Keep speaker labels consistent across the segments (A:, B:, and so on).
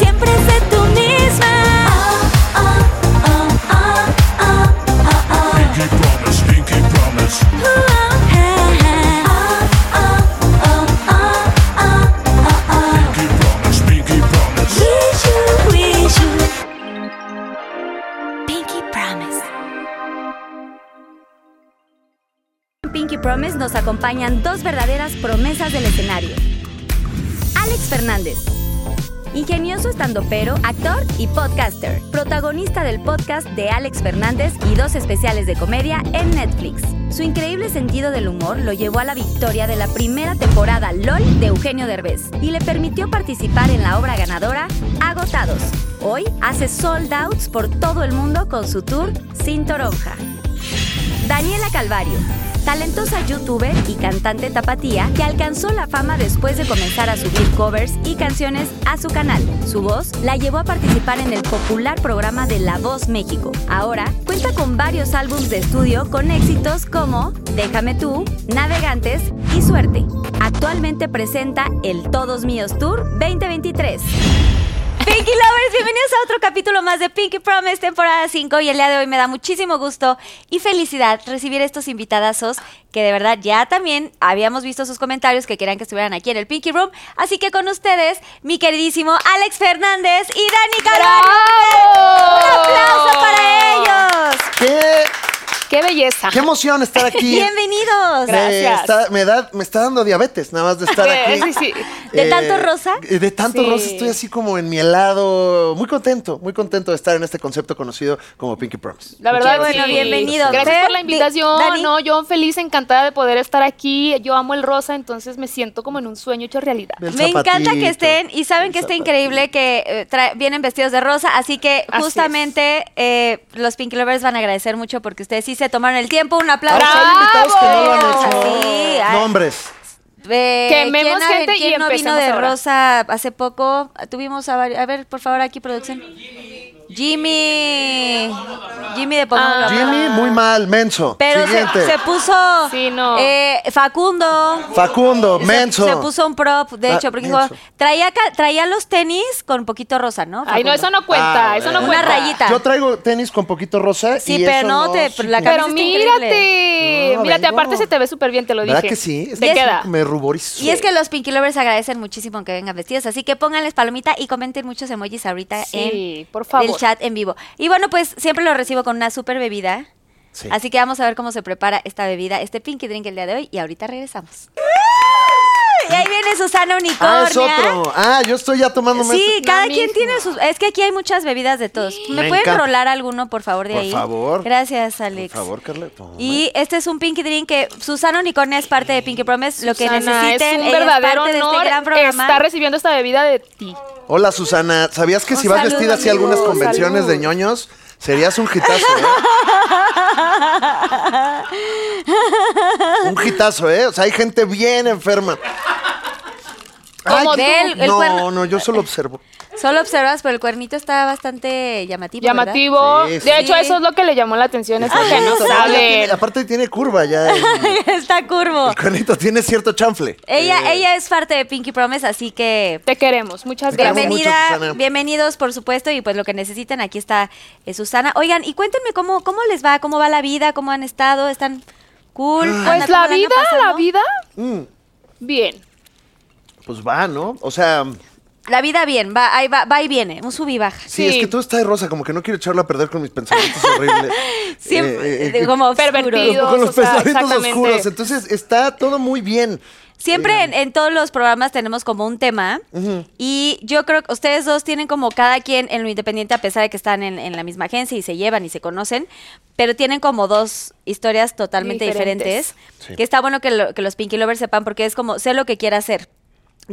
A: siempre sé tú misma. Oh, oh, oh, oh, oh, oh, oh.
B: Pinky promise, Pinky promise.
A: Uh, oh, ah, ah. Oh, oh, oh, oh, oh, oh.
B: Pinky promise, Pinky promise.
A: Wish you, wish you. Pinky Promise.
C: Pinky Promise nos acompañan dos verdaderas promesas del escenario. Alex Fernández, ingenioso estandopero, actor y podcaster, protagonista del podcast de Alex Fernández y dos especiales de comedia en Netflix. Su increíble sentido del humor lo llevó a la victoria de la primera temporada LOL de Eugenio Derbez y le permitió participar en la obra ganadora Agotados. Hoy hace sold outs por todo el mundo con su tour Sin Toronja. Daniela Calvario, talentosa youtuber y cantante tapatía que alcanzó la fama después de comenzar a subir covers y canciones a su canal. Su voz la llevó a participar en el popular programa de La Voz México. Ahora cuenta con varios álbumes de estudio con éxitos como Déjame tú, Navegantes y Suerte. Actualmente presenta el Todos Míos Tour 2023. Pinky Lovers, bienvenidos a otro capítulo más de Pinky Promise, temporada 5. Y el día de hoy me da muchísimo gusto y felicidad recibir estos invitadazos que de verdad ya también habíamos visto sus comentarios que querían que estuvieran aquí en el Pinky Room. Así que con ustedes, mi queridísimo Alex Fernández y Dani Calvario. ¡Un aplauso para ellos!
D: ¡Qué,
E: ¡Qué belleza!
D: qué emoción estar aquí!
C: ¡Bienvenidos!
D: Me
E: Gracias.
D: está- me, da, me está dando diabetes nada más de estar aquí.
E: Sí, sí.
C: ¿De tanto rosa?
D: eh, De tanto
E: Sí.
D: rosa estoy así como en mi helado. Muy contento, muy contento de estar en este concepto conocido como Pinky Promise.
E: La verdad,
C: Muchas gracias.
E: sí.
C: Bueno, bienvenido.
E: Gracias
C: Fer,
E: por la invitación.
C: di- Dani.
E: No, yo feliz, encantada de poder estar aquí. Yo amo el rosa, entonces me siento como en un sueño hecho realidad.
D: Ve el
C: Me encanta
D: zapatito,
C: que estén y saben
D: el
C: que está
D: zapatito.
C: increíble que eh, tra- vienen vestidos de rosa, así que
E: Así es.
C: justamente eh, los Pink Lovers van a agradecer mucho porque ustedes sí se tomaron el tiempo, un aplauso.
D: Ahora sí Ah, pues, hay invitados que no lo han hecho.
C: Sí, ay.
D: Nombres.
C: Eh,
E: Quememos
C: ¿quién ha-
E: gente
C: quién no
E: y
C: vino
E: empecemos
C: de
E: ahora.
C: rosa hace poco? Tuvimos a varios, a ver, por favor, aquí producción. Jimmy, Jimmy de Pomona.
D: Jimmy, muy mal, menso.
C: Ah. Pero se,
D: Ah. Siguiente.
C: se puso
E: Sí, no.
C: eh, Facundo.
D: Facundo,
C: Se-
D: menso.
C: Se, puso un prop, de
D: Ah,
C: hecho, porque
D: menso.
C: dijo, traía, ca- traía los tenis con poquito rosa, ¿no?
E: Ay, no,
C: Facundo?
E: eso no cuenta,
D: Ah,
E: eso no
C: Una
E: cuenta.
C: rayita.
D: Yo traigo tenis con poquito rosa.
C: Sí,
D: y
C: pero
D: eso
C: no te-
D: sí,
C: la
D: como-
C: camisa
E: Pero
C: está increíble.
E: mírate,
D: No,
E: mírate,
D: vengo.
E: aparte se te ve súper bien, te lo
D: ¿Verdad
E: dije.
D: que sí? Es
E: Te
D: que
E: queda.
D: Me ruborizo.
C: Y es que los Pinky Lovers agradecen muchísimo que vengan vestidos, así que pónganles palomita y comenten muchos emojis ahorita
E: Sí,
C: en
E: por favor.
C: el chat en vivo. Y bueno, pues siempre lo recibo con una super bebida.
D: Sí.
C: Así que vamos a ver cómo se prepara esta bebida, este Pinky Drink el día de hoy y ahorita regresamos. Y ahí viene Susana Unicornia.
D: Ah, es otro. Ah, yo estoy ya tomándome
C: Sí,
D: este.
C: cada
E: La
C: quien
E: misma.
C: tiene sus. Es que aquí hay muchas bebidas de todos. ¿Me,
D: Me
C: pueden
D: encanta.
C: rolar alguno, por favor, de
D: Por
C: ahí?
D: favor.
C: Gracias, Alex.
D: Por favor, Carla, toma.
C: Y este es un Pinky Drink que Susana Unicornia es parte de Pinky Promise. Lo que
E: Susana, es
C: necesiten
E: un
C: ella es
E: verdadero
C: parte de
E: honor
C: este gran programa.
E: estar recibiendo esta bebida de ti.
D: Hola, Susana. ¿Sabías que
C: Un
D: si vas
C: saludo,
D: vestida así a algunas
C: amigo,
D: convenciones
E: salud.
D: de ñoños, serías un hitazo, ¿eh? un hitazo, ¿eh? O sea, hay gente bien enferma.
C: Como
D: qué-
C: del- el cuerno-
D: no, no, yo solo observo.
C: Solo observas, pero el cuernito está bastante llamativo. ¿verdad?
E: Llamativo.
D: Sí, sí.
E: De hecho,
C: Sí.
E: eso es lo que le llamó la atención. Es
D: El
E: que no
D: cuernito, ya
E: sabe.
D: tiene- aparte tiene curva ya. El,
C: está curvo.
D: el eh, cuernito tiene cierto chanfle.
C: Ella, ella es parte de Pinky Promise, así que. pues,
E: Te queremos. Muchas
D: Te queremos
E: gracias.
D: mucho,
C: Bienvenida,
D: Susana.
C: bienvenidos por supuesto y pues lo que necesiten aquí está eh, Susana. Oigan y cuéntenme cómo cómo les va, cómo va la vida, cómo han estado, están cool. Anda
E: Pues
C: como
E: la
C: el año
E: vida, la
C: pasado.
E: vida,
D: Mm,
E: bien.
D: pues va, ¿no? O sea,
C: la vida bien, va, ahí va, va y viene, un sub y baja.
D: sí, es
E: Sí.
D: que todo está de rosa, como que no quiero echarlo a perder con mis pensamientos horribles.
C: Siempre
D: Eh, eh, eh,
C: como oscuro.
E: pervertido.
D: con los
E: o sea,
D: pensamientos
E: exactamente.
D: oscuros. Entonces está todo muy bien.
C: Siempre en, en todos los programas tenemos como un tema y yo creo que ustedes dos tienen como cada quien en lo independiente a pesar de que están en, en la misma agencia y se llevan y se conocen, pero tienen como dos historias totalmente diferentes,
E: Diferentes.
D: Sí.
C: que está bueno que, lo- que los Pinky Lovers sepan porque es como sé lo que quiero hacer.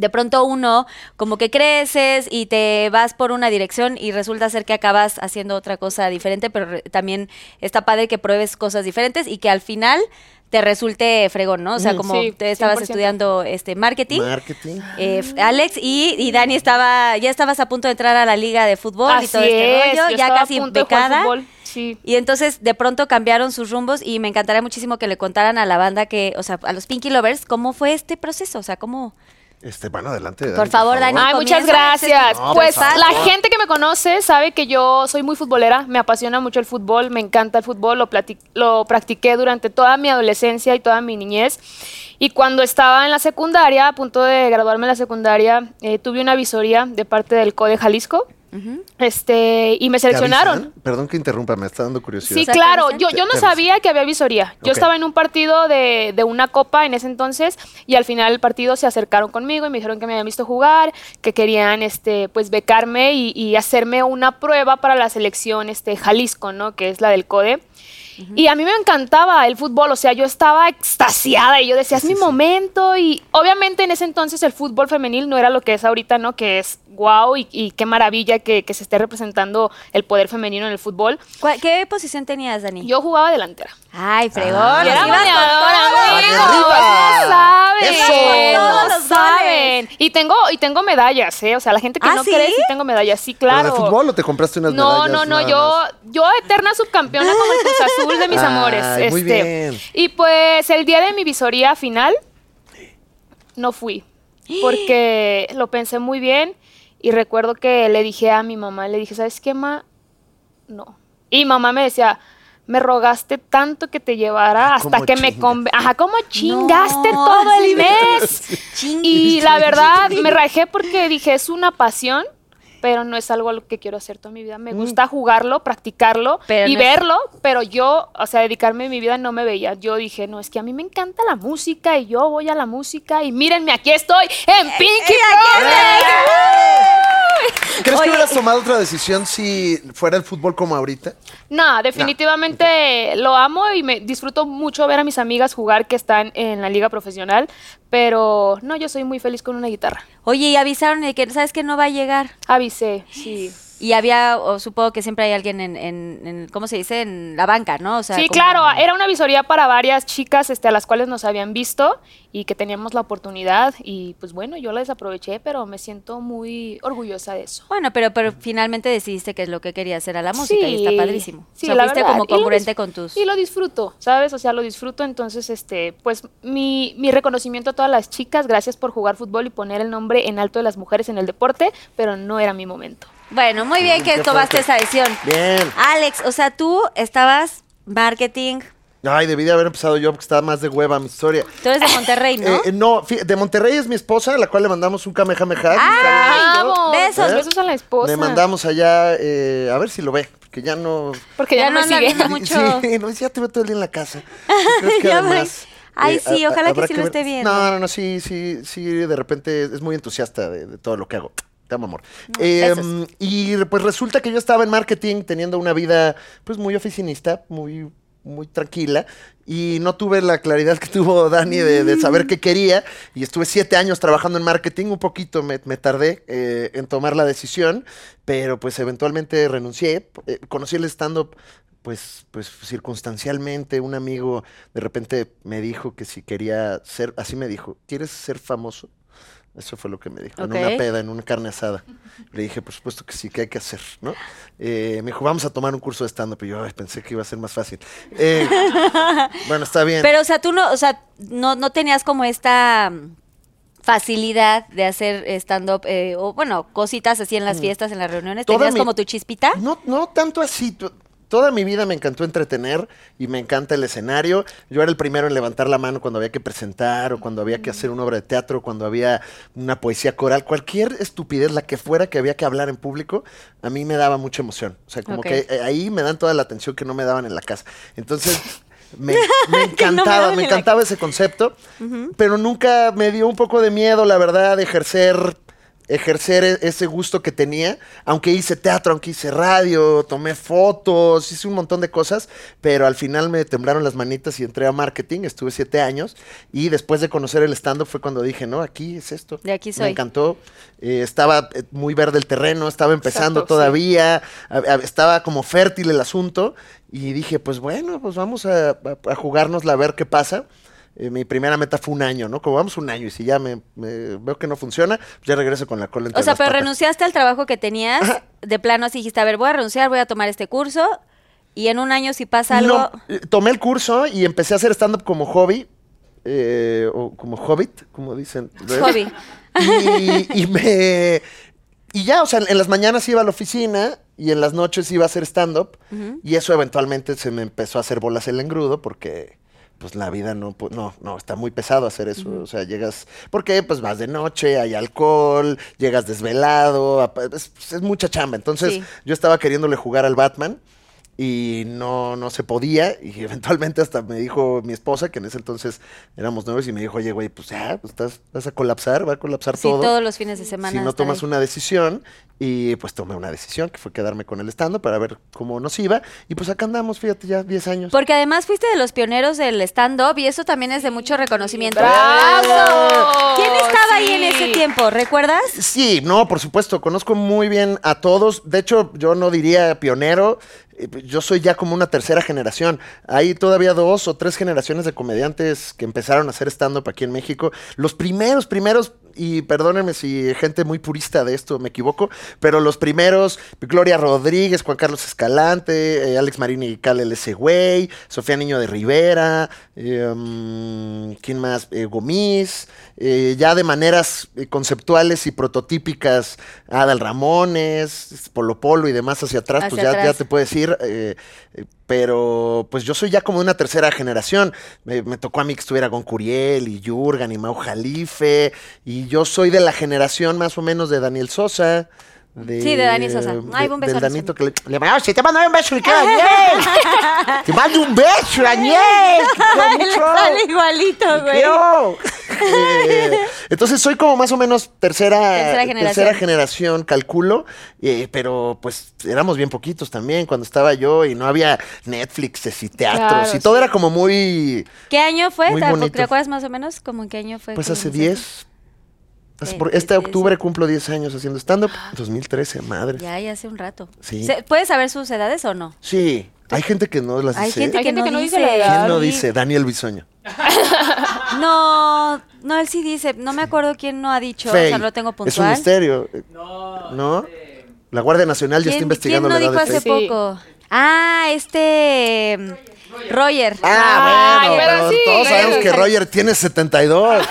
C: de pronto uno como que creces y te vas por una dirección y resulta ser que acabas haciendo otra cosa diferente, pero re- también está padre que pruebes cosas diferentes y que al final te resulte fregón, ¿no? O sea,
E: Mm.
C: como
E: Sí,
C: te estabas
E: 100%.
C: estudiando este marketing,
D: Marketing.
C: eh, f- Alex y, y Dani estaba ya estabas a punto de entrar a la liga de fútbol y
E: Así
C: todo este
E: es,
C: rollo,
E: yo
C: ya
E: estaba a
C: casi
E: punto de jugar
C: becada.
E: fútbol, Sí.
C: Y entonces de pronto cambiaron sus rumbos y me encantaría muchísimo que le contaran a la banda que, o sea, a los Pinky Lovers, cómo fue este proceso, o sea, cómo...
D: Este, van adelante.
C: Por favor, Dani.
E: Ay, muchas
C: Comienza,
E: gracias.
D: no,
E: pues
D: por favor.
E: la gente que me conoce sabe que yo soy muy futbolera, me apasiona mucho el fútbol, me encanta el fútbol, lo, plati- lo practiqué durante toda mi adolescencia y toda mi niñez. Y cuando estaba en la secundaria, a punto de graduarme en la secundaria, eh, tuve una visoría de parte del CODE E Jalisco. Este, y me
D: ¿Te
E: seleccionaron.
D: avisan? Perdón que interrumpa, me está dando curiosidad.
E: Sí,
C: ¿Te
E: claro.
C: avisan?
E: Yo, yo
D: Te
E: no
D: avisan.
E: sabía que había visoría. Yo
D: Ok.
E: estaba en un partido de, de una copa en ese entonces y al final del partido se acercaron conmigo y me dijeron que me habían visto jugar, que querían este, pues becarme y, y hacerme una prueba para la selección este, Jalisco, ¿no? Que es la del CODE. Y a mí me encantaba el fútbol, o sea, yo estaba extasiada y yo decía, es mi momento. Y obviamente en ese entonces el fútbol femenil no era lo que es ahorita, ¿no? Que es wow y, y qué maravilla que, que se esté representando el poder femenino en el fútbol.
C: ¿Cuál- ¿Qué posición tenías, Dani?
E: Yo jugaba delantera.
C: Ay, fregón.
D: Ah,
C: nos
D: era
C: ibas con
E: goleadora,
C: todo.
D: güey. ¡Arriba!
E: No saben,
D: ¡Eso!
C: Todos
E: no
C: los
E: saben. Y tengo, y tengo medallas, ¿eh? O sea, la gente que
C: ¿Ah,
E: no
C: sí?
E: cree sí tengo medallas, sí,
D: ¿Pero
E: claro.
D: de fútbol o te compraste unas
E: No,
D: medallas?
E: no, no,
D: nada
E: yo,
D: más?
E: yo eterna subcampeona como el Cruz Azul de mis
D: Ay,
E: amores.
D: muy
E: este.
D: bien.
E: Y pues el día de mi visoría final no fui porque lo pensé muy bien y recuerdo que le dije a mi mamá, le dije, ¿sabes qué, ma? No. Y mamá me decía, me rogaste tanto que te llevara hasta
D: Ah, ¿Cómo
E: que me...
D: chingas?
E: conven- Ajá, ¿cómo chingaste
C: No,
E: todo
C: sí.
E: el mes? Y la verdad, me rajé porque dije, es una pasión, pero no es algo a lo que quiero hacer toda mi vida. Me gusta jugarlo, practicarlo
C: Mm. Pero
E: y
C: no es-
E: verlo, pero yo, o sea, dedicarme a mi vida no me veía. Yo dije, no, es que a mí me encanta la música y yo voy a la música y mírenme, aquí estoy en
C: Eh,
E: Pinky Promise.
D: ¿Crees
C: Oye,
D: que hubieras tomado otra decisión si fuera el fútbol como ahorita?
E: No, definitivamente lo amo y me disfruto mucho ver a mis amigas jugar que están en la liga profesional, pero no, yo soy muy feliz con una guitarra.
C: Oye, y avisaron de que, ¿sabes que No va a llegar.
E: Avisé, sí.
C: Y había, o supongo que siempre hay alguien en, en- en- ¿cómo se dice? En la banca, ¿no? O sea,
E: sí,
C: como-
E: claro, era una visoría para varias chicas este, a las cuales nos habían visto y que teníamos la oportunidad y pues bueno, yo la desaproveché, pero me siento muy orgullosa de eso.
C: Bueno, pero, pero finalmente decidiste que es lo que quería hacer a la música y está
E: Sí,
C: padrísimo.
E: Sí,
C: o sea,
E: la
C: fuiste
E: verdad,
C: como
E: y lo
C: congruente
E: dis-
C: con tus...
E: Y lo disfruto, ¿sabes? O sea, lo disfruto, entonces, este, pues mi, mi reconocimiento a todas las chicas, gracias por jugar fútbol y poner el nombre en alto de las mujeres en el deporte, pero no era mi momento.
C: Bueno, muy bien que
D: qué
C: tomaste
D: fuerte.
C: esa decisión.
D: Bien.
C: Alex, o sea, tú estabas marketing,
D: Ay, debí de haber empezado yo porque estaba más de hueva mi historia.
C: tú eres de Monterrey, ¿no?
D: Eh, eh, no, fí- de Monterrey es mi esposa, a la cual le mandamos un kamehameha.
E: Ah,
C: ¡Ay!
D: ¿Está viendo?
E: Vamos,
C: besos,
D: ¿Eh?
E: besos a la esposa.
D: Le mandamos allá, eh, a ver si lo ve, porque ya no...
E: Porque ya,
C: Ya
E: no,
C: no
E: me
C: la
E: sigue.
C: vi. mucho.
D: Sí, no, ya te veo todo el día en la casa. ¿Tú crees que
C: Ya
D: además, eh,
C: ves. Ay, sí, ojalá que
D: habrá
C: sí lo
D: ver-
C: esté viendo.
D: No, no, no, sí, sí, sí, de repente es muy entusiasta de, de todo lo que hago. Te amo, amor.
C: besos.
D: Em, y pues resulta que yo estaba en marketing teniendo una vida pues muy oficinista, muy, muy tranquila. Y no tuve la claridad que tuvo Dani de, de saber qué quería. Y estuve siete años trabajando en marketing. Un poquito me, me tardé eh, en tomar la decisión. Pero pues eventualmente renuncié. Eh, conocí el stand-up pues, pues circunstancialmente un amigo de repente me dijo que si quería ser, así me dijo, ¿quieres ser famoso? Eso fue lo que me dijo, en
C: Ok.
D: una peda, en una carne asada. Le dije, por supuesto que sí, que hay que hacer, ¿no? Eh, me dijo, vamos a tomar un curso de stand-up. Y yo, "Ay, pensé que iba a ser más fácil. Eh, bueno, está bien.
C: Pero, o sea, tú no, o sea, no, no tenías como esta mm, facilidad de hacer stand-up, eh, o bueno, cositas así en las fiestas, en las reuniones.
D: Mm. Toda
C: ¿Tenías
D: mi-
C: como tu chispita?
D: No, no tanto así. to- Toda mi vida me encantó entretener y me encanta el escenario. Yo era el primero en levantar la mano cuando había que presentar o cuando había que hacer una obra de teatro, cuando había una poesía coral, cualquier estupidez, la que fuera que había que hablar en público, a mí me daba mucha emoción. O sea, como
C: Ok.
D: que eh, ahí me dan toda la atención que no me daban en la casa. Entonces, me, me encantaba,
C: daban
D: me
C: en la
D: encantaba ese concepto, pero nunca me dio un poco de miedo, la verdad, de ejercer ejercer e- ese gusto que tenía, aunque hice teatro, aunque hice radio, tomé fotos, hice un montón de cosas, pero al final me temblaron las manitas y entré a marketing, estuve siete años y después de conocer el stand-up fue cuando dije, no, aquí es esto.
C: De aquí
D: Me
C: soy.
D: encantó, eh, estaba eh, muy verde el terreno, estaba empezando
E: Exacto, sí.
D: todavía, a- a- estaba como fértil el asunto y dije, pues bueno, pues vamos a, a- a jugárnosla a ver qué pasa. Eh, mi primera meta fue un año, ¿no? Como vamos un año y si ya me, me- veo que no funciona, pues ya regreso con la cola entre
C: O sea,
D: las
C: pero
D: patas.
C: renunciaste al trabajo que tenías, de plano así dijiste, a ver, voy a renunciar, voy a tomar este curso, y en un año si pasa algo...
D: No, eh, tomé el curso y empecé a hacer stand-up como hobby, eh, o como hobbit, como dicen. ¿ves?
C: Hobby.
D: Y, y me. Y ya, o sea, en las mañanas iba a la oficina y en las noches iba a hacer stand-up. Y eso eventualmente se me empezó a hacer bolas el engrudo porque. Pues la vida no, pu- no, no, está muy pesado hacer eso. O sea, llegas, porque pues vas de noche, hay alcohol, llegas desvelado, apa- es, es mucha chamba. Entonces,
C: Sí.
D: yo estaba queriéndole jugar al Batman y no, no se podía. Y eventualmente hasta me dijo mi esposa, que en ese entonces éramos nuevos, y me dijo, oye, güey, pues ya, pues, estás, vas a colapsar, va a colapsar
C: Sí,
D: todo.
C: todos los fines de semana.
D: si no
C: estar
D: tomas
C: ahí.
D: una decisión, y pues tomé una decisión, que fue quedarme con el estando para ver cómo nos iba. Y pues acá andamos, fíjate, ya 10 años.
C: Porque además fuiste de los pioneros del stand-up y eso también es de mucho reconocimiento.
E: ¡Bravo!
C: ¿Quién estaba ahí
E: Sí.
C: en ese tiempo? ¿Recuerdas?
D: Sí, no, por supuesto, conozco muy bien a todos. De hecho, yo no diría pionero, eh, yo soy ya como una tercera generación. Hay todavía dos o tres generaciones de comediantes que empezaron a hacer stand-up aquí en México. Los primeros, primeros, y perdónenme si gente muy purista de esto me equivoco, pero los primeros, Gloria Rodríguez, Juan Carlos Escalante, eh, Alex Marini y Cal ese güey, Sofía Niño de Rivera, eh, mm, ¿quién más? Eh, Gomis, eh, ya de maneras eh, conceptuales y prototípicas, Adal Ramones, Polo Polo y demás hacia atrás, pues
C: Hacia
D: ya, ya
C: atrás.
D: te puedes ir. eh, eh, pero pues yo soy ya como de una tercera generación. Me, me tocó a mí que estuviera con Curiel y Jurgen y Mau Jalife. Y yo soy de la generación más o menos de Daniel Sosa. De,
C: Sí, de Dani Sosa. Ay, un beso
D: Del
C: a Daniel
D: Danito que le, le mandaba, "Si te mando un beso, Ricardo Daniel. te mando un beso, Daniel. Te quiero
C: Le
D: mucho.
C: sale igualito,
D: Te
C: güey.
D: quiero. Eh, entonces soy como más o menos tercera,
C: Tercera generación.
D: generación, calculo, eh, pero pues éramos bien poquitos también cuando estaba yo y no había Netflix y teatros
E: Claro,
D: y todo
E: sí.
D: era como muy,
C: ¿Qué año fue?
D: Muy
C: ¿Te acu-
D: bonito.
C: ¿Te acuerdas más o menos como en qué año fue?
D: pues
C: que
D: hace
C: iniciaste?
D: 10. hace
C: Ve-
D: por- este
C: desde
D: octubre cumplo 10 años haciendo stand-up. 2013, madre.
C: Ya, ya hace un rato.
D: Sí.
C: Se- ¿Puedes saber sus edades o no?
D: Sí, hay gente que no las
C: Hay
D: dice. ¿eh?
C: gente,
E: Hay
C: que,
E: gente
C: no
E: que no
C: dice.
E: dice la edad.
D: ¿Quién no
E: Ay.
D: dice? Daniel Bisoño. Ah.
C: No, no, él sí dice. No me acuerdo quién no ha dicho.
D: Fey.
C: O sea, lo tengo
D: Es un
C: puntual.
D: misterio. No. La Guardia Nacional ya está
C: ¿Quién,
D: investigando
C: quién no
D: la
C: dijo
D: edad de
C: hace
D: Fey.
E: Facebook.
C: poco? Ah, este. mm, Roger.
D: Ah,
E: Ay,
D: bueno,
E: pero
D: pero
E: sí,
D: todos
E: pero-
D: sabemos que Roger tiene 72.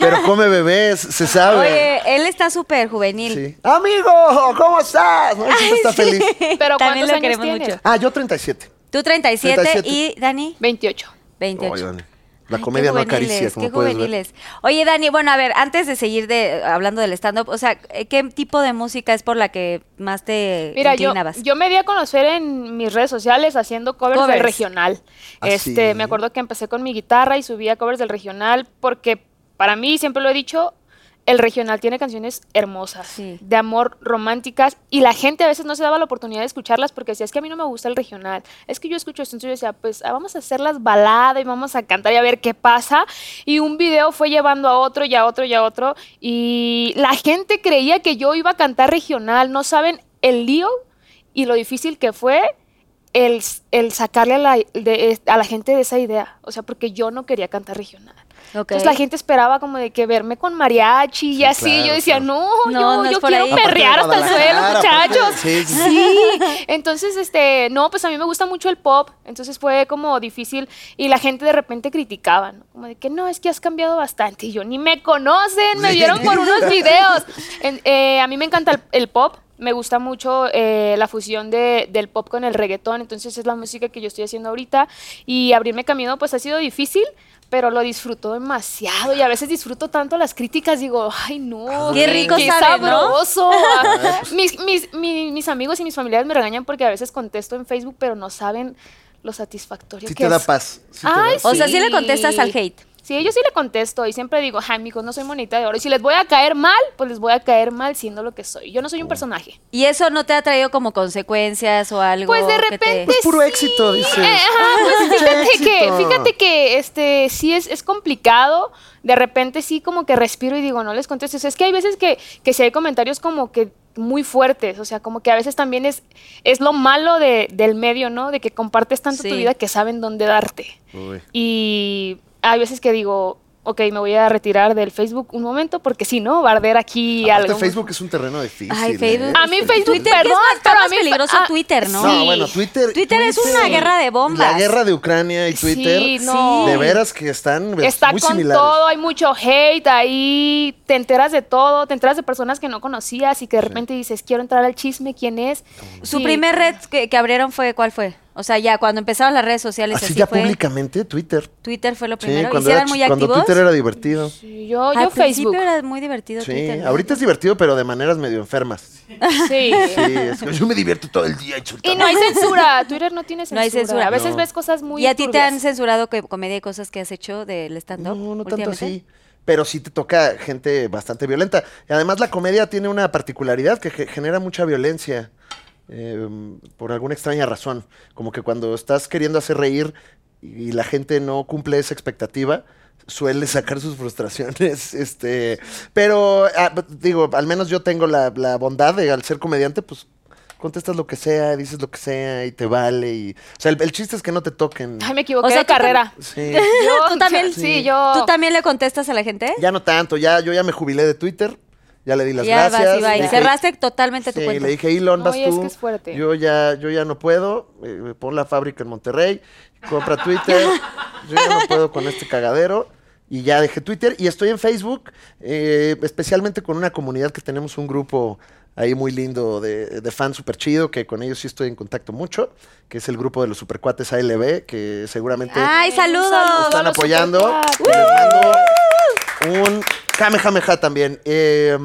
D: pero come bebés, se sabe.
C: Oye, él está súper juvenil.
D: Sí. Amigo, ¿cómo estás? No, él siempre está feliz.
E: Pero
C: También
E: ¿cuántos
C: lo
E: años
C: queremos
E: tienes?
C: mucho.
D: Ah, yo 37.
C: Tú 37,
D: 37.
C: y Dani
E: 28.
D: Oye,
C: 28.
D: Dani, la
C: Ay, qué
D: comedia no acaricia,
C: juveniles,
D: como
C: qué
D: puedes ver.
C: juveniles. Oye, Dani, bueno, a ver, antes de seguir de, hablando del stand-up, o sea, eh, ¿qué tipo de música es por la que más te
E: Mira, yo,
C: inclinabas?
E: yo me di a conocer en mis redes sociales haciendo covers, del
C: Covers.
E: regional.
D: Ah,
E: este,
D: sí.
E: me acuerdo que empecé con mi guitarra y subía covers del regional porque para mí, siempre lo he dicho, el regional tiene canciones hermosas,
C: Sí.
E: de amor, románticas, y la gente a veces no se daba la oportunidad de escucharlas porque decía, es que a mí no me gusta el regional, es que yo escucho esto, entonces yo decía, pues ah, vamos a hacer las baladas y vamos a cantar y a ver qué pasa, y un video fue llevando a otro y a otro y a otro, y la gente creía que yo iba a cantar regional, no saben el lío y lo difícil que fue el, el sacarle a la, de- a la gente de esa idea. O sea, porque yo no quería cantar regional.
C: Ok.
E: Entonces pues, la gente esperaba como de que verme con mariachi y
D: Sí,
E: así.
D: claro,
E: yo decía,
D: claro.
E: no,
C: No,
E: yo,
C: no es
E: yo
C: por
E: quiero
C: ahí.
D: Aparte de
E: perrear hasta el suelo,
D: Guadalajara, aparte de-
E: muchachos.
D: sí, sí, sí.
E: Entonces, este, no, pues a mí me gusta mucho el pop. Entonces fue como difícil y la gente de repente criticaba, ¿no? Como de que no, es que has cambiado bastante. Y yo, ni me conocen, me vieron por unos videos. En- eh, a mí me encanta el, el pop. Me gusta mucho eh, la fusión de- del pop con el reggaetón, entonces es la música que yo estoy haciendo ahorita y abrirme camino pues ha sido difícil, pero lo disfruto demasiado y a veces disfruto tanto las críticas, digo, ay no,
C: Qué rico
E: qué
C: sabe, ¿no?
E: sabroso. Ah, mis, mis, mi- mis amigos y mis familiares me regañan porque a veces contesto en Facebook, pero no saben lo satisfactorio
D: Sí
E: que
D: te da
E: es.
D: paz. sí te
E: Ay,
D: da-
C: o sea, sí le
E: sí.
C: contestas al hate.
E: Sí, yo sí le contesto y siempre digo, ay, amigos, no soy monita de oro. Y si les voy a caer mal, pues les voy a caer mal siendo lo que soy. Yo no
D: Oh.
E: soy un personaje.
C: ¿Y eso no te ha traído como consecuencias o algo?
E: Pues de
C: que te-
E: repente
D: Pues puro
E: sí.
D: éxito, dices.
E: Eh, ajá, pues
D: Pinche
E: fíjate que,
D: éxito.
E: fíjate que este sí es, es complicado. De repente sí como que respiro y digo, no les contesto. O sea, es que hay veces que, que sí hay comentarios como que muy fuertes. O sea, como que a veces también es, es lo malo de- del medio, ¿no? De que compartes tanto
C: Sí.
E: tu vida que saben dónde darte.
D: Uy.
E: Y hay veces que digo, ok, me voy a retirar del Facebook un momento porque si no, va a arder aquí
D: Aparte,
E: algo.
D: Facebook es un terreno difícil.
C: Ay, Facebook.
D: ¿eh?
E: A mí Facebook,
C: Twitter, que es
E: perdón,
C: más- está
E: pero a
C: más
E: mí-
C: peligroso
E: ah,
C: Twitter, ¿no?
D: No,
E: Sí.
D: bueno, Twitter.
C: Twitter es una guerra de bombas.
D: La guerra de Ucrania y Twitter.
E: Sí, no.
D: De veras que están pues,
E: Está
D: muy
E: con
D: similares.
E: todo, hay mucho hate ahí, te enteras de todo, te enteras de personas que no conocías y que de repente dices, quiero entrar al chisme, ¿quién es?
C: Su
E: Y-
C: primer red que, que abrieron fue, ¿cuál fue? O sea, ya cuando empezaron las redes sociales,
D: Así
C: así,
D: ya
C: fue.
D: públicamente, Twitter.
C: Twitter fue lo
D: Sí,
C: primero. ¿Y si
D: cuando,
C: eran
D: era
C: muy
D: ch- cuando
C: activos?
D: Twitter era divertido.
E: Sí, Yo, yo
C: Al principio
E: Facebook.
C: era muy divertido
D: Sí,
C: Twitter. ¿no?
D: ahorita es divertido, pero de maneras medio enfermas.
E: Sí.
D: Sí, es que yo me divierto todo el día
E: Y
D: insultando.
E: no hay censura, Twitter no tiene
C: No
E: censura.
C: hay censura.
E: A veces
D: No.
E: ves cosas muy
C: ¿Y a ti te
E: turbias.
C: han censurado que, comedia y cosas que has hecho del stand-up?
D: No, no tanto
C: últimamente?
D: así. Pero sí te toca gente bastante violenta. Y además la comedia tiene una particularidad que ge- genera mucha violencia. eh, por alguna extraña razón. Como que cuando estás queriendo hacer reír y la gente no cumple esa expectativa, suele sacar sus frustraciones. Este. Pero ah, but- digo, al menos yo tengo la, la bondad de al ser comediante, pues. Contestas lo que sea, dices lo que sea y te vale. Y... O sea, el, el chiste es que no te toquen.
E: Ay, me equivoqué
C: O sea,
E: de
C: tú tam-
E: carrera.
D: Sí.
E: Yo,
C: ¿Tú también?
E: Sí, yo...
C: ¿Tú también le contestas a la gente?
D: Ya no tanto, ya yo ya me jubilé de Twitter, ya le di las
C: Ya vas
D: gracias.
C: y va, y
D: le dije-
C: cerraste totalmente tu
D: sí,
C: cuenta.
D: le dije, Elon,
E: No,
D: vas
E: y es
D: tú.
E: que es fuerte.
D: Yo ya, yo ya no puedo, eh, pon la fábrica en Monterrey, compra Twitter, yo ya no puedo con este cagadero. Y ya dejé Twitter y estoy en Facebook, eh, especialmente con una comunidad que tenemos un grupo ahí muy lindo de, de fans súper chido, que con ellos sí estoy en contacto mucho, que es el grupo de los supercuates ALB, que seguramente
C: ¡Ay, saludos!
D: están
E: los
D: apoyando.
E: supercuates.
D: Les mando un Kamehameha también. Eh,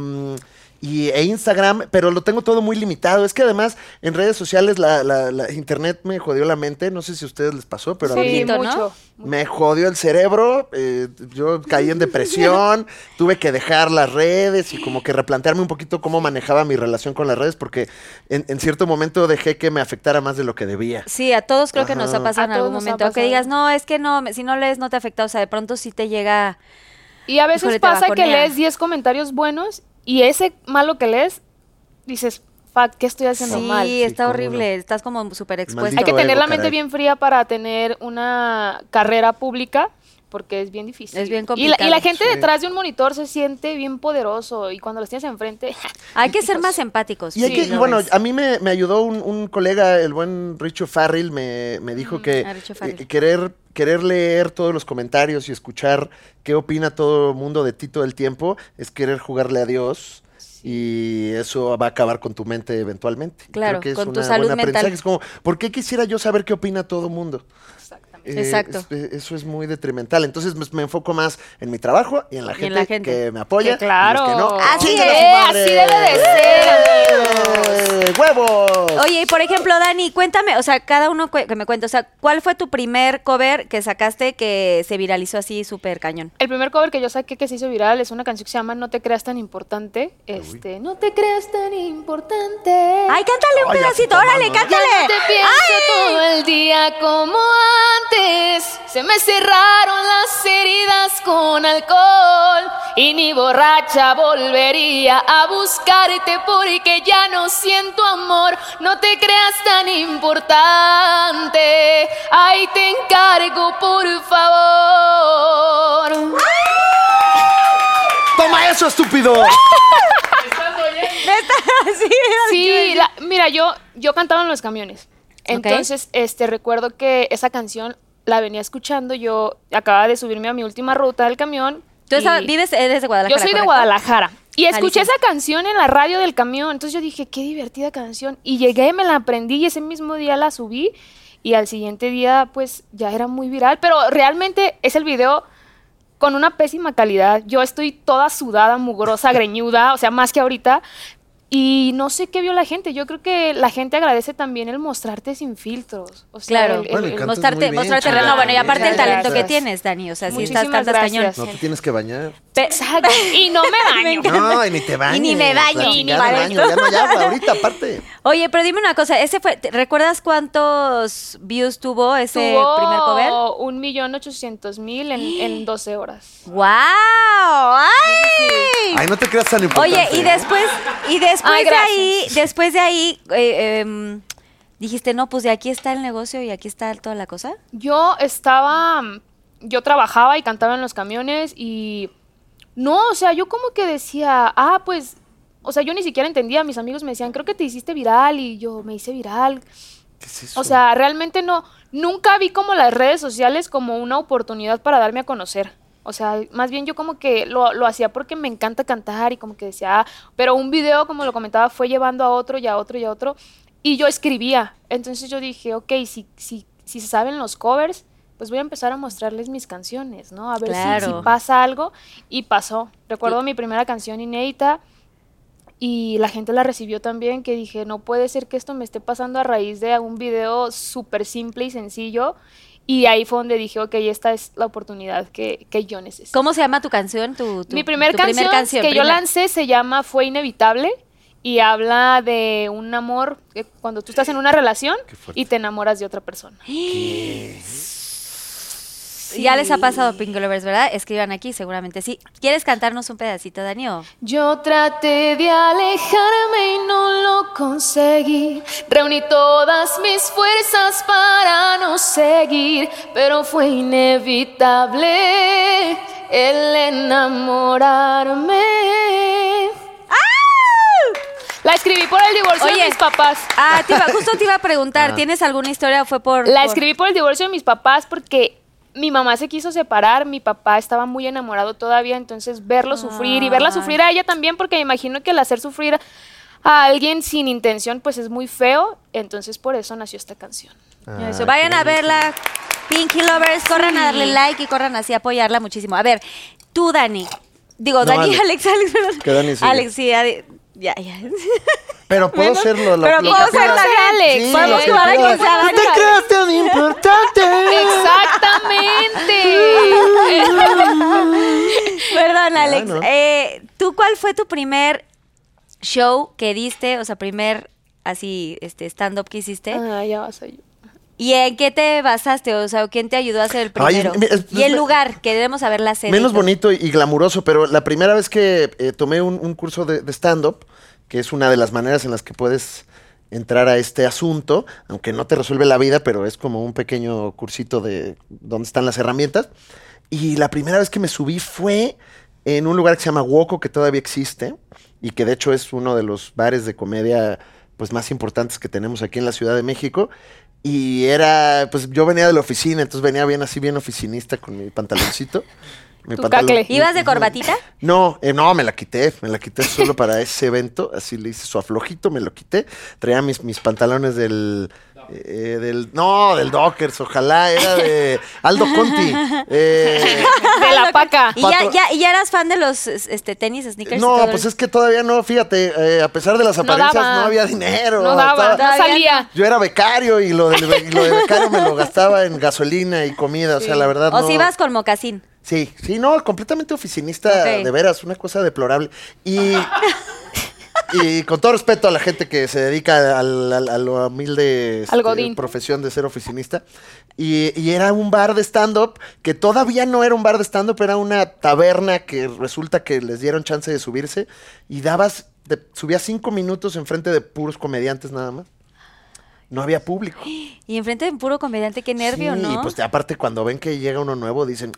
D: y, e Instagram, pero lo tengo todo muy limitado. Es que además en redes sociales la, la- la internet me jodió la mente. No sé si a ustedes les pasó, pero a mí
E: Sí,
C: Poquito, ¿no?
E: mucho.
D: me jodió el cerebro, eh, yo caí en depresión, tuve que dejar las redes y como que replantearme un poquito cómo manejaba mi relación con las redes, porque en, en cierto momento dejé que me afectara más de lo que debía.
C: Sí, a todos creo que nos ha
D: Ajá.
C: pasado en
E: A
C: algún
E: todos nos ha
C: momento. Que
E: pasado.
C: digas, no, es que no, me- si no lees no te afecta. O sea, de pronto sí te llega.
E: Y a veces
C: Híjole, te
E: pasa que
C: bajonea.
E: lees 10 comentarios buenos y ese malo que lees, dices, fuck, ¿qué estoy haciendo
C: Sí,
E: mal?
C: está
D: cómo
C: horrible. Estás como súper expuesto.
D: Maldito
E: Hay que tener
D: ego,
E: la mente
D: caray.
E: bien fría para tener una carrera pública porque es bien difícil.
C: Es bien
E: Y la, y la
C: complicado,
E: gente
D: sí.
E: detrás de un monitor se siente bien poderoso y cuando los tienes enfrente...
C: Hay que ser más empáticos.
D: Y, hay
C: sí,
D: que- y
C: lo
D: bueno,
C: ves.
D: a mí me, me ayudó un, un colega, el buen Richo Farrell, me, me dijo que
C: ah, Richo Farrell.
D: eh, querer, querer leer todos los comentarios y escuchar qué opina todo el mundo de ti todo el tiempo es querer jugarle a Dios. Y eso va a acabar con tu mente eventualmente. Y
C: Claro,
D: que es
C: con tu
D: una
C: salud
D: buena
C: mental.
D: aprendizaje. Es como, ¿por qué quisiera yo saber qué opina todo el mundo? Exactamente.
C: Exacto.
D: Eh, eso es muy detrimental. Entonces pues, me enfoco más en mi trabajo y en la
C: Y
D: gente,
C: en la gente.
D: que me apoya.
E: Que
D: y los que no,
E: claro. Así
D: ¡chinguen a
E: es,
D: su madre!
E: así debe de ser,
D: ¡Eh! ¡Huevos!
C: Oye, y por ejemplo, Dani, cuéntame, o sea, cada uno cu- que me cuente, o sea, ¿cuál fue tu primer cover que sacaste que se viralizó así súper cañón?
E: El primer cover que yo saqué que se hizo viral es una canción que se llama No te creas tan importante. Este, no te creas tan importante.
C: ¡Ay, cántale un
D: Ay, así
C: pedacito!
D: tomando,
C: ¡Órale,
D: ¿no?
E: Ya
C: cántale!
E: no te pienso
C: ¡Ay!
E: todo el día como antes. Se me cerraron las heridas con alcohol. Y ni borracha volvería a buscarte porque ya no siento amor. No te creas tan importante. Ahí te encargo, por favor.
D: ¡Toma eso, estúpido!
C: Sí,
E: Sí, la- mira, yo, yo cantaba en los camiones. Entonces, este, recuerdo que esa canción la venía escuchando. Yo acababa de subirme a mi última ruta del camión.
C: Tú
E: y-
C: esa- vives, eres de Guadalajara.
E: Yo soy
C: ¿correcto?
E: de Guadalajara. Y escuché
C: Jalisco.
E: esa canción en la radio del camión. Entonces yo dije, qué divertida canción. Y llegué, me la aprendí y ese mismo día la subí. Y al siguiente día, pues ya era muy viral. Pero realmente es el video con una pésima calidad. Yo estoy toda sudada, mugrosa, greñuda, o sea, más que ahorita. Y no sé qué vio la gente. Yo creo que la gente agradece también el mostrarte sin filtros. O sea,
C: Claro.
E: el- el-
D: Bueno, y
E: el-
D: cantas
C: mostrarte,
D: muy bien,
C: mostrarte
D: chingada.
C: no, bueno, y aparte el
E: Muchas
C: talento que
E: gracias.
C: tienes, Dani, o sea, si estás
E: Muchísimas
C: cantas cañón.
E: gracias.
D: No te tienes que bañar.
C: Pe-
E: Exacto. Y no me baño.
D: No, y ni te bañas.
C: Y ni me baño,
D: la
C: y ni
D: chingada
C: me
D: baño.
C: baño.
D: Ya no, ya, ahorita, aparte.
C: Oye, pero dime una cosa, ese fue, ¿te- ¿recuerdas cuántos views tuvo ese
E: Tuvo
C: primer cover?
E: un millón ochocientos mil en, en 12 horas.
C: ¡Wow! ¡Ay!
D: Ay, no te creas tan importante. ¿eh?
C: Oye, y después, y después
E: Ay,
C: de
E: gracias.
C: ahí, después de ahí, eh, em, dijiste, no, pues de aquí está el negocio y aquí está toda la cosa.
E: Yo estaba, mm, yo trabajaba y cantaba en los camiones y no, o sea, yo como que decía, ah, pues, o sea, yo ni siquiera entendía, mis amigos me decían, creo que te hiciste viral y yo me hice viral.
D: ¿Qué es eso?
E: O sea, realmente no, nunca vi como las redes sociales como una oportunidad para darme a conocer. O sea, más bien yo como que lo, lo hacía porque me encanta cantar y como que decía, ah, pero un video, como lo comentaba, fue llevando a otro y a otro y a otro. Y yo escribía. Entonces yo dije, ok, si, si, si se saben los covers, pues voy a empezar a mostrarles mis canciones, ¿no? A ver si- si,
C: Claro.
E: pasa algo. Y pasó. Recuerdo mi primera canción inédita y la gente la recibió también, que dije, no puede ser que esto me esté pasando a raíz de un video súper simple y sencillo. Y ahí fue donde dije, ok, esta es la oportunidad que, que yo necesito.
C: ¿Cómo se llama tu canción? Tu, tu-
E: Mi primer
C: tu
E: canción, que yo
C: primer-
E: lancé se llama Fue Inevitable y habla de un amor que cuando tú estás en una relación y te enamoras de otra persona.
C: Ya les ha pasado Pingo Lovers, ¿verdad? Escriban aquí, seguramente sí. ¿Quieres cantarnos un pedacito, Dani? o?
E: Yo traté de alejarme y no lo conseguí. Reuní todas mis fuerzas para no seguir, pero fue inevitable el enamorarme. La escribí por el divorcio
C: Oye.
E: de mis papás.
C: Ah, te iba- justo te iba a preguntar, ¿tienes alguna historia o fue por...?
E: La
C: por-
E: escribí por el divorcio de mis papás porque mi mamá se quiso separar, mi papá estaba muy enamorado todavía, entonces verlo sufrir y verla
C: Ay.
E: sufrir a ella también, porque me imagino que el hacer sufrir a alguien sin intención pues es muy feo, entonces por eso nació esta canción.
C: Eso, vayan a verla, Pinky Lovers, corran a darle like y corran así a apoyarla muchísimo. A ver, tú, Dani. Digo,
D: No,
C: Dani, Alex,
D: Alex.
C: Alex, perdón.
D: Que Dani sigue.
C: Alex, sí, Ade- ya, ya.
D: Pero puedo serlo. la-
C: pero
D: lo
C: puedo
D: que
C: ser
D: puedas.
C: la Alex.
D: Sí,
C: Podemos
D: lo que
C: jugar a que
D: puedas.
C: sea
D: No te
C: Dani.
D: creas tan importante.
E: Exactamente.
C: Perdón, Alex.
D: Bueno.
C: Eh, ¿Tú cuál fue tu primer show que diste? O sea, primer así, este, stand-up que hiciste.
E: Ah, ya vas a yo.
C: ¿Y en qué te basaste? O sea, ¿quién te ayudó a hacer el
D: Ay,
C: primero?
D: me- es-
C: y el
D: me-
C: lugar, queremos saber la sede. y
D: Menos
C: todo.
D: bonito y, y glamuroso, pero la primera vez que eh, tomé un, un curso de, de stand-up, que es una de las maneras en las que puedes entrar a este asunto, aunque no te resuelve la vida, pero es como un pequeño cursito de dónde están las herramientas. Y la primera vez que me subí fue en un lugar que se llama Woco, que todavía existe, y que de hecho es uno de los bares de comedia pues más importantes que tenemos aquí en la Ciudad de México. Y era, pues yo venía de la oficina, entonces venía bien así, bien oficinista con mi pantaloncito. mi
E: Tu cacle.
C: ¿Ibas de corbatita?
D: No, eh, no, me la quité, me la quité solo para ese evento, así le hice su aflojito, me lo quité, traía mis, mis pantalones del, eh, del, no, del Dockers, ojalá, era de Aldo Conti. eh,
E: De la paca.
C: ¿Y ya,
D: Patro-
C: ya, y ya eras fan de los es- este, tenis, sneakers? y
D: no,
C: todo
D: pues
C: el-
D: es que todavía no, fíjate, eh, a pesar de las apariencias no,
E: daba.
D: había dinero.
E: No daba, no
D: estaba-
E: salía.
D: Yo era becario y lo, del be- y lo de becario me lo gastaba en gasolina y comida, o sea, la verdad
C: O
D: no.
C: si ibas con mocasín.
D: Sí, sí, no, completamente oficinista,
C: Ok.
D: de veras, una cosa deplorable. Y, y con todo respeto a la gente que se dedica al- al- a la humilde este,
E: Al Godín.
D: profesión de ser oficinista. Y, y era un bar de stand-up que todavía no era un bar de stand-up, era una taberna que resulta que les dieron chance de subirse y dabas, te- subías cinco minutos enfrente de puros comediantes nada más. No había público.
C: Y enfrente de un puro comediante, qué nervio,
D: Sí,
C: ¿no?
D: pues te- aparte cuando ven que llega uno nuevo dicen,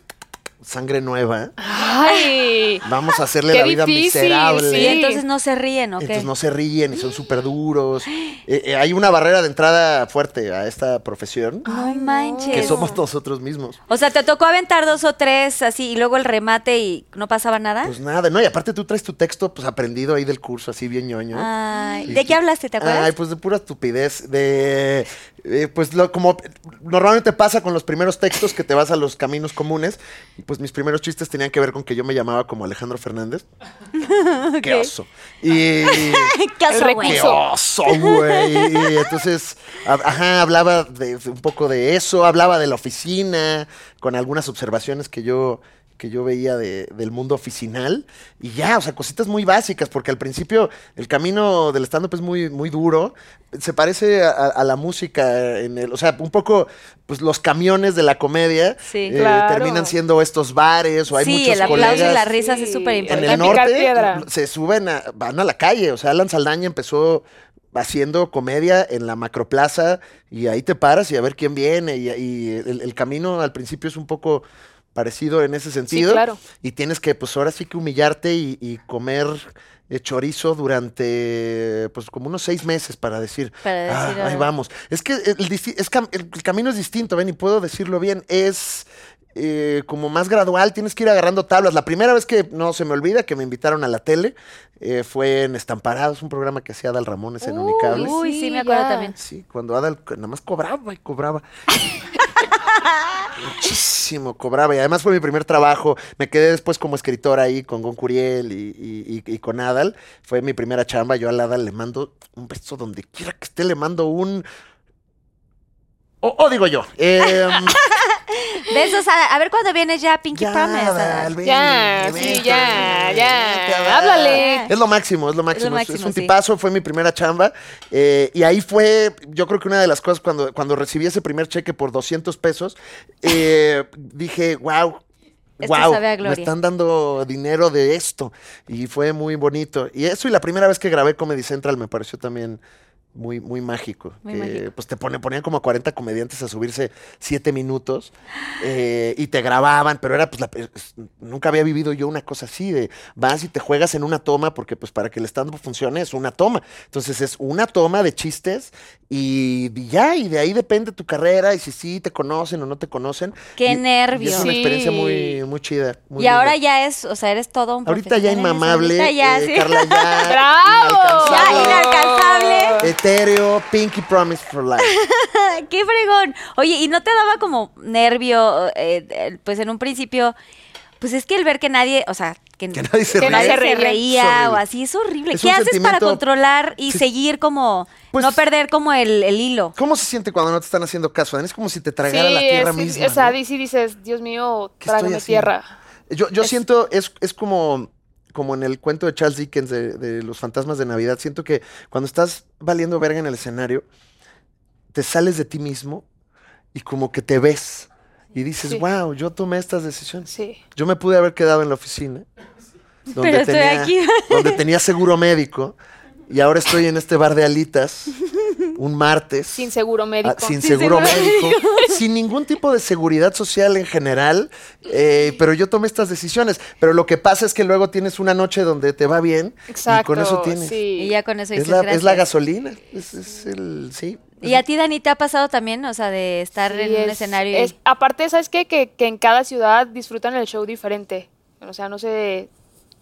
D: sangre nueva.
E: Ay.
D: Vamos a hacerle
E: Qué
D: la vida
E: difícil,
D: miserable.
C: y
E: sí.
C: entonces no se ríen, ¿ok?
D: Entonces no se ríen y son súper duros. Eh, eh, hay una barrera de entrada fuerte a esta profesión,
C: No
D: que
C: manches.
D: somos nosotros mismos.
C: O sea, te tocó aventar dos o tres así y luego el remate y no pasaba nada.
D: Pues nada, no, y aparte tú traes tu texto pues aprendido ahí del curso, así bien ñoño.
C: Ay,
D: Y-
C: ¿De qué hablaste? Ah, ¿Te acuerdas?
D: Ay, pues de pura estupidez. De. eh, pues lo, como normalmente pasa con los primeros textos que te vas a los caminos comunes. y Pues mis primeros chistes tenían que ver con que yo me llamaba como Alejandro Fernández. Qué oso. Y. pues,
C: ¿Qué oso,
E: El
C: güey?
D: Qué
E: Oso.
D: oso, güey. Y entonces, hab- ajá, hablaba de, de un poco de eso, hablaba de la oficina, con algunas observaciones que yo que yo veía de- del mundo oficinal y ya, o sea, cositas muy básicas, porque al principio el camino del stand-up es muy, muy duro, se parece a, a- a la música, en el, o sea, un poco pues, los camiones de la comedia
C: Sí.
D: eh,
E: Claro.
D: terminan siendo estos bares o hay
C: Sí,
D: muchos
C: el aplauso y
D: colegas
C: la risa es
E: Sí.
C: súper
D: en
C: importante.
D: el
E: A picar
D: norte
E: piedra.
D: se suben a, van a la calle. O sea, Alan Saldaña empezó haciendo comedia en la macroplaza y ahí te paras y a ver quién viene. Y, y el, el camino al principio es un poco parecido en ese sentido.
E: claro.
D: Y tienes que, pues ahora sí que humillarte y, y comer eh, chorizo durante, pues como unos seis meses para decir,
C: Para
D: "Ah,
C: decir,
D: ahí
C: ah".
D: vamos. Es que el, disti- es cam- el- el camino es distinto, ven, y puedo decirlo bien, es eh, como más gradual, tienes que ir agarrando tablas. La primera vez que no se me olvida que me invitaron a la tele eh, fue en Estamparados, un programa que hacía Dal Ramones en Unicable.
C: Uy, sí, me acuerdo
E: ya.
C: también.
D: Sí, cuando Adal co- nada más cobraba y cobraba. Muchísimo cobraba. Y además fue mi primer trabajo. Me quedé después como escritora ahí con Gon Curiel y, y- y- y con Adal. Fue mi primera chamba. Yo al Adal le mando un beso donde quiera que esté, le mando un. O, o digo yo. em,
C: Besos, a, a ver cuándo vienes ya, Pinky
D: ya,
C: Promise.
D: Adal, ven,
E: Ya,
D: ven,
E: sí,
D: ven,
E: ya,
D: ven,
E: ya.
D: vente, Adal.
E: Háblale.
D: Es lo máximo, es lo máximo. Es, es
C: máximo,
D: un
C: sí.
D: tipazo, fue mi primera chamba. eh, y ahí fue, yo creo que una de las cosas, cuando, cuando recibí ese primer cheque por 200 pesos, eh, dije, wow.
C: Esto
D: Wow,
C: sabe a
D: me
C: gloria".
D: están dando dinero de esto y fue muy bonito. Y eso y la primera vez que grabé Comedy Central me pareció también muy muy mágico.
C: Muy
D: que,
C: mágico.
D: Pues te pone, ponían como a 40 comediantes a subirse 7 minutos eh, y te grababan, pero era pues la, es- nunca había vivido yo una cosa así de vas y te juegas en una toma porque pues para que el stand up funcione es una toma. Entonces es una toma de chistes y, y ya y de ahí depende tu carrera y si sí te conocen o no te conocen.
C: Qué
D: Y- y
C: nervio.
D: es una experiencia
E: Sí.
D: muy muy chida. muy
C: y ahora
D: linda.
C: ya es, o sea, eres todo un
D: Ahorita ya
C: profesional en eso.
D: inmamable,
C: Ahorita ya,
D: eh,
C: sí.
D: Carla ya
E: ¡Bravo!
C: Ya,
D: inalcanzable.
C: inalcanzable.
D: Etéreo, Pinky Promise for Life.
C: ¡Qué fregón! Oye, ¿y no te daba como nervio, eh, eh, pues en un principio, pues es que el ver que nadie, o sea, que,
D: Que nadie se
C: que
D: ríe.
C: nadie se
E: Es
C: reía o
D: horrible.
C: así, es horrible.
D: Es
C: ¿Qué
D: un
C: haces para
D: sentimiento-
C: controlar y
D: Sí.
C: seguir como,
D: Pues-
C: no perder como el, el hilo?
D: ¿Cómo se siente cuando no te están haciendo caso? Dan? Es como si te
E: Sí,
D: tragara la tierra
E: es-
D: misma.
E: o sea,
D: ¿no?
E: di- sí dices, Dios mío,
D: ¿Qué estoy
E: trágame
D: haciendo?
E: tierra.
D: Yo, yo
E: es-
D: siento, es, es como, como en el cuento de Charles Dickens de, de Los fantasmas de Navidad. Siento que cuando estás valiendo verga en el escenario, te sales de ti mismo y como que te ves. Y dices,
E: Sí.
D: wow, yo tomé estas decisiones.
E: Sí.
D: Yo me pude haber quedado en la oficina. Donde
C: Pero estoy
D: tenía,
C: aquí.
D: Donde tenía seguro médico. Y ahora estoy en este bar de alitas. Un martes.
E: Sin seguro médico.
D: Ah, sin seguro médico. sin ningún tipo de seguridad social en general. eh, pero yo tomé estas decisiones. Pero lo que pasa es que luego tienes una noche donde te va bien.
E: Exacto.
D: Y con eso tienes.
E: Sí.
C: Y ya con eso
D: Es
C: dices
D: la,
C: gracias.
D: es la gasolina. Es, es el. Sí.
C: ¿Y a ti, Dani, te ha pasado también, o sea, de estar
E: Sí,
C: en un
E: es-
C: escenario y-
E: es- aparte, ¿sabes qué? Que, que en cada ciudad disfrutan el show diferente. O sea, no sé,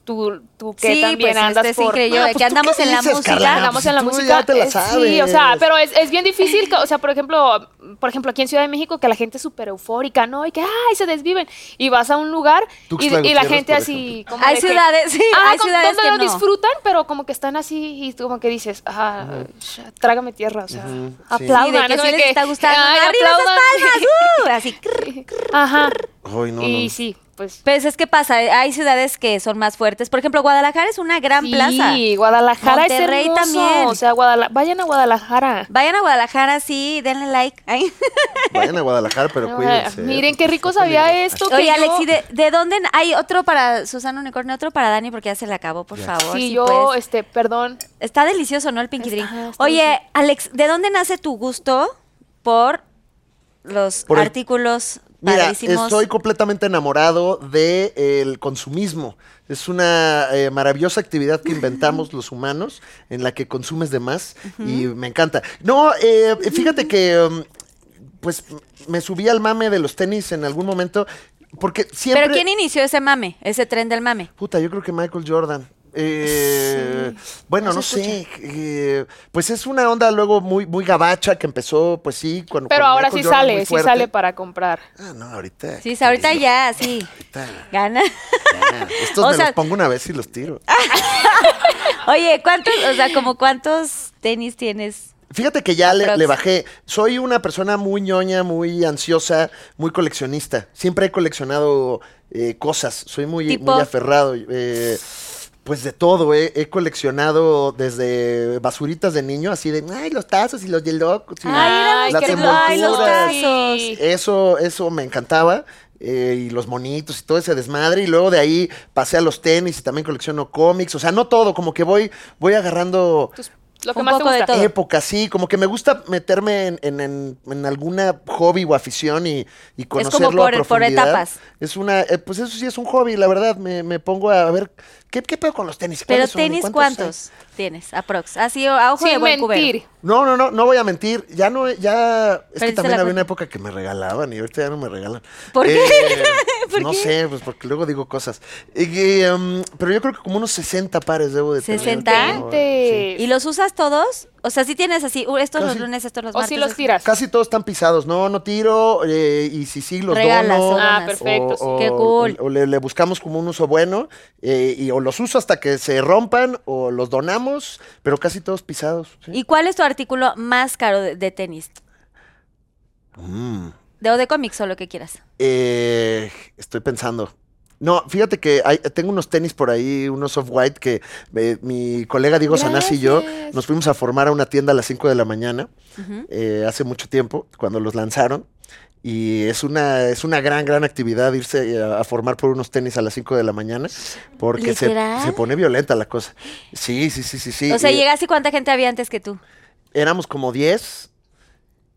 E: tú, tú que
C: Sí,
E: también
C: pues,
E: andas
C: este es
E: por...
C: increíble, de
D: pues,
C: que
D: ¿tú
C: andamos
D: qué
C: en la
D: dices,
C: música.
D: Carla?
E: andamos
D: pues,
E: en la
D: tú ya
E: música.
D: te la
E: eh, Sí, o
D: sabes.
E: sea, pero es, es bien difícil, que- o sea, por ejemplo, por ejemplo, aquí en Ciudad de México que la gente es súper eufórica, ¿no? Y que ay, se desviven y vas a un lugar y,
D: Tuxtla
E: y la
D: Gutiérrez,
E: gente
D: por
E: así como
C: Hay
E: de que-
C: ciudades, sí,
E: Ajá,
C: hay
E: como
C: ciudades
E: donde
C: que
E: lo
C: no.
E: disfrutan, pero como que están así y tú como que dices, ah, sh- trágame tierra, o sea,
D: Ujú, sí.
C: Sí, de
E: aplaudan.
C: que
E: ¿no?
C: sí
E: De
C: les está gustando.
E: ay,
C: ¡Arriba esas palmas!
E: aplaudan.
C: ¡Uh! Así. crr.
E: Ajá.
D: Ay, no, no,
E: y
D: no.
E: sí, pues.
C: Pues es que pasa, hay ciudades que son más fuertes. Por ejemplo, Guadalajara es una gran plaza.
E: Sí, Guadalajara
C: Monterrey
E: es hermoso.
C: también.
E: O sea, Guadala- vayan a Guadalajara.
C: Vayan a Guadalajara, sí, denle like. Ay.
D: Vayan a Guadalajara, pero
E: Ah,
D: cuídense.
E: Miren
D: porque
E: qué
D: pues, está
E: rico sabía
D: peligroso.
E: esto. que
C: Oye,
E: yo-
C: Alex, ¿y de, de dónde n- hay otro para Susana Unicornio, otro para Dani? Porque ya se le acabó, por favor.
E: Sí,
C: si
E: yo,
C: puedes.
E: este, perdón.
C: Está delicioso, ¿no? El Pinky
E: Está-
C: Drink.
E: está
C: Oye,
E: delicioso.
C: Alex, ¿de dónde nace tu gusto por los
D: Por el-
C: artículos
D: Mira,
C: padrísimos?
D: estoy completamente enamorado del consumismo. Es una eh, maravillosa actividad que inventamos los humanos en la que consumes de más y me encanta. No, eh, fíjate que um, pues m- me subí al mame de los tenis en algún momento porque siempre...
C: Pero ¿quién inició ese mame, ese tren del mame?
D: Puta, yo creo que Michael Jordan. Eh, Bueno, no sé. eh, pues es una onda luego muy, muy gabacha que empezó, pues sí, cuando.
E: Pero
D: con
E: ahora
D: Michael
E: sí
D: Jordan
E: sale,
D: muy
E: sí
D: fuerte.
E: sale para comprar.
D: Ah, no, ahorita.
C: Sí, ahorita ya, sí.
D: Ahorita,
C: Gana.
D: ah, Estos
C: O
D: me
C: sea- Ah,
D: los pongo una vez y los tiro.
C: Oye, ¿cuántos, o sea, como cuántos tenis tienes?
D: Fíjate que ya le,
C: Aprox.
D: le bajé. Soy una persona muy ñoña, muy ansiosa, muy coleccionista. Siempre he coleccionado eh, cosas. Soy muy,
C: ¿Tipo?
D: muy aferrado. eh, pues de todo, eh. he coleccionado desde basuritas de niño, así de, ay, los tazos y los yelocos. y
C: Ay,
D: las
E: qué
C: lindo. Ay, los
D: envolturas".
C: tazos.
E: Sí.
D: Eso, eso me encantaba. eh, y los monitos y todo ese desmadre. Y luego de ahí pasé a los tenis y también colecciono cómics. O sea, no todo, como que voy, voy agarrando
E: Tus- lo que
C: Un
E: más te
C: poco de
E: gusta.
C: todo.
D: época, sí, como que me gusta meterme en, en- en- en alguna hobby o afición y, y
C: como
D: conocerlo a
C: por- por
D: profundidad.
C: etapas.
D: Es una, eh, pues eso sí es un hobby, la verdad, me, me pongo a ver, ¿qué, qué pedo con los tenis?
C: Pero
D: ¿Cuáles son y
C: tenis,
D: hay?
C: ¿cuántos tienes? Aprox. Así, a ojo de
E: Sin
C: buen cubero.
E: mentir.
D: No, no, no, no voy a mentir, ya no, ya, es que
C: Perdiste
D: también
C: la
D: había
C: cuenta.
D: una época que me regalaban y ahorita ya no me regalan. Eh,
C: ¿Por qué? ¿Por
D: no
C: qué?
D: sé, pues porque luego digo cosas. Y, eh, um, pero yo creo que como unos 60 pares debo de tener.
C: ¿60?
D: ¿no? Sí.
E: Gente.
C: ¿Y los usas todos? O sea, si tienes así, uh, estos
D: Casi.
C: los lunes, estos los
E: O
C: martes.
E: si los
C: estos-
E: tiras.
D: Casi todos están pisados, no, no tiro, eh, y si sí, los
C: Regalas
D: dono.
C: o donas.
E: Ah, perfecto, sí.
C: Qué cool.
D: o le, le buscamos como un uso bueno, eh, y o los uso hasta que se rompan, o los donamos, pero casi todos pisados. sí.
C: ¿Y cuál es tu artículo más caro de, de tenis?
D: Mm.
C: De o de cómics o lo que quieras.
D: Eh, estoy pensando. No, fíjate que hay- tengo unos tenis por ahí, unos off-white, que eh, mi colega Diego Sanasi y yo
E: Gracias.
D: nos fuimos a formar a una tienda a las 5 de la mañana.
C: Ujú.
D: eh, hace mucho tiempo, cuando los lanzaron. Y es una, es una gran, gran actividad irse eh, a, a formar por unos tenis a las 5 de la mañana, porque se,
C: ¿Literal?
D: se pone violenta la cosa. Sí, sí, sí, sí, sí.
C: O sea,
D: Y eh,
C: llegaste y cuánta gente había antes que tú.
D: Éramos como 10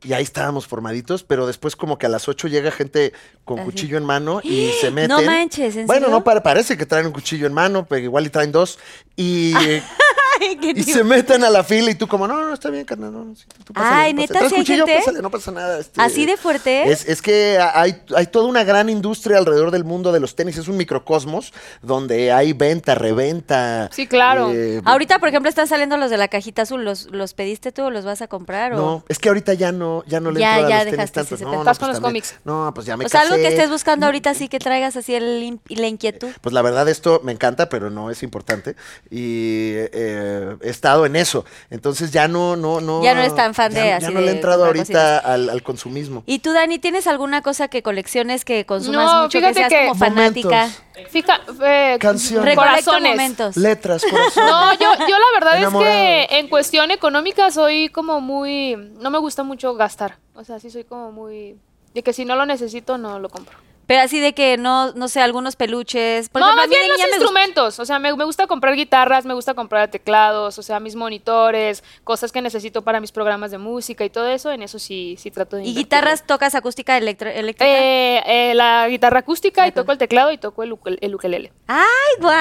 D: y ahí estábamos formaditos, pero después como que a las 8 llega gente con
C: Así.
D: cuchillo en mano y se meten.
C: No manches, ¿en
D: Bueno,
C: serio?
D: no, pa- parece que traen un cuchillo en mano, pero igual y traen dos. Y... eh,
C: Ay, qué
D: y
C: tío.
D: se meten a la fila y tú como, no, no, está bien, carnal, no, no, sí, tú, tú pásale,
C: Ay,
D: no
C: ¿neta
D: pasa- ¿traes
C: sí hay
D: cuchillo?
C: gente?
D: Pásale, no pasa nada. este,
C: ¿Así de fuerte?
D: Es, es que hay, hay toda una gran industria alrededor del mundo de los tenis, es un microcosmos donde hay venta, reventa. eh,
E: Sí, claro.
C: Ahorita, por ejemplo, están saliendo los de la cajita azul. ¿Los, los pediste tú o los vas a comprar? o-
D: No, es que ahorita ya no, ya no le
C: Ya-
D: entro a
C: ya
D: los tenis
C: dejaste
D: tanto.
C: ese
D: No,
C: pedo.
D: no,
E: Estás
D: pues
E: con los
D: también-
E: cómics.
D: No, pues ya me
C: O sea, algo que
D: casé.
C: estés buscando ahorita sí que traigas así el, in- la inquietud.
D: Pues la verdad esto me encanta, pero no es importante. Y eh, he estado en eso. Entonces ya no, no, no.
C: Ya no eres tan fan de
D: Ya,
C: así
D: ya no
C: de
D: le he entrado
C: comprar
D: ahorita al, al consumismo.
C: ¿Y tú, Dani, tienes alguna cosa que colecciones, que consumas
E: No,
C: mucho, que
E: fíjate
C: seas
E: que-
C: como fanática?
D: Momentos.
E: Fija- eh,
D: Canciones.
C: Recolecto
E: Corazones.
C: momentos.
D: Letras,
E: No,
D: corazón.
E: yo, yo la verdad es
D: Enamorados.
E: que en cuestión económica soy como muy... No me gusta mucho gastar. O sea, sí soy como muy... De que si no lo necesito, no lo compro.
C: Pero así de que no, no sé, algunos peluches. Por
E: no,
C: ejemplo, a
E: más
C: mí de
E: bien los
C: niña me gust-
E: instrumentos. O sea, me, me gusta comprar guitarras, me gusta comprar teclados, o sea, mis monitores, cosas que necesito para mis programas de música y todo eso. En eso sí, sí trato de
C: ¿Y
E: invertirle.
C: guitarras tocas acústica electro- eléctrica?
E: Eh, eh, la guitarra acústica y toco el teclado y toco el, ukel- el ukelele.
C: ¡Ay, guau!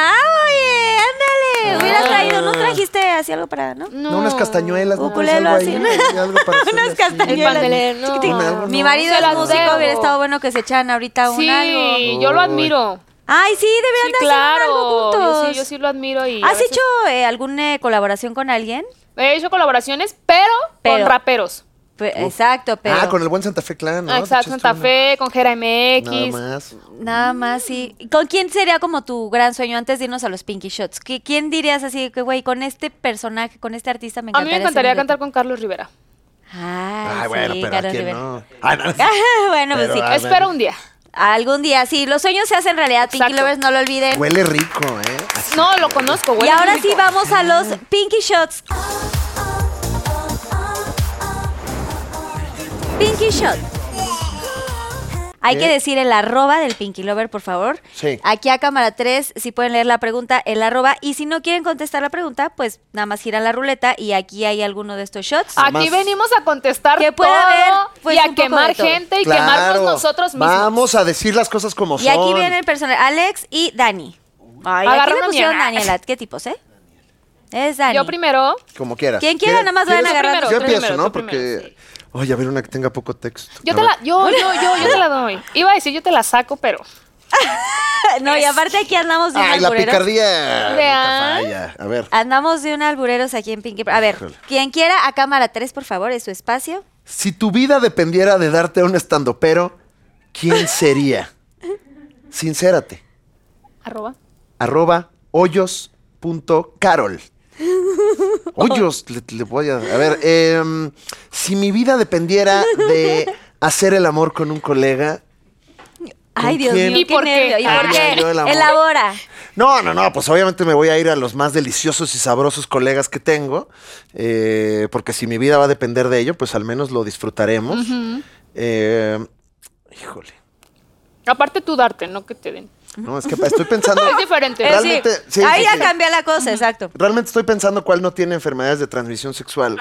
C: Oye, ándale. Hubieras
D: Ah.
C: traído, ¿no trajiste así algo para, no?
D: No, unas castañuelas, no Pues
C: Ukulele,
D: algo ahí,
C: sí.
D: ¿no? Y algo para hacerle
C: Unas
D: así.
E: El
C: castañuelas.
E: pandelero, no.
D: Un algo,
C: Mi
D: ¿no?
C: marido
E: Se
C: es
E: las
C: músico,
E: debo.
C: hubiera estado bueno que se echaran ahorita un algo.
E: Sí, yo lo admiro.
C: Ay, sí, deberían
E: Sí,
C: de hacer un algo
E: claro. Yo
C: juntos.
E: sí, yo sí lo admiro y. a
C: ¿Has
E: veces-
C: hecho eh, alguna colaboración con alguien?
E: He hecho colaboraciones, pero,
C: Pero.
E: con raperos.
C: Pe- exacto, pero
D: Ah, con el buen Santa Fe Clan, ¿no?
E: Ah, Exacto,
D: Te echaste
E: Santa
D: una-
E: Fe, con Jera
D: Nada
E: MX.
D: más.
C: nada más sí. ¿Con quién sería como tu gran sueño antes de irnos a los Pinky Shots? ¿Qui- ¿Quién dirías así que güey, con este personaje, con este artista me
E: a mí
C: encantaría?
E: me encantaría
C: hacer un
E: cantar
C: dueto?
E: con Carlos Rivera.
C: Ay,
E: Ah,
D: Ay, bueno,
C: sí,
D: pero ¿a
C: Carlos
D: quién
C: Rivera.
D: no? Ah, no,
C: bueno, pues sí.
D: Pero, ah,
C: es-
E: Espero un día.
C: Algún día sí, los sueños se hacen realidad, Pinky
E: Exacto.
C: Lovers, no lo olviden.
D: Huele rico, ¿eh? Así.
E: No, lo conozco,
C: y
E: güey.
C: ahora sí vamos a los
E: Ah.
C: Pinky Shots. Pinky Shot. Hay que
D: ¿Qué?
C: decir el arroba del Pinky Lover, por favor.
D: Sí.
C: Aquí a cámara 3, si pueden leer la pregunta, el arroba. Y si no quieren contestar la pregunta, pues nada más giran la ruleta y aquí hay alguno de estos shots.
E: Aquí
D: Más.
E: venimos a contestar
C: Que pueda
E: todo
C: haber, pues,
E: y
C: un
E: a
C: poco de
E: quemar
C: todo.
E: gente y
D: Claro.
E: quemarnos nosotros mismos.
D: Vamos a decir las cosas como
C: y
D: son.
C: aquí viene el personal, Alex y Dani. Ay,
E: Agarra
C: aquí le
E: una
C: pusieron
E: mierda.
C: Daniela. ¿Qué tipos, eh? Es Dani.
E: Yo primero.
D: Como quieras.
C: Quien quiera,
D: ¿Quieres-
C: nada más vayan
D: quieres-
C: agarrando.
D: Yo
E: Tú
D: empiezo,
E: primero,
D: ¿no?
E: tú
D: Porque.
E: primero,
D: Oye, a ver, una que tenga poco texto.
E: Yo
D: A
E: te
D: ver.
E: la, yo, yo, yo, yo te la doy. Iba a decir yo te la saco, pero
C: No, y aparte aquí andamos de un
D: Ay, la
C: alburero.
D: picardía.
E: Vean.
D: Nunca falla. A ver.
C: Andamos de un albureros aquí en Pinky. Pro- A ver,
D: Híjole.
C: quien quiera a cámara 3, por favor, es su espacio.
D: Si tu vida dependiera de darte un estando, pero, ¿quién sería? Sincérate.
E: Arroba.
D: Arroba hoyos.carol. Hoyos, le, le voy a. A ver, em, si mi vida dependiera de hacer el amor con un colega.
C: Ay, Dios
D: quién?
C: mío,
E: ¿Y
C: qué
E: por qué?
C: nervio. ¿Y por
D: Ay,
C: qué?
D: yo el amor.
C: Elabora. Eh,
D: No, no, no, pues obviamente me voy a ir a los más deliciosos y sabrosos colegas que tengo, eh, porque si mi vida va a depender de ello, pues al menos lo disfrutaremos. Eh, híjole,
E: Aparte tú darte, no que te den.
D: no, es que pa- estoy pensando...
E: Es diferente.
C: Es
D: Realmente,
C: decir,
D: sí, sí,
C: ahí ya
D: sí.
C: cambió la cosa, exacto.
D: Realmente estoy pensando cuál no tiene enfermedades de transmisión sexual.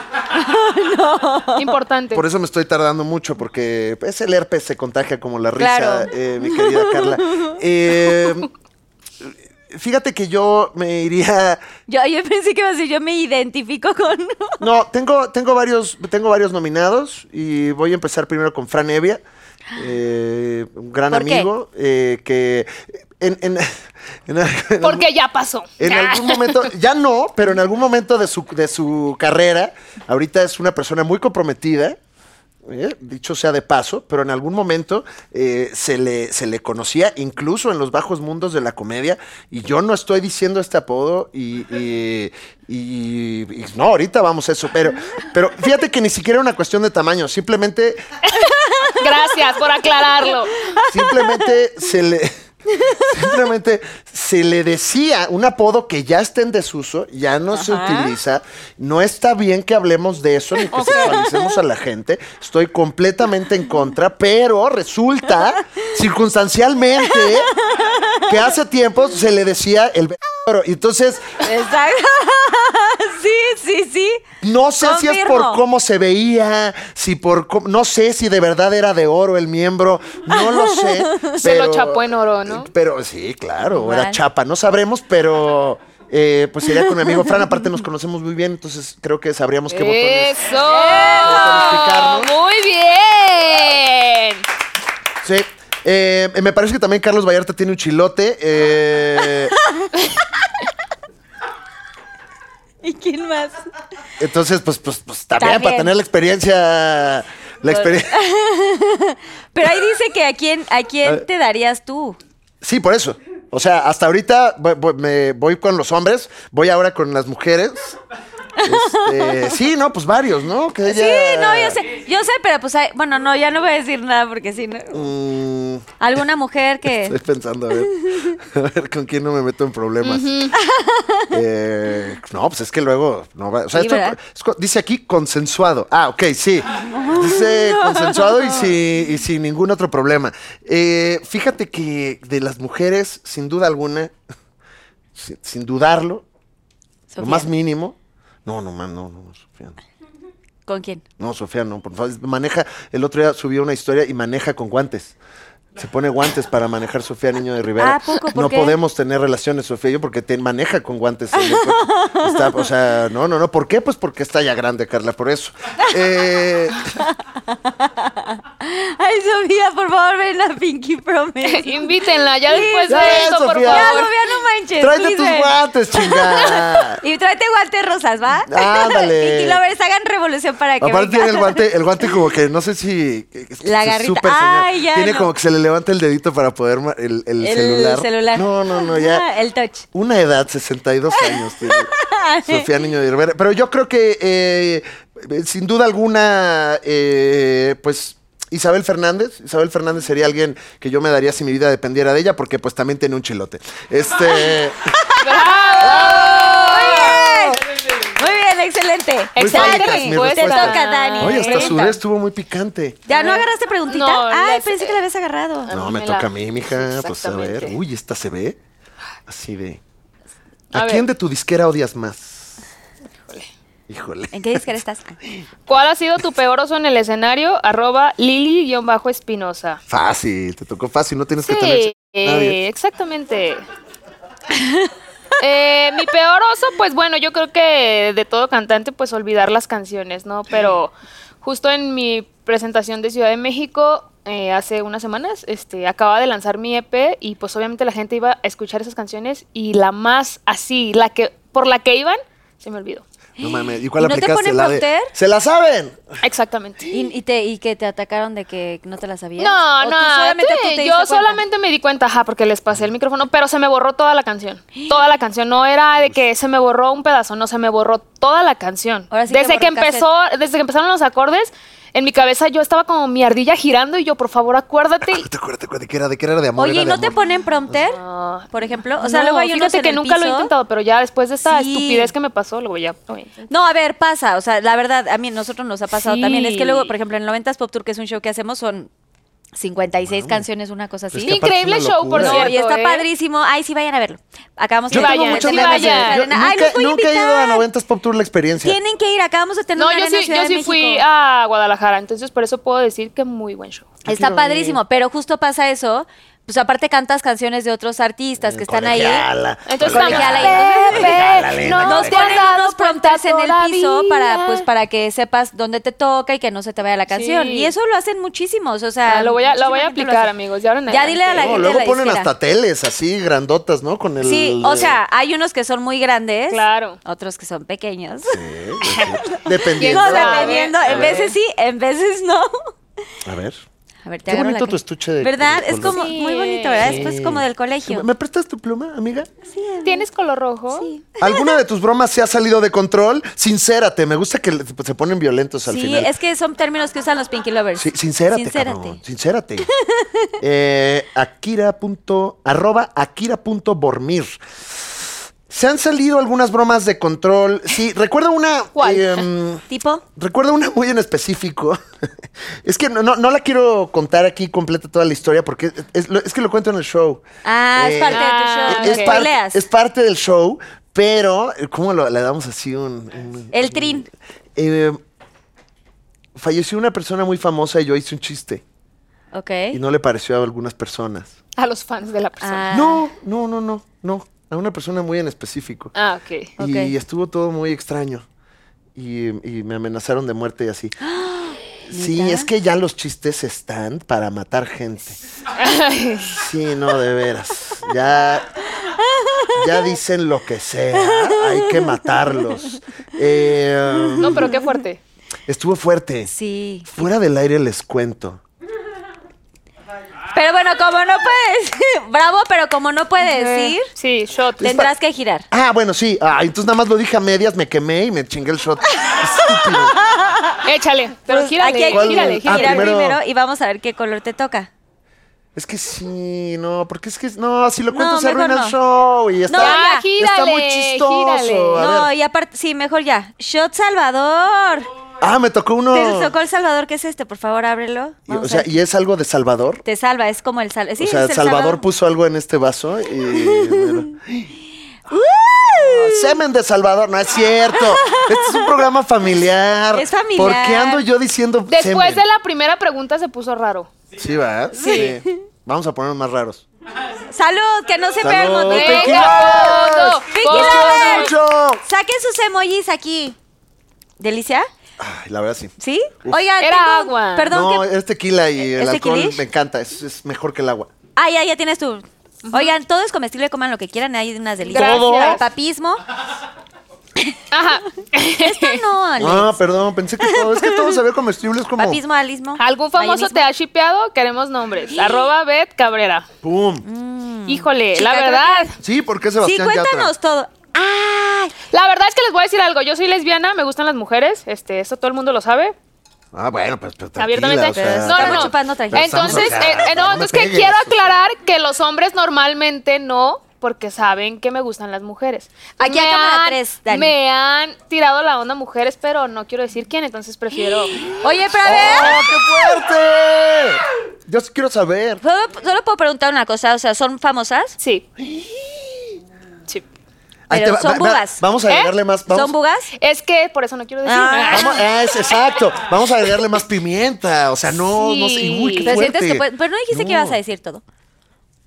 E: Importante.
D: Por eso me estoy tardando mucho, porque es el herpes se contagia como la risa,
C: Claro.
D: eh, mi querida Carla. Eh, fíjate que yo me iría...
C: Yo, yo pensé que iba a decir, yo me identifico con.
D: No, tengo, tengo, varios, tengo varios nominados y voy a empezar primero con Fran Evia, eh, un gran
C: ¿Por qué?
D: amigo eh, que en, en- en- en
E: Porque ya pasó.
D: en
E: Ah.
D: algún momento, ya no, pero en algún momento de su, de su carrera, ahorita es una persona muy comprometida, eh, dicho sea de paso, pero en algún momento eh, se, le, se le conocía incluso en los bajos mundos de la comedia, y yo no estoy diciendo este apodo, y, y- y- y no, ahorita vamos a eso, pero, pero fíjate que ni siquiera era una cuestión de tamaño, simplemente,
E: Gracias por aclararlo.
D: simplemente se le... Simplemente se le decía un apodo que ya está en desuso, ya no se
C: Ajá.
D: utiliza. No está bien que hablemos de eso ni que sexualicemos a la gente. Estoy completamente en contra, pero resulta circunstancialmente que hace tiempo se le decía el b- y entonces
C: Exacto. Sí, sí, sí.
D: no sé si es por
C: Confirmo.
D: cómo se veía, si por cómo- no sé si de verdad era de oro el miembro, no lo sé.
E: Se lo
D: pero-
E: chapó en oro, ¿no?
D: Eh, Pero sí, claro, o era
C: Mal.
D: chapa, no sabremos, pero eh, pues sería con mi amigo Fran, aparte nos conocemos muy bien, entonces creo que sabríamos pues, qué botones.
E: Eso.
D: botones picar, ¿no?
E: Muy bien.
D: Sí. Eh, me parece que también Carlos Vallarta tiene un chilote. eh,
C: ¿Y quién más?
D: entonces, pues, pues, pues también,
C: También. Pues.
D: para tener la experiencia. La experiencia.
C: Pero ahí dice que a quién, a
D: Eh.
C: quién te darías tú.
D: Sí, por eso. O sea, hasta ahorita voy, voy- me voy con los hombres, voy ahora con las mujeres. Este, sí, no, pues varios, ¿no? Que
C: Sí,
D: ella-
C: no, yo sé, yo sé, pero pues hay- bueno, no, ya no voy a decir nada porque si no.
D: Mm,
C: Alguna mujer que.
D: Estoy pensando, a ver, a ver con quién no me meto en problemas. Eh, no, pues es que luego. No va- o sea,
C: Sí,
D: esto-
C: ¿verdad?
D: es co- dice aquí consensuado. Ah, ok, sí. Dice consensuado y, si- y sin ningún otro problema. Eh, fíjate que de las mujeres, sin duda alguna, sin, sin dudarlo, lo
C: Sofía.
D: más mínimo. No, no, man, no, no, Sofía. No.
C: ¿Con quién?
D: No, Sofía, no, por favor. Maneja, el otro día subió una historia y maneja con guantes. Se pone guantes para manejar Sofía Niño de Rivera.
C: Ah, ¿poco? ¿Por
D: no
C: qué?
D: podemos tener relaciones, Sofía y yo, porque te maneja con guantes. en el coche. Está- o sea, no, no, no. ¿Por qué? Pues porque está ya grande, Carla, por eso. Eh,
C: Ay, Sofía, por favor, ven a Pinky Promise.
E: Invítenla ya después
D: Ya,
E: de esto, por
D: Sofía.
C: Ya,
E: favor.
C: Sofía, no manches.
D: tráete
C: please,
D: tus
C: ven.
D: guantes, chingada.
C: Y tráete guantes rosas, ¿va?
D: Ándale.
C: Pinky Lovers, hagan revolución para que
D: Aparte
C: venga.
D: tiene el guante, el guante como que no sé si es
C: La garrita.
D: súper señor.
C: Ay, ya,
D: tiene
C: no.
D: como que se le levanta el dedito para poder ma- el, el
C: El
D: celular.
C: celular.
D: No, no, no, ya.
C: Ah, el touch.
D: Una edad, 62 años tiene Sofía Niño de Rivera. Pero yo creo que, eh, eh, sin duda alguna, eh, pues... Isabel Fernández, Isabel Fernández sería alguien que yo me daría si mi vida dependiera de ella, porque pues también tiene un chilote. Este,
E: Oh.
C: Muy bien, excelente.
D: Muy
E: Excelente
D: válidas mis
C: Te
E: respuesta.
D: respuestas.
C: toca, Dani.
D: oye, hasta su
C: Pregunta.
D: vez estuvo muy picante.
C: ¿Ya no agarraste preguntita?
E: No,
C: Ay,
E: las-
C: pensé que la habías agarrado.
D: No, me
E: me la-
D: toca a mí, mija. Pues a ver.
E: Exactamente.
D: Uy, esta se ve. Así de. ¿A,
E: A ver.
D: quién de tu disquera odias más? Híjole.
C: ¿En qué disquera estás?
E: ¿Cuál ha sido tu peor oso en el escenario? Arroba Lili-espinosa.
D: Fácil, te tocó fácil, no tienes que tener.
E: Sí,
D: nadie.
E: exactamente. Eh, mi peor oso, pues bueno, yo creo que de todo cantante, pues olvidar las canciones, ¿no? Pero justo en mi presentación de Ciudad de México, eh, hace unas semanas, este, acababa de lanzar mi EP y pues obviamente la gente iba a escuchar esas canciones y la más así, la que por la que iban, se me olvidó.
D: No mames. ¿Y cuál
C: ¿Y no te
D: aplicaste?
C: ponen
D: la de-
C: Procter?
D: ¡Se la saben!
E: Exactamente.
C: ¿Y, y te, y que te atacaron de que no te la sabías?
E: No,
C: ¿O
E: no,
C: tú solamente
E: sí,
C: tú te diste
E: yo
C: cuenta?
E: solamente me di cuenta, ajá, porque les pasé el micrófono, pero se me borró toda la canción. Toda la canción, no era de que se me borró un pedazo, no, se me borró toda la canción.
C: Ahora sí que
E: desde que,
C: borró cassette.
E: empezó, desde que empezaron los acordes, en mi cabeza yo estaba como mi ardilla girando y yo, por favor, acuérdate.
D: Acuérdate, acuérdate, acuérdate, que era de, que era de amor.
C: Oye,
D: era
C: ¿y
D: de
C: no te
D: amor. Ah.
C: ponen prompter?
E: No.
C: Por ejemplo, o sea,
E: No,
C: luego hay unos
E: fíjate
C: en
E: que
C: el
E: nunca lo he
C: piso.
E: intentado, pero ya después de esta
C: Sí.
E: estupidez que me pasó, luego ya. oye.
C: No, a ver, pasa, o sea, la verdad, a mí nosotros nos ha pasado
E: Sí.
C: también. Es que luego, por ejemplo, en 90s Pop Tour, que es un show que hacemos, son 56 canciones, una cosa así.
D: que aparte
E: Increíble
D: es una
E: show, por
D: locura.
C: No,
E: cierto.
C: y está
E: ¿eh?
C: padrísimo. Ay, sí, vayan a verlo. Acabamos
E: Yo
C: de
E: tengo
C: de
E: muchas
C: tener
E: ganas de
C: una
E: ir.
C: arena. Ay,
D: nunca,
C: los voy a
D: nunca he ido a
C: invitar.
D: 90s Pop Tour la experiencia.
C: Tienen que ir, acabamos de tener
E: No,
C: una
E: yo
C: arena en
E: sí,
C: Ciudad
E: yo
C: de
E: sí
C: México.
E: fui Ah, a Guadalajara, entonces por eso puedo decir que muy buen show.
C: Está padrísimo, pero justo pasa eso. Pues aparte cantas canciones de otros artistas que están ahí.
D: Mm, Colegiala,
E: Entonces,
D: colegiala.
C: estamos-
D: Colegiala, nena,
E: no
C: Nos
D: colegiala.
C: ponen unos prompters en el piso
E: todavía.
C: para, pues, para que sepas dónde te toca y que no se te vaya la canción.
E: Sí.
C: Y eso lo hacen muchísimos, o sea...
E: Ah, lo voy a, lo
C: muchísima
E: voy a
C: gente lo
E: aplicar,
C: hace.
E: amigos. Ya, ahora en
C: Ya dile a la
D: No,
C: gente
D: luego
C: de la
D: ponen
C: disquera.
D: hasta teles así, grandotas, ¿no? Con el.
C: Sí, o sea, hay unos que son muy grandes.
E: Claro.
C: Otros que son pequeños.
D: Eh, Dependiendo.
C: Digo,
E: A ver,
C: dependiendo.
E: a
C: En
E: ver.
C: veces sí, en veces no.
D: A ver.
C: A ver, te
D: Qué
C: agarro la
D: bonito
C: ca-
D: tu estuche de.
C: ¿Verdad?
D: de
C: Es como
D: colores.
C: muy bonito, ¿verdad? Esto Pues, es
D: Sí.
C: como del colegio.
D: ¿Me prestas tu pluma, amiga?
E: ¿Tienes color rojo? Sí.
D: ¿Alguna de tus bromas se ha salido de control? Sincérate, me gusta que le- se ponen violentos al
C: sí,
D: final.
C: es que son términos que usan los Pinky Lovers.
D: Sí, sincérate,
C: Sincérate.
D: cabrón, sincérate. Eh, Akira. punto- arroba Akira. punto Bormir. Se han salido algunas bromas de control. Sí, recuerdo una.
E: ¿Cuál?
D: em,
C: Tipo,
D: Recuerdo una muy en específico. Es que no, no, no la quiero contar aquí completa toda la historia porque es, lo- es que lo cuento en el show.
C: ah, es
D: Eh,
C: parte
E: Ah,
C: de tu show.
D: es,
C: no
E: ok.
D: parte,
C: spoileas.
D: es parte del show, pero ¿cómo lo- le damos así un... un-
C: El trin.
D: Eh, falleció una persona muy famosa y yo hice un chiste
C: Ok.
E: ¿Eh?
D: y no le pareció a algunas personas.
E: A los fans de la persona.
C: Ah.
D: No, no, no, no, no. A una persona muy en específico.
E: Ah, ok.
D: Y
C: Ok.
D: estuvo todo muy extraño. Y, y me amenazaron de muerte y así. Sí,
C: ¿Neta?
D: es que ya los chistes están para matar gente. Sí, no, de veras. Ya, ya dicen lo que sea. Hay que matarlos. Eh,
E: No, pero qué fuerte.
D: estuvo fuerte.
C: Sí.
D: Fuera del aire les cuento.
C: Pero bueno, como no puedes. Bravo, pero como no puedes decir,
E: Eh, Sí, shot.
C: tendrás que girar.
D: Ah, bueno, sí. Ah, entonces nada más lo dije a medias, me quemé y me chingué el shot. Estúpido.
E: Échale. Pero Pues gírale,
C: Pues, Aquí hay
D: ¿Cuál?
C: que
E: gírale,
D: Ah,
C: girar
E: gírale.
D: primero.
C: primero. y vamos a ver qué color te toca.
D: Es que sí, no, porque es que no, si lo cuento
C: No,
D: se arruina
C: mejor no.
D: el show y está,
E: ya,
D: está muy
E: gírale,
D: chistoso.
E: gírale.
D: A
C: No,
D: ver.
C: y aparte, sí, mejor ya. Shot Salvador.
D: Ah, me tocó uno.
C: Te tocó el Salvador, ¿qué es este? Por favor, ábrelo.
D: Y,
C: Vamos
D: o
C: a
D: sea,
C: ver.
D: ¿y es algo de Salvador?
C: Te salva, es como el Salvador. Sí,
D: o sea,
C: es el
D: Salvador, puso algo en este vaso y. Ah, Semen de Salvador, no es cierto. Este es un programa familiar.
C: Es familiar.
D: ¿Por qué ando yo diciendo
E: Después
D: semen?
E: de la primera pregunta se puso raro.
D: Sí, va. Sí. Vamos a ponernos más raros.
C: Salud, que no se
D: Salud,
C: vea el motivo.
D: Pinky
E: Venga,
D: Lovers.
E: todo,
C: todo.
D: ¡Los quiero
C: Pinky
D: mucho!
C: Saquen sus emojis aquí. ¿Delicia?
D: Ay, la verdad sí.
C: ¿Sí? Oiga,
E: Era
C: tengo-
E: agua.
C: Perdón
D: no, eh.
C: que...
D: es tequila y el
C: ¿Es
D: alcohol
C: tequilish?
D: me encanta. Es, es mejor que el agua.
C: Ah, ya, ya tienes tu... Oigan, todo es comestible, coman lo que quieran, hay unas delicias.
E: Gracias.
C: El papismo.
E: Ajá.
C: Esto no, Ale.
D: Ah, perdón, pensé que todo. Es que todo se ve comestible, es como.
C: Papismo, alismo.
E: ¿Algún famoso te ha shipeado? Queremos nombres. Arroba Bet Cabrera.
D: ¡Pum!
E: Híjole,
C: Chica,
E: la
C: creo
E: verdad.
D: Sí, ¿por qué
C: Mm. Sí,
D: Sebastián
C: cuéntanos
D: Yatra?
C: todo. ¡Ay!
E: La verdad es que les voy a decir algo. Yo soy lesbiana, me gustan las mujeres. Este, esto todo el mundo lo sabe.
D: Ah, bueno, pues, pues
E: abiertamente.
D: tranquila, o sea,
E: no, no,
C: estamos
E: no.
C: chupando tranquila.
E: Entonces,
D: Estamos, o sea,
E: eh, eh, no,
D: no me
E: entonces que
D: pegues,
E: quiero
D: o sea.
E: aclarar que los hombres normalmente no, porque saben que me gustan las mujeres.
C: Aquí
E: Me
C: hay cámara
E: han-
C: tres, Dani.
E: Me han tirado la onda mujeres, pero no quiero decir quién, entonces prefiero.
C: Oye, pero a ver...
D: ¡Oh, qué fuerte! Yo sí quiero saber.
C: ¿puedo- solo puedo preguntar una cosa, o sea, ¿son famosas?
E: Sí. Sí.
D: Ahí
C: Pero
D: te va-
C: son
D: va- va-
C: bugas.
D: Vamos a
E: ¿Eh?
D: agregarle más. Vamos,
C: ¿Son bugas?
E: Es que por eso no quiero decir.
C: Ah.
D: vamos- ah, es, exacto. Vamos a agregarle más pimienta. O sea, no, no sé. y Uy, qué
E: Sí.
C: Pero
D: fuerte.
C: sientes que puedes- Pero no dijiste que
D: No.
C: ibas a decir todo.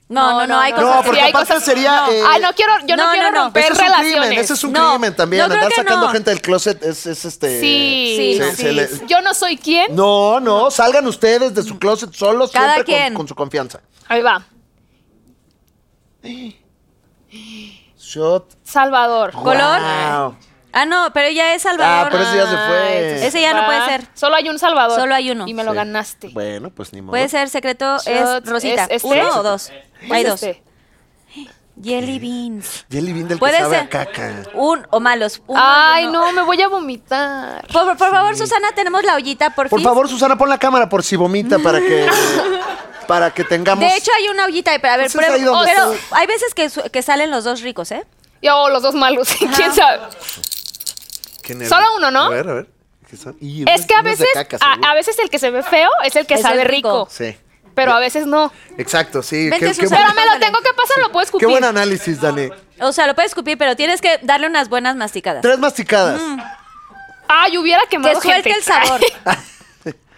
C: No, no, no, hay cosas
D: No,
C: que-
D: porque
E: Sí, hay
D: aparte
E: cosas-
D: sería. eh,
E: Ah, no quiero, yo no,
C: no,
E: quiero
C: no, no.
E: romper
D: ese es un
E: relaciones.
D: crimen, ese es un
C: No,
D: crimen también.
C: no creo
D: Andar
C: que
D: sacando
C: no.
D: gente del closet es, es este.
E: Sí,
C: Sí,
D: se-
C: sí.
D: se le-
E: Yo no soy quien.
D: No, no, salgan ustedes de su closet solos,
C: Cada
D: siempre con-
C: quien.
D: Con, su confianza.
E: Ahí va.
D: Shot.
E: Salvador.
C: ¿Color?
D: Wow.
C: Ah, no, pero ya es Salvador.
D: Ah, pero ese ya se fue.
C: Ese ya no puede ser.
E: Solo hay un Salvador.
C: Solo hay uno.
E: Y me lo
D: Sí.
E: ganaste.
D: Bueno, pues ni modo.
C: Puede ser, secreto
E: Shots,
C: es Rosita.
E: ¿es este?
C: ¿Uno o dos?
E: Es
C: Hay dos.
E: este.
C: Jelly beans.
D: Jelly Bean del que
C: Puede
D: sabe
C: ser.
D: a caca.
C: Un o malos. uno y
E: Ay,
C: uno.
E: no, me voy a vomitar.
C: Por, por favor, Susana, tenemos la ollita, por,
D: Por
C: fin.
D: favor, Susana, pon la cámara por si vomita para que. para que tengamos.
C: De hecho, hay una ollita, pero a ver,
D: Pues es
C: prueba-
D: ahí donde
C: pero
D: está.
C: hay veces que, su- que salen los dos ricos, ¿eh?
E: Yo, o oh, los dos malos.
C: Ah.
E: ¿Quién sabe?
D: Qué nervio.
E: solo uno, ¿no?
D: A ver, a ver. ¿Qué son? Y
E: Es
D: unos-
E: que a
D: unos de
E: veces,
D: caca, seguro.
E: a, a veces el que se ve feo es el que
C: Es el
E: sabe
C: rico.
E: rico.
D: Sí.
E: Pero a veces no.
D: Exacto, sí.
C: Vente,
D: qué, qué
C: Susana.
E: Pero me lo tengo que pasar, lo puedo
D: bu-
E: escupir.
D: qué buen análisis, Dani.
C: O sea, lo puedes escupir, pero tienes que darle unas buenas masticadas.
D: Tres masticadas.
C: Mm.
E: Ay, hubiera
C: Que
E: quemado
C: suelte
E: gente.
C: el sabor.
D: Ah,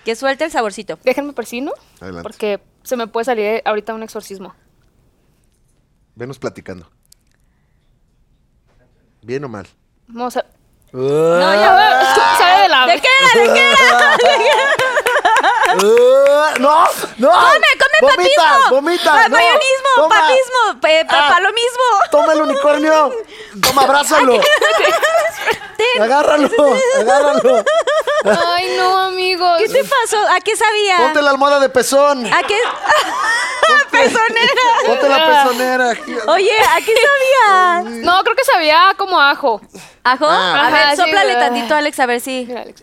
C: que suelte el saborcito.
E: Déjenme persino.
D: Adelante.
E: Porque se me puede salir ahorita un exorcismo.
D: Venos platicando. ¿Bien o mal?
E: Vamos a...
C: No,
E: Ay,
C: ya
E: a ver, escu- sabe de la...
C: ¿De qué era? ¿De qué era?
D: ¡No! ¡No!
C: ¡Come, come
D: ¡Vomita!
C: papismo!
D: ¡Vomita!
C: Pa-
D: no.
C: mayonismo,
D: Toma.
C: papismo, pe- pa-
D: Ah.
C: palomismo.
D: ¡Toma el unicornio! ¡Toma, abrázalo!
C: Ten.
D: ¡Agárralo! ¡Agárralo!
E: Ay, no, amigos.
C: ¿Qué te pasó? ¿A qué sabía?
D: ¡Ponte la almohada de pezón!
C: ¿A qué? Personera.
D: ¡Ponte la pezonera!
C: Oye, ¿a qué sabía?
E: No, creo que sabía como a ajo.
C: ¿Ajo?
D: Ah.
C: A ver,
E: Ajá, sí,
C: sóplale
E: ah.
C: tantito, Alex, a ver si.
E: Mira, Alex.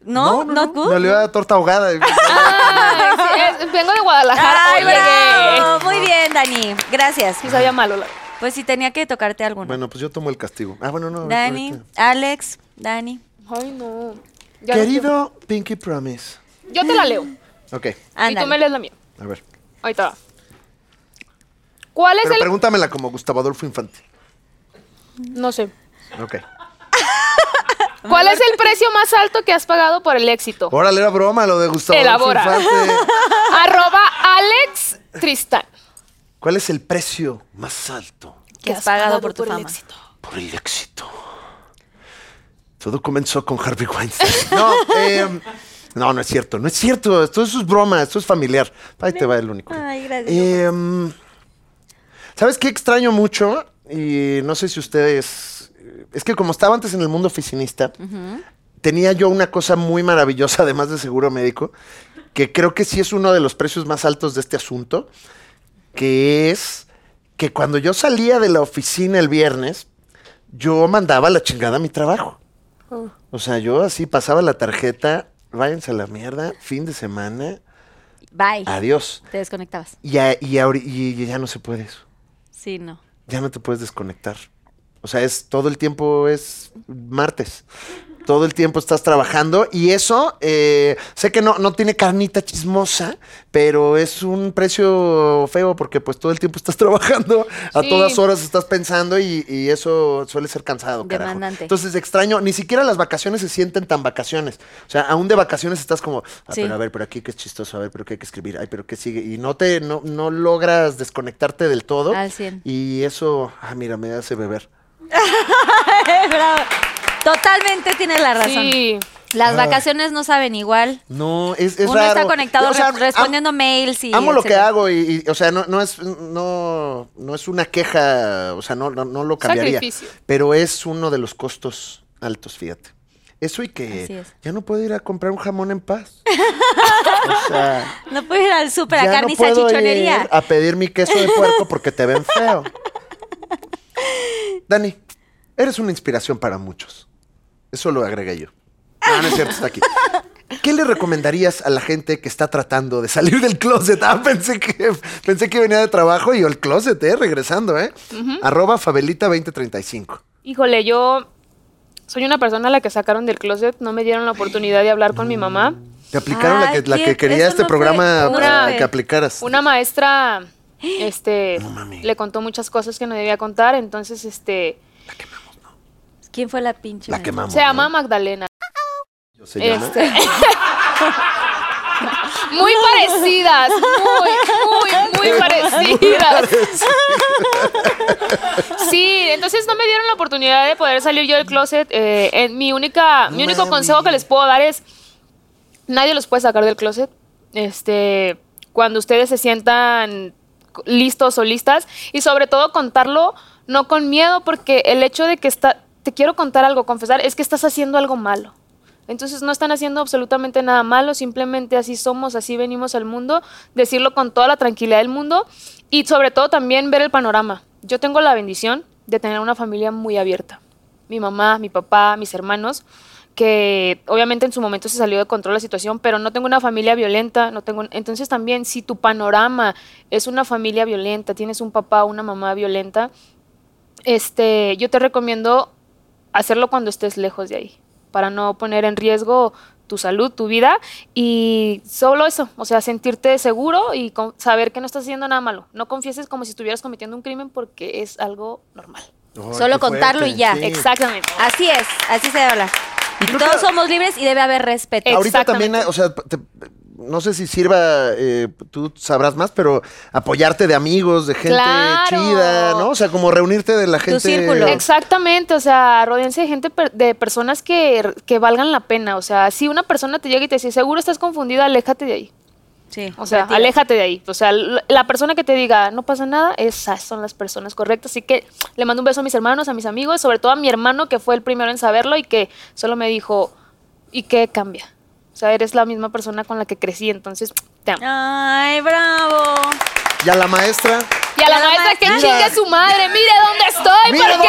C: ¿No? ¿Not good?
D: Me olvidó la torta ahogada.
E: Ay, sí, es- vengo de Guadalajara.
C: Ay,
E: hoy llegué.
C: bravo. Muy bien, Dani. Gracias.
E: Sí, sabía malo. la-
C: Pues sí, tenía que tocarte alguno.
D: bueno, pues yo tomo el castigo. Ah, bueno, no.
C: Dani,
D: ahorita.
C: Alex, Dani.
E: Ay, no. Ya no
D: Querido Pinky Promise.
E: quiero. Yo te la leo.
D: Ok,
E: Y tú me
C: Ándale.
E: lees la mía.
D: a ver.
E: Ahorita va. ¿Cuál es
D: Pero
E: el...?
D: pregúntamela como Gustavo Adolfo Infante.
E: No sé.
D: Ok.
E: ¿Cuál es el precio más alto que has pagado por el éxito?
D: Órale, era broma lo de Gustavo
E: Elabora.
D: Adolfo Infante.
E: Arroba Alex Tristán.
D: ¿Cuál es el precio más alto
C: Que has pagado por tu
E: el
C: fama.
E: éxito?
D: por el éxito? Todo comenzó con Harvey Weinstein. No, eh, no, no es cierto, no es cierto. Esto, es broma, esto es familiar. Ahí te va el único.
C: Ay, gracias.
D: Eh, ¿Sabes qué extraño mucho? Y no sé si ustedes... Es que como estaba antes en el mundo oficinista, tenía yo una cosa muy maravillosa, además de seguro médico, que creo que sí es uno de los precios más altos de este asunto, que es que cuando yo salía de la oficina el viernes, yo mandaba la chingada a mi trabajo. O sea, yo así pasaba la tarjeta, váyanse a la mierda, fin de semana,
C: Bye.
D: adiós.
C: Te desconectabas.
D: Y, a- y ahori- y- y ya no se puede eso.
C: Sí, no.
D: Ya no te puedes desconectar. O sea, es todo el tiempo es martes. Todo el tiempo estás trabajando y eso, eh, sé que no, no tiene carnita chismosa, pero es un precio feo porque pues todo el tiempo estás trabajando, a
E: Sí.
D: todas horas estás pensando y, y eso suele ser cansado. carajo.
C: Demandante.
D: Entonces extraño, ni siquiera las vacaciones se sienten tan vacaciones. O sea, aún de vacaciones estás como, ah,
C: Sí.
D: pero a ver, pero aquí qué es chistoso, a ver, pero qué hay que escribir, ay, pero qué sigue. Y no te, no, no logras desconectarte del todo.
C: Al cien.
D: Y eso, ah, mira, me hace beber.
C: Bravo. Totalmente tienes la razón.
E: Sí.
C: Las vacaciones no saben igual.
D: No, es, es
C: Uno
D: raro.
C: está conectado
D: O sea,
C: re- respondiendo mails y.
D: am- amo lo que
C: etcétera.
D: hago y, y, o sea, no, no es no, no es una queja, o sea, no, no, no lo cambiaría.
E: Sacrificio.
D: Pero es uno de los costos altos, fíjate. Eso y
C: Así
D: que
C: es.
D: ya no puedo ir a comprar un jamón en paz. o sea,
C: No puedo ir al súper a
D: ya
C: carne
D: no
C: y
D: puedo
C: salchichonería.
D: ir a pedir mi queso de puerco porque te ven feo. Dani, eres una inspiración para muchos. Eso lo agregué yo. No, no es cierto, está aquí. ¿Qué le recomendarías a la gente que está tratando de salir del closet? Ah, pensé que, pensé que venía de trabajo y yo el closet, ¿eh? Regresando, ¿eh? Arroba Fabelita2035.
E: Híjole, yo soy una persona a la que sacaron del closet. No me dieron la oportunidad de hablar con mi mamá.
D: Te aplicaron la
C: Ay,
D: que, la
C: qué-
D: que quería
C: eso
D: este
C: no fue-
D: programa
C: no
D: para
C: fue.
D: que aplicaras.
E: Una maestra este,
D: No, mami.
E: le contó muchas cosas que no debía contar. Entonces, este,
C: ¿Quién fue la pinche?
D: la
C: madre?
D: quemamos.
E: se llama
D: ¿no?
E: Magdalena.
D: Se llama.
E: Este. muy parecidas, muy, muy, muy parecidas. Unidas. Sí, entonces no me dieron la oportunidad de poder salir yo del closet. eh, en mi única, mi único
D: Mami.
E: consejo que les puedo dar es nadie los puede sacar del closet. Este, cuando ustedes se sientan listos o listas y sobre todo contarlo no con miedo porque el hecho de que está te quiero contar algo, confesar, es que estás haciendo algo malo. Entonces no están haciendo absolutamente nada malo, simplemente así somos, así venimos al mundo, decirlo con toda la tranquilidad del mundo y sobre todo también ver el panorama. Yo tengo la bendición de tener una familia muy abierta. Mi mamá, mi papá, mis hermanos, que obviamente en su momento se salió de control la situación, pero no tengo una familia violenta, no tengo, entonces también si tu panorama es una familia violenta, tienes un papá, una mamá violenta, este, yo te recomiendo hacerlo cuando estés lejos de ahí, para no poner en riesgo tu salud, tu vida y solo eso, o sea, sentirte seguro y con- saber que no estás haciendo nada malo. No confieses como si estuvieras cometiendo un crimen porque es algo normal.
C: Solo contarlo y ya. Sí.
E: Exactamente.
C: Así es, así se habla.
D: Y creo
C: Todos
D: que-
C: somos libres y debe haber respeto.
E: Eh,
D: Ahorita también,
E: Exactamente.
D: o sea, te- no sé si sirva, eh, tú sabrás más, pero apoyarte de amigos, de gente
E: Claro.
D: chida, ¿no? O sea, como reunirte de la gente.
C: círculo. Exacto.
E: Exactamente, o sea, rodense de gente, per- de personas que, que valgan la pena. O sea, si una persona te llega y te dice, seguro estás confundida, aléjate de ahí.
C: Sí.
E: O sea,
C: retira.
E: aléjate de ahí. O sea, l- la persona que te diga, no pasa nada, esas son las personas correctas. Así que le mando un beso a mis hermanos, a mis amigos, sobre todo a mi hermano, que fue el primero en saberlo y que solo me dijo, ¿y qué cambia? O sea, eres la misma persona con la que crecí, entonces te
C: Ah,
E: amo.
C: Ay, bravo.
D: Y a la maestra.
E: Y a la
C: Nada
E: maestra
C: más.
E: que
C: Mira.
E: chingue su madre, mire dónde estoy,
D: ¡Mira
E: porque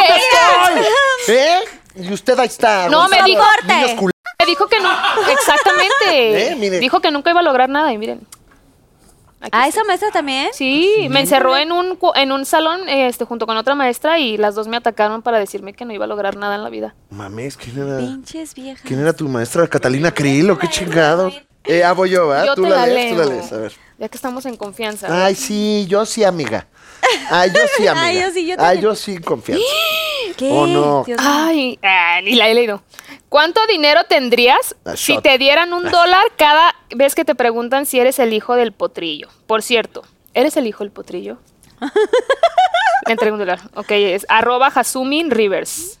D: dónde estoy! ¿Eh? Y usted ahí está.
E: No, me dijo-
D: Niños cul-
E: me dijo que no, exactamente.
D: Eh, mire.
E: Dijo que nunca iba a lograr nada y miren. aquí
C: Ah,
E: estoy.
C: esa maestra también.
D: Pues
E: Sí, me encerró en un, cu- en un salón este, junto con otra maestra y las dos me atacaron para decirme que no iba a lograr nada en la vida.
D: Mames, ¿quién era?
C: Pinches viejas.
D: ¿Quién era tu maestra? ¿Catalina Krill o qué chingados? Eh, ah, voy yo, ¿verdad?
E: Yo
D: tú
E: te la
D: la, lees, tú la
E: leo.
D: lees, a ver.
E: Ya que estamos en confianza.
D: Ay, sí, yo sí, amiga. Ay, yo sí, amiga.
C: Ay, yo sí, yo
D: Ay,
C: también.
D: yo sí, confianza.
C: ¿Qué?
D: Oh, no.
C: Dios mío.
E: Ay, ah, ni la he leído. ¿Cuánto dinero tendrías
D: A
E: si
D: shot. Ah.
E: te dieran un dólar cada vez que te preguntan si eres el hijo del potrillo? Por cierto, ¿eres el hijo del potrillo? Me entrego un dólar. Ok, es arroba Jasumin Rivers.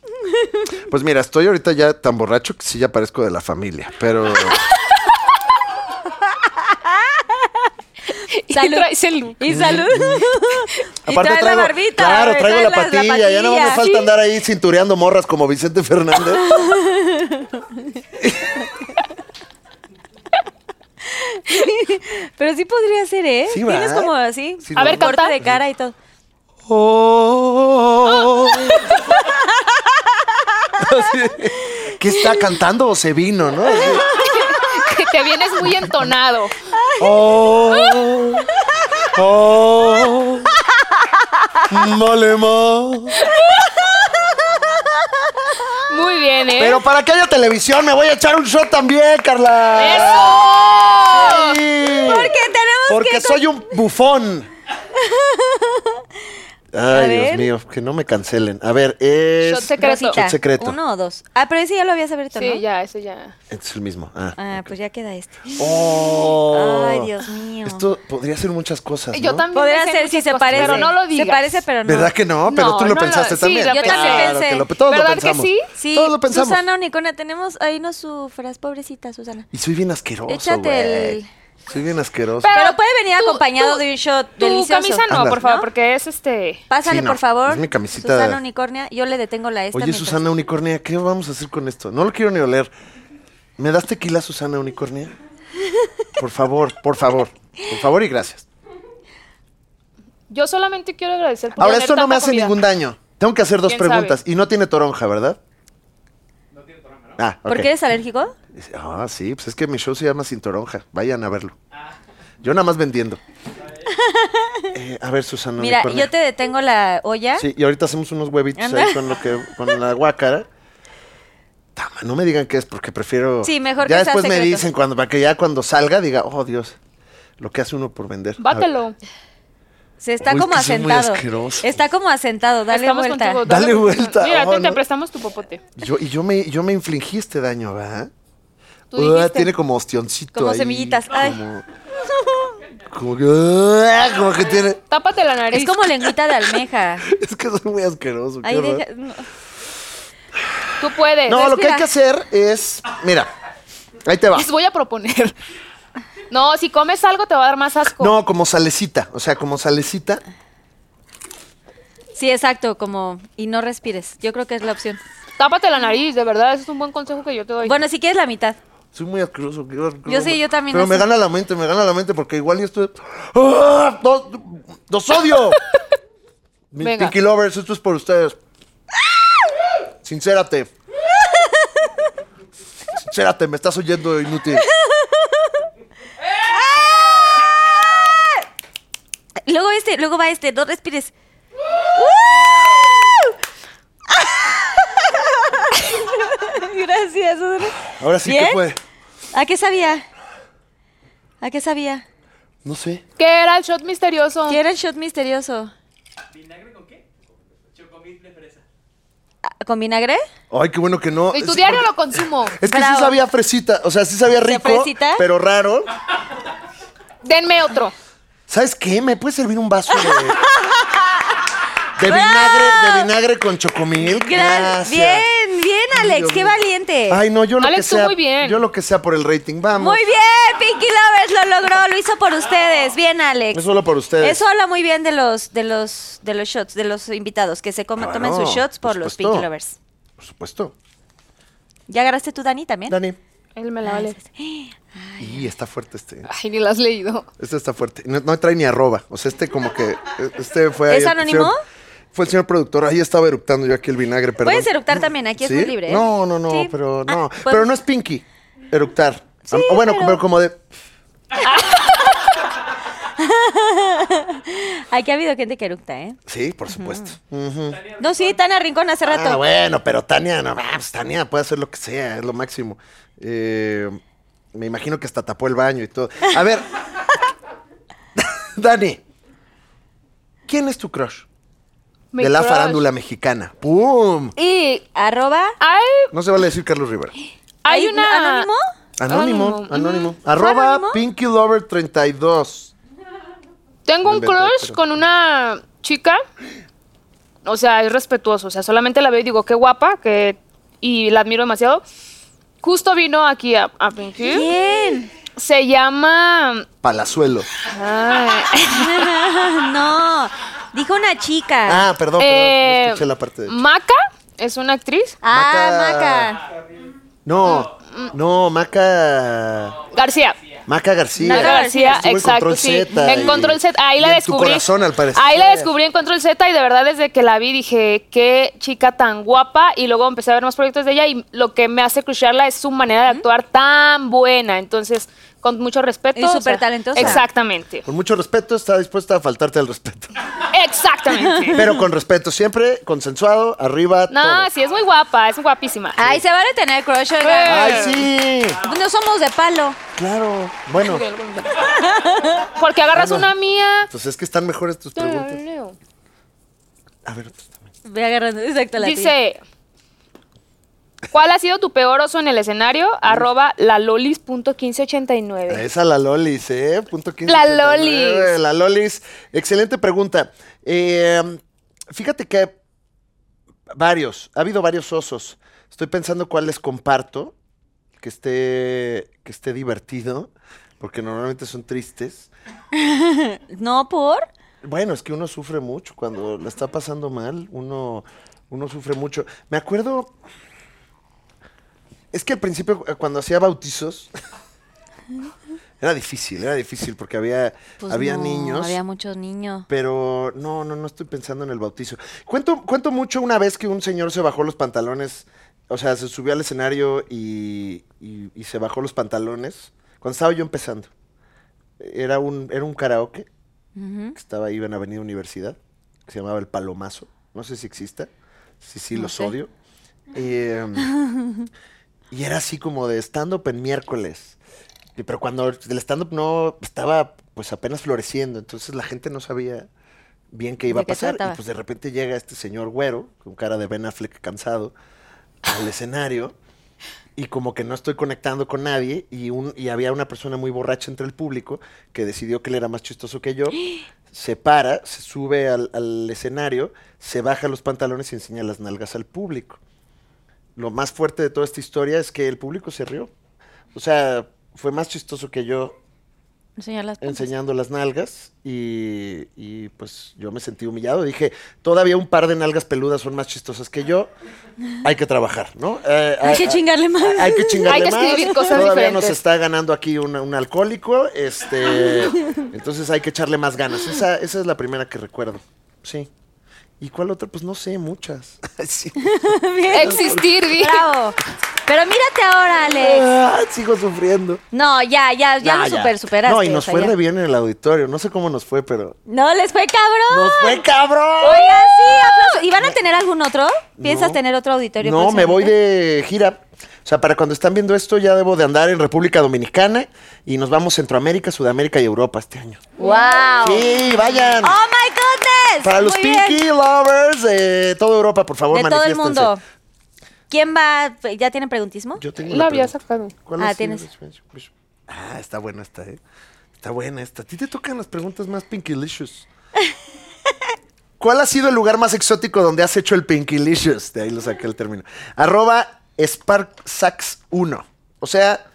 D: Pues mira, estoy ahorita ya tan borracho que sí ya parezco de la familia, pero...
E: Y
C: Salud.
E: traes el-
C: Y salud. y
D: Aparte
C: trae la
D: traigo-
C: barbita.
D: Claro,
C: güey,
D: traigo la,
C: trae
D: patilla, Ya no me
C: patilla.
D: falta andar ahí cintureando morras como Vicente Fernández.
C: Pero sí podría ser, ¿eh?
D: Sí,
C: Tienes
D: ¿verdad?
C: como así.
D: Sí,
E: A ver,
D: ¿verdad?
C: corte
E: canta.
C: de cara y todo.
D: Oh. ¿Qué está cantando o se vino, no? Así,
E: que te vienes muy entonado.
D: Oh, oh, vale más.
E: Muy bien, ¿eh?
D: Pero para que haya televisión me voy a echar un shot también, Carla.
E: ¡Eso!
D: Sí.
C: Porque tenemos
D: Porque
C: que.
D: soy un bufón. Ay, Dios
C: ver.
D: mío, que no me cancelen. A ver, es...
E: Shot secreto.
C: Rosita,
D: Shot secreto.
C: Uno o dos. Ah, pero ese ya lo habías abierto, ¿no?
E: Sí, ya, eso ya.
D: Es el mismo. Ah.
C: Ah, pues ya queda este.
D: Oh.
C: Ay, Dios mío.
D: Esto podría ser muchas cosas. Pues ¿no?
E: Yo también.
C: Podría
E: me sé
C: ser si
E: muchas
C: se
E: cosas,
C: parece.
E: Pero no lo digas.
C: Se parece, pero no.
D: ¿Verdad que no? Pero
E: No,
D: tú lo
E: no,
D: pensaste
E: sí,
D: también.
E: yo también
D: Claro
C: pensé.
D: que lo- todos lo
E: ¿Verdad que
D: pensamos.
E: sí?
C: Sí,
D: Todos lo pensamos.
C: Susana Unicona, tenemos. Ahí no sufras, pobrecita Susana.
D: Y soy bien asqueroso.
C: Échate
D: güey.
C: el-
D: Soy bien asqueroso.
C: Pero,
E: Pero
C: puede venir
E: tú-
C: acompañado
E: tú-
C: de un shot
E: Tu
C: delicioso.
E: camisa no,
D: Ándale.
E: por favor,
C: ¿No?
E: porque es este.
C: Pásale,
D: Sí, no,
C: por favor.
D: es mi camisita.
C: Susana Unicornia, yo le detengo la esta.
D: Oye,
C: mientras-
D: Susana Unicornia, ¿qué vamos a hacer con esto? No lo quiero ni oler. ¿Me das tequila, Susana Unicornia? Por favor, por favor. Por favor y gracias.
E: Yo solamente quiero agradecer por
D: Ahora,
E: tener
D: esto no me
E: tanta
D: hace
E: comida.
D: ningún daño. Tengo que hacer dos
E: ¿Quién
D: preguntas. Y no tiene toronja, ¿verdad? No tiene toronja, ¿no? Ah,
C: ¿Por
D: ok.
C: qué eres alérgico?
D: Dice, Ah, sí, pues es que mi show se llama Sin Toronja. Vayan a verlo. Yo nada más vendiendo. Eh, a ver, Susana.
C: Mira,
D: Unicornia.
C: yo te detengo la olla.
D: Sí, y ahorita hacemos unos huevitos
C: Anda.
D: ahí con, lo que, con la guácara. Tama, no me digan qué es, porque prefiero.
C: Sí, mejor
D: Ya
C: que sea
D: después me
C: secreto.
D: dicen, cuando, para que ya cuando salga diga, oh Dios, lo que hace uno por vender. A ver.
E: Bátelo.
C: Se está
D: Uy, es
C: como
D: que son muy
C: asentado.
D: asquerosos.
C: Está como asentado, dale
E: Estamos
C: vuelta.
E: contigo.
D: Dale vuelta.
E: Mira,
D: Oh,
E: te, te
D: no.
E: prestamos tu popote.
D: Yo, y yo me, yo me infligí este daño, ¿verdad?
E: Tú
D: Ah,
E: dijiste.
D: tiene como ostioncito.
C: Como
D: ahí,
C: semillitas, ay.
D: como- Como que, ah, como que tiene.
E: Tápate la nariz.
C: Es como lengüita de almeja.
D: Es que soy muy asqueroso. qué
C: Ahí
D: horror.
C: deja- eh, no.
E: Tú puedes.
D: No, lo que
C: respira.
D: hay que hacer es. Mira, ahí te va.
E: Les voy a proponer. No, si comes algo te va a dar más asco.
D: No, como salecita. O sea, como salecita.
C: Sí, exacto, como y no respires. Yo creo que es la opción.
E: Tápate la nariz, de verdad, ese es un buen consejo que yo te doy.
C: Bueno, si quieres la mitad.
D: Soy muy asqueroso. qué horror, qué
C: Yo sí,
D: horror.
C: yo también
D: Pero me
C: así.
D: gana la mente, me gana la mente porque igual yo estoy. ¡Ah! ¡Los, los odio! Mis
E: Venga.
D: Pinky Lovers, esto es por ustedes. Sincérate. Sincérate, me estás oyendo inútil.
C: ¡Ah! Luego este, luego va este, no respires. Gracias. Odra.
D: Ahora sí
C: ¿Bien?
D: que fue.
C: ¿A qué sabía? ¿A qué sabía?
D: No sé.
E: ¿Qué era el shot misterioso?
C: ¿Qué era el shot misterioso? ¿Vinagre Ah, con qué? Chocomil de fresa. ¿Con vinagre?
D: Ay, qué bueno que no.
E: Y tu
D: Sí,
E: diario
D: porque-
E: lo consumo.
D: Es que
C: Bravo.
D: sí sabía fresita, o sea, sí sabía rico,
C: fresita?
D: pero raro.
E: Denme otro.
D: ¿Sabes qué? ¿Me puede servir un vaso de, de vinagre, de vinagre con chocomil?
C: Gran-
D: Gracias.
C: Bien, bien, Alex,
D: Dios
C: qué
D: mío.
C: valiente.
D: Ay, no, yo lo
E: Alex,
D: que
E: tú
D: sea.
E: muy bien.
D: Yo lo que sea por el rating, vamos.
C: Muy bien, Pinky Lovers lo logró, lo hizo por ustedes. Bien, Alex.
D: Es solo por ustedes.
C: Eso habla muy bien de los, de los, de los shots, de los invitados, que se coma-
D: Claro,
C: tomen sus shots por
D: por
C: los
D: supuesto.
C: Pinky Lovers.
D: Por supuesto.
C: ¿Ya agarraste tú, Dani, también?
D: Dani.
E: Él me la vale.
D: Y está fuerte este.
E: Ay, ni lo has leído.
D: Este está fuerte. No, no trae ni arroba. O sea, este como que. Este fue. ahí
C: ¿Es
D: el
C: anónimo?
D: señor- fue el señor productor. Ahí estaba eructando yo aquí el vinagre, perdón.
C: Puedes eructar también, aquí es
D: ¿Sí?
C: muy libre, ¿eh?
D: No, no, no,
C: Sí.
D: pero
C: Ah,
D: no.
C: pues-
D: Pero no es pinky eructar. o bueno,
C: pero-
D: pero como de.
C: Aquí ha habido gente que eructa, ¿eh?
D: Sí, por supuesto.
C: No, sí, Tana Rincón hace rato.
D: Ah, bueno, pero Tania, no, ah, pues Tania puede hacer lo que sea, es lo máximo. Eh, me imagino que hasta tapó el baño y todo. A ver, Dani, ¿quién es tu crush?
E: Mi
D: de la
E: crush.
D: farándula mexicana. ¡Pum!
C: Y arroba.
E: Hay,
D: No se vale decir Carlos Rivera.
E: hay
C: ahí,
E: una.
C: ¿Anónimo?
D: Anónimo,
E: Anónimo.
D: anónimo. Arroba
C: anónimo?
D: PinkyLover32.
E: Tengo un
D: Inventé,
E: crush
D: pero-
E: con una chica. O sea, es respetuoso. O sea, solamente la veo y digo, qué guapa, que. Y la admiro demasiado. Justo vino aquí a, a fingir.
C: Bien.
E: Se llama. eh,
D: Palazuelo. Ah.
E: ay,
C: no, dijo una chica.
D: Ah, perdón, perdón,
E: eh,
D: no escuché la parte de...
E: Maca es una actriz.
C: Ah,
D: Maca.
C: Maca.
D: No, no, Maca...
E: García.
D: Maca García.
E: Maca García,
D: Estuvo en
E: exacto,
D: Control
E: sí.
D: Z
E: en
D: y-
E: Control Z, ahí
D: y
E: la
D: en tu
E: descubrí.
D: corazón, al parecer.
E: Ahí la descubrí en Control Z y de verdad desde que la vi dije, qué chica tan guapa y luego empecé a ver más proyectos de ella y lo que me hace crushearla es su manera de actuar tan buena, entonces con mucho respeto.
C: Y
E: o
C: súper
E: sea,
C: talentosa.
E: Exactamente.
D: Con mucho respeto, está dispuesta a faltarte al respeto.
E: Exactamente.
D: Pero con respeto, siempre consensuado, arriba, todo.
E: No, sí, es muy guapa, es guapísima.
C: Ay, se vale tener crush,
E: Eh.
C: oiga.
D: ¡Ay, sí!
C: No somos de palo.
D: Claro. Bueno,
E: Porque agarras
D: Ah, no.
E: una mía.
D: pues es que están mejores tus preguntas. A ver, otros también.
C: Ve agarrando, exacto, la tuya.
E: Dice, ¿cuál ha sido tu peor oso en el escenario? Arroba lalolis.1589.
D: Esa la Lolis, ¿eh? Punto 15.
E: La Lolis.
D: La Lolis. Excelente pregunta. Eh, fíjate que varios, ha habido varios osos. Estoy pensando cuál les comparto, que esté, que esté divertido, porque normalmente son tristes.
C: No, por.
D: Bueno, es que uno sufre mucho cuando la está pasando mal, uno, uno sufre mucho. Me acuerdo, es que al principio eh, cuando hacía bautizos, era difícil, era difícil porque había,
C: Pues
D: había
C: no,
D: niños.
C: Había muchos niños.
D: Pero no, no, no estoy pensando en el bautizo. Cuento, cuento mucho una vez que un señor se bajó los pantalones, o sea, se subió al escenario y, y- y se bajó los pantalones cuando estaba yo empezando. Era un, era un karaoke que estaba ahí en Avenida Universidad, que se llamaba El Palomazo. No sé si exista. Sí, sí, los
C: sé.
D: odio. Em, y era así como de stand-up en miércoles. Y- Pero cuando el stand-up no estaba pues apenas floreciendo, entonces la gente no sabía bien qué iba
C: ¿De
D: a
C: qué
D: pasar.
C: trataba?
D: Y pues de repente llega este señor güero, con cara de Ben Affleck cansado, al escenario y como que no estoy conectando con nadie y, un, y había una persona muy borracha entre el público que decidió que él era más chistoso que yo, se para, se sube al, al escenario, se baja los pantalones y enseña las nalgas al público. Lo más fuerte de toda esta historia es que el público se rió. O sea, fue más chistoso que yo
C: Enseñar las pompas.
D: enseñando las nalgas y, y, pues yo me sentí humillado. Dije, todavía un par de nalgas peludas son más chistosas que yo. Hay que trabajar, ¿no? Eh,
C: Hay que chingarle más.
D: Hay que chingarle
E: Hay que escribir
D: más.
E: cosas
D: todavía
E: diferentes.
D: nos está ganando aquí un, un alcohólico. Este, entonces hay que echarle más ganas. Esa, esa es la primera que recuerdo. Sí. ¿Y cuál otra? Pues no sé, muchas. Sí.
E: Existir, di.
C: Bravo. Pero mírate ahora, Alex.
D: Ah, sigo sufriendo.
C: No, ya, ya, ya
D: Nah,
C: lo super superaste.
D: Ah, No, y
C: o
D: nos
C: sea,
D: fue
C: ya.
D: re bien en el auditorio. No sé cómo nos fue, pero.
C: No, les fue cabrón.
D: ¡Nos fue cabrón!
C: Oigan, sí, aplauso. ¿Y van a tener algún otro? ¿Piensas
D: No.
C: tener otro auditorio?
D: No, me
C: próximamente?
D: voy de gira. O sea, para cuando están viendo esto ya debo de andar en República Dominicana y nos vamos Centroamérica, Sudamérica y Europa este año.
C: ¡Wow!
D: Sí, vayan.
C: ¡Oh, my goodness!
D: para los
C: Muy bien.
D: Pinky Lovers de toda Europa, por favor,
C: De todo el
D: manifiéstense.
C: mundo. ¿Quién va? ¿Ya tienen preguntismo?
D: Yo tengo
E: Lo
D: una
E: había
D: pregunta.
E: sacado.
D: ¿Cuál
C: Ah,
D: ha sido
C: tienes.
D: la- Ah, está buena esta, ¿eh? Está buena esta. A ti te tocan las preguntas más Pinkylicious. ¿Cuál ha sido el lugar más exótico donde has hecho el Pinkylicious? De ahí lo saqué el término. Arroba SparkSax1. O sea,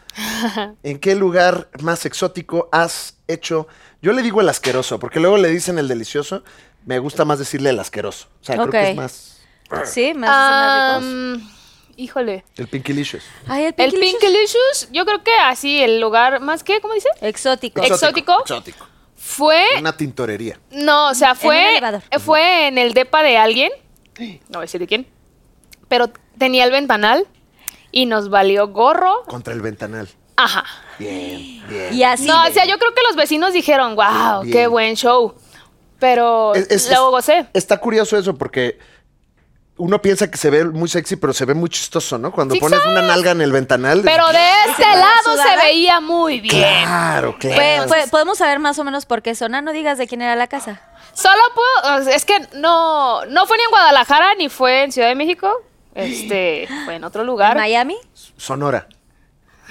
D: ¿en qué lugar más exótico has hecho? Yo le digo el asqueroso, porque luego le dicen el delicioso. Me gusta más decirle el asqueroso. O sea, creo que es
C: Ok.
D: más
C: Sí, me
E: Ah,
C: haces
E: mm, híjole.
D: el Pinkylicious.
C: Ay, Um, el
E: El
C: Pinky Licious.
E: Pinkelicious, yo creo que así, el lugar más que, ¿cómo dice?
C: Exótico. ¿Eh?
E: Ex- ¿Exótico?
D: Exótico.
E: Fue,
D: Una tintorería.
E: no, o sea,
C: un
E: fue,
C: elevador.
E: eh, fue en el depa de alguien, no voy a decir de quién, pero tenía el ventanal y nos valió gorro.
D: Contra el ventanal.
E: Ajá.
D: Bien, bien.
C: y así.
E: No, o sea, yo creo que los vecinos dijeron, wow,
D: Bien.
E: qué buen show. Pero
D: Es- es-
E: luego
D: es-
E: gocé.
D: Está curioso eso porque uno piensa que se ve muy sexy, pero se ve muy chistoso, ¿no? Cuando
E: Sí,
D: pones una nalga en el ventanal.
E: Pero de este
C: la
E: lado se
C: sudada?
E: veía muy bien.
D: Claro,
C: Fue-
D: claro.
C: fue- Podemos saber más o menos por qué zona. No digas de quién era la casa.
E: Solo puedo, es que no, no fue ni en Guadalajara ni fue en Ciudad de México. Este, fue en otro
C: ¿En
E: lugar.
C: Miami?
D: Sonora.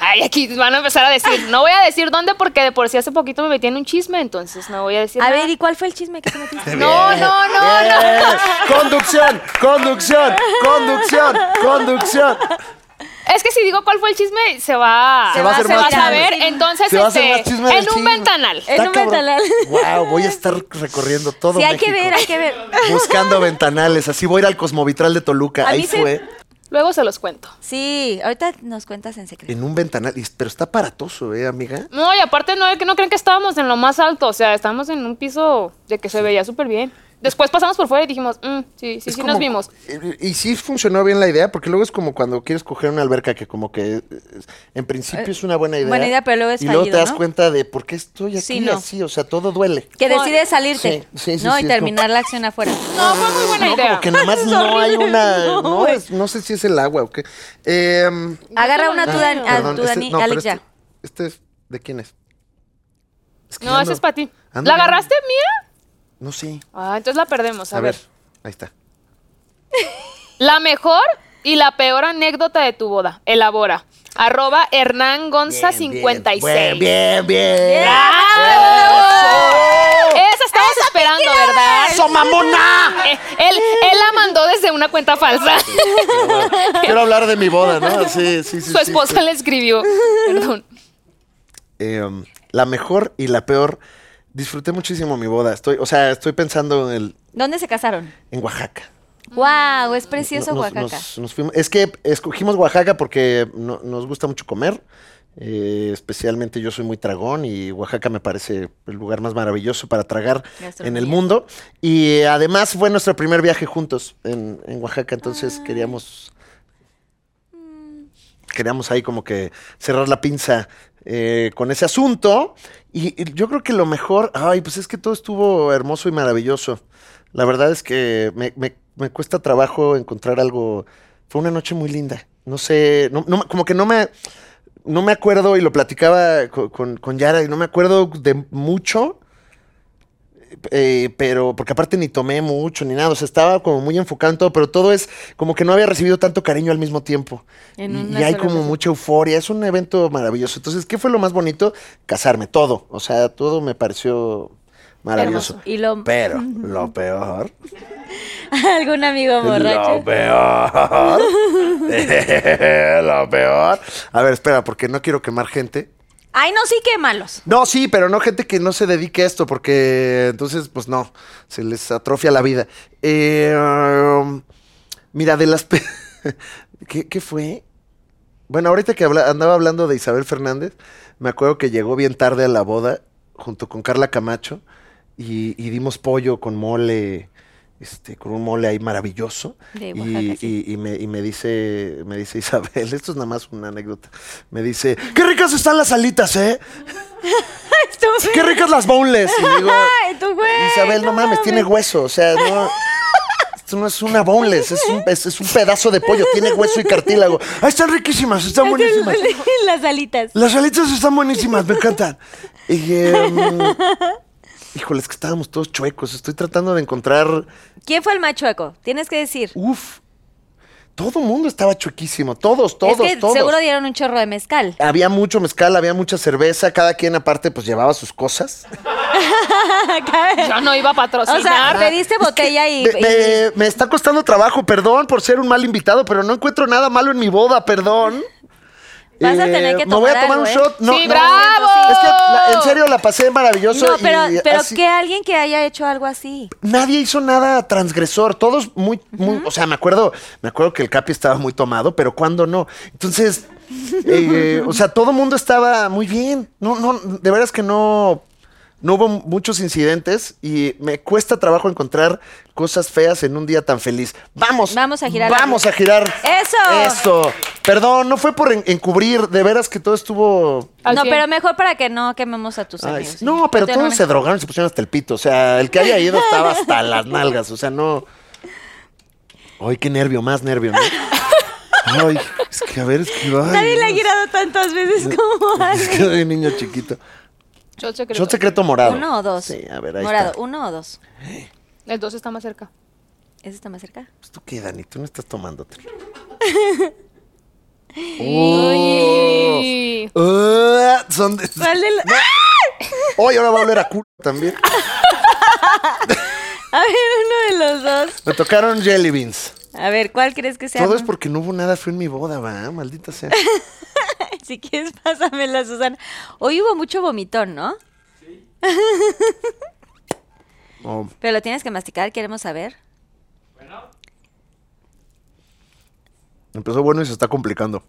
E: Ay, aquí van a empezar a decir, no voy a decir dónde porque de por sí hace poquito me metí en un chisme, entonces no voy a decir
C: A
E: nada.
C: ver, ¿y cuál fue el chisme que te metiste?
E: No, no, no, no.
D: Bien. Conducción, conducción, conducción, conducción.
E: Es que si digo cuál fue el chisme, se va,
C: Se va a hacer más
E: a
C: chisme.
E: ver. Entonces,
D: Se va a hacer
E: este,
D: más chisme del
E: en un
D: chisme.
E: ventanal.
C: En un ventanal.
D: Wow, voy a estar recorriendo todo.
C: Sí, hay que
D: México.
C: ver, hay que ver.
D: Buscando ventanales. Así voy a ir al Cosmovitral de Toluca.
C: A
D: Ahí
C: mí se-
D: fue.
E: Luego se los cuento.
C: Sí, ahorita nos cuentas en secreto.
D: En un ventanal. Y- Pero está aparatoso, ¿eh, amiga?
E: No, y aparte no, que no creen que estábamos en lo más alto, o sea, estábamos en un piso de que se veía súper bien. Después pasamos por fuera y dijimos, "Mm, sí, sí,
D: Es
E: sí
D: como-
E: nos vimos.
D: eh, Y sí funcionó bien la idea, porque luego es como cuando quieres coger una alberca que como que eh, en principio es una buena idea.
C: Eh, buena idea, pero luego es
D: Y luego
C: fallido,
D: te das
C: ¿no?
D: cuenta de por qué estoy aquí
C: Sí, no.
D: así, o sea, todo duele.
C: Que decides salirte,
D: Sí, sí, sí,
C: ¿no?
D: sí,
C: y
D: es
C: terminar la acción afuera.
E: No, fue muy buena
D: No,
E: idea.
D: como que nada más no hay una... No, es- no sé si es el agua o qué. Em,
C: Agarra una tú, Dan-
D: ah,
C: a-
D: perdón,
C: tú,
D: este-
C: Dani,
D: no, pero
C: Alex,
D: este,
C: ya.
D: este es- ¿De quién es? Es que
E: No,
D: yo
E: esa es para ti.
D: ando
E: ¿La
D: bien.
E: agarraste mía?
D: No sé.
E: Ah, entonces la perdemos, a,
D: A, ver.
E: ver.
D: ahí está.
E: La mejor y la peor anécdota de tu boda. Elabora. Arroba Hernán Gonza 56.
D: Bien, bien, bien.
E: ¡Bravo! Esa estamos esperando, ¿verdad?
D: ¡Eso, mamona!
E: Eh, él, él la mandó desde una cuenta falsa.
D: Quiero hablar de mi boda, ¿no? Sí, sí, sí.
E: Su
D: sí,
E: esposa
D: sí.
E: le escribió. Perdón.
D: Em, la mejor y la peor. Disfruté muchísimo mi boda. Estoy, o sea, estoy pensando en, el-
C: ¿Dónde se casaron?
D: en Oaxaca.
C: Wow, es precioso
D: Nos-
C: Oaxaca.
D: nos- nos fuimos- es que escogimos Oaxaca porque no- nos gusta mucho comer. Eh, especialmente yo soy muy tragón y Oaxaca me parece el lugar más maravilloso para tragar en el
C: Gastronomía.
D: mundo. Y eh, además fue nuestro primer viaje juntos en, en Oaxaca, entonces queríamos... Queríamos ahí como que cerrar la pinza eh, con ese asunto. Y, y yo creo que lo mejor, ay, pues es que todo estuvo hermoso y maravilloso. La verdad es que me, me- me cuesta trabajo encontrar algo. Fue una noche muy linda. No sé, no- no me- como que no me, no me acuerdo y lo platicaba co- con, con Yara y no me acuerdo de mucho. eh, pero porque aparte ni tomé mucho ni nada, o sea, estaba como muy enfocado en todo, pero todo es como que no había recibido tanto cariño al mismo tiempo.
C: En
D: y,
C: una
D: y hay
C: sola
D: como
C: vez.
D: mucha euforia, es un evento maravilloso. Entonces, ¿qué fue lo más bonito? Casarme, todo, o sea, todo me pareció maravilloso.
C: Hermoso. Y lo-
D: Pero lo peor,
C: Algún amigo
D: lo
C: borracho.
D: peor, lo peor. A ver, espera, porque no quiero quemar gente.
C: Ay, no, sí, qué malos.
D: No, sí, pero no gente que no se dedique a esto, porque entonces, pues no, se les atrofia la vida. Eh, um, mira, de las... pe- ¿Qué, qué fue? Bueno, ahorita que habla- andaba hablando de Isabel Fernández, me acuerdo que llegó bien tarde a la boda junto con Carla Camacho y, y dimos pollo con mole, este, con un mole ahí maravilloso.
C: De
D: Y-
C: Oaxaca, sí.
D: y, y me, y me dice, me dice Isabel, esto es nada más una anécdota. Me dice, qué ricas están las alitas, ¿eh? qué ricas las boneless. Y digo,
C: Ay, tú, güey,
D: Isabel, no,
C: no
D: mames,
C: mames".
D: tiene hueso, o sea, no. Esto no es una boneless, es un, es, es un pedazo de pollo, tiene hueso y cartílago. Ah, están riquísimas, están buenísimas.
C: Las alitas.
D: Las alitas están buenísimas, me encantan. Y, em, híjole, es que estábamos todos chuecos. Estoy tratando de encontrar.
C: ¿Quién fue el machueco? Tienes que decir.
D: Uf. Todo el mundo estaba chuequísimo. Todos, todos,
C: es que
D: todos.
C: seguro dieron un chorro de mezcal.
D: Había mucho mezcal, había mucha cerveza. Cada quien, aparte, pues llevaba sus cosas.
E: Yo no iba a
C: o
E: patrocinar.
C: sea, pediste botella y,
D: Me, me- me está costando trabajo, perdón por ser un mal invitado, pero no encuentro nada malo en mi boda, perdón.
C: Vas a tener que
D: Me voy a
C: tomar
D: tomar
C: algo,
D: un
C: ¿eh?
D: shot. No,
E: Sí,
D: no,
E: bravo.
D: Es que, la- en serio, la pasé
C: y-
D: maravilloso.
C: No, pero,
D: y
C: pero
D: así-
C: que alguien que haya hecho algo así.
D: nadie hizo nada transgresor, todos muy, muy, o sea, me acuerdo, me acuerdo que el Capi estaba muy tomado, pero cuando no. Entonces, eh, o sea, todo mundo estaba muy bien. No, no, de veras que no, no hubo muchos incidentes y me cuesta trabajo encontrar cosas feas en un día tan feliz. Vamos,
C: Vamos a girar la
D: vamos
C: rueda.
D: a girar.
C: ¡Eso!
D: eso. Perdón, no fue por en- encubrir, de veras que todo estuvo
E: Al
C: No,
E: cien.
C: pero mejor para que no quememos a tus
D: Ay,
C: amigos.
D: sí. No, pero
C: A tu
D: todos
C: hermana.
D: se drogaron y se pusieron hasta el pito. O sea, el que haya ido estaba hasta las nalgas. O sea, no. Ay, qué nervio, más nervio, ¿no? Ay, es que a ver, es que. ay,
C: Nadie le ha
D: Dios.
C: girado tantas veces como
D: Es
C: Ale.
D: que hay niño chiquito.
E: Shot secreto.
D: Shot secreto morado.
C: ¿Uno o dos?
D: Sí, a ver, ahí
C: Morado,
D: está.
C: ¿uno o dos?
E: El 2 está más cerca.
C: ¿Ese está más cerca?
D: Pues tú qué, Dani, tú no estás tomándote.
E: Uy.
D: Ah, son de...
C: ¿Cuál de los- ¡Ah!
D: Hoy ahora va a oler a culo también.
C: A ver, uno de los dos.
D: Me tocaron jelly beans.
C: A ver, ¿cuál crees que sea?
D: Todo es porque no hubo nada feo en mi boda, va, maldita sea.
C: Si quieres, pásamela, Susana. Hoy hubo mucho vomitón, ¿no?
D: Oh,
C: Pero lo tienes que masticar, queremos saber.
D: empezó bueno y se está complicando.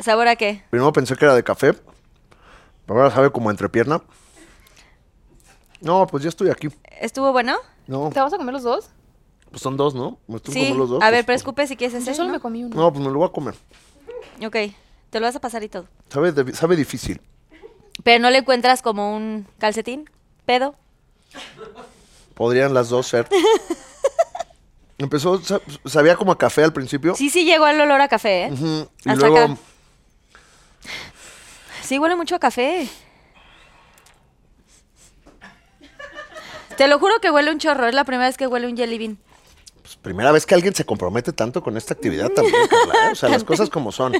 C: ¿Sabor a qué?
D: Primero pensé que era de café. pero Ahora sabe como a entrepierna. No, pues ya estoy aquí.
C: ¿Estuvo bueno?
D: No,
E: ¿Te vas a comer los dos?
D: pues son dos, ¿no? Me estoy
C: Sí.
D: como los dos.
C: A ver, pero
D: pues,
C: escupe si quieres
E: Yo
C: ese,
E: solo
C: ¿no?
E: me comí uno.
D: No, pues me lo voy a comer.
C: Ok, te lo vas a pasar y todo.
D: Sabe, de- sabe difícil.
C: Pero no le encuentras como un calcetín, pedo.
D: Podrían las dos ser. Empezó, sa- sabía como a café al principio.
C: Sí, sí llegó el olor a café, ¿eh?
D: Ujú, Y
C: Hasta
D: luego,
C: acá. Sí, huele mucho a café. Te lo juro que huele un chorro. Es la primera vez que huele un jelly bean.
D: pues, primera vez que alguien se compromete tanto con esta actividad también, Carla, ¿eh? O sea, las cosas como son.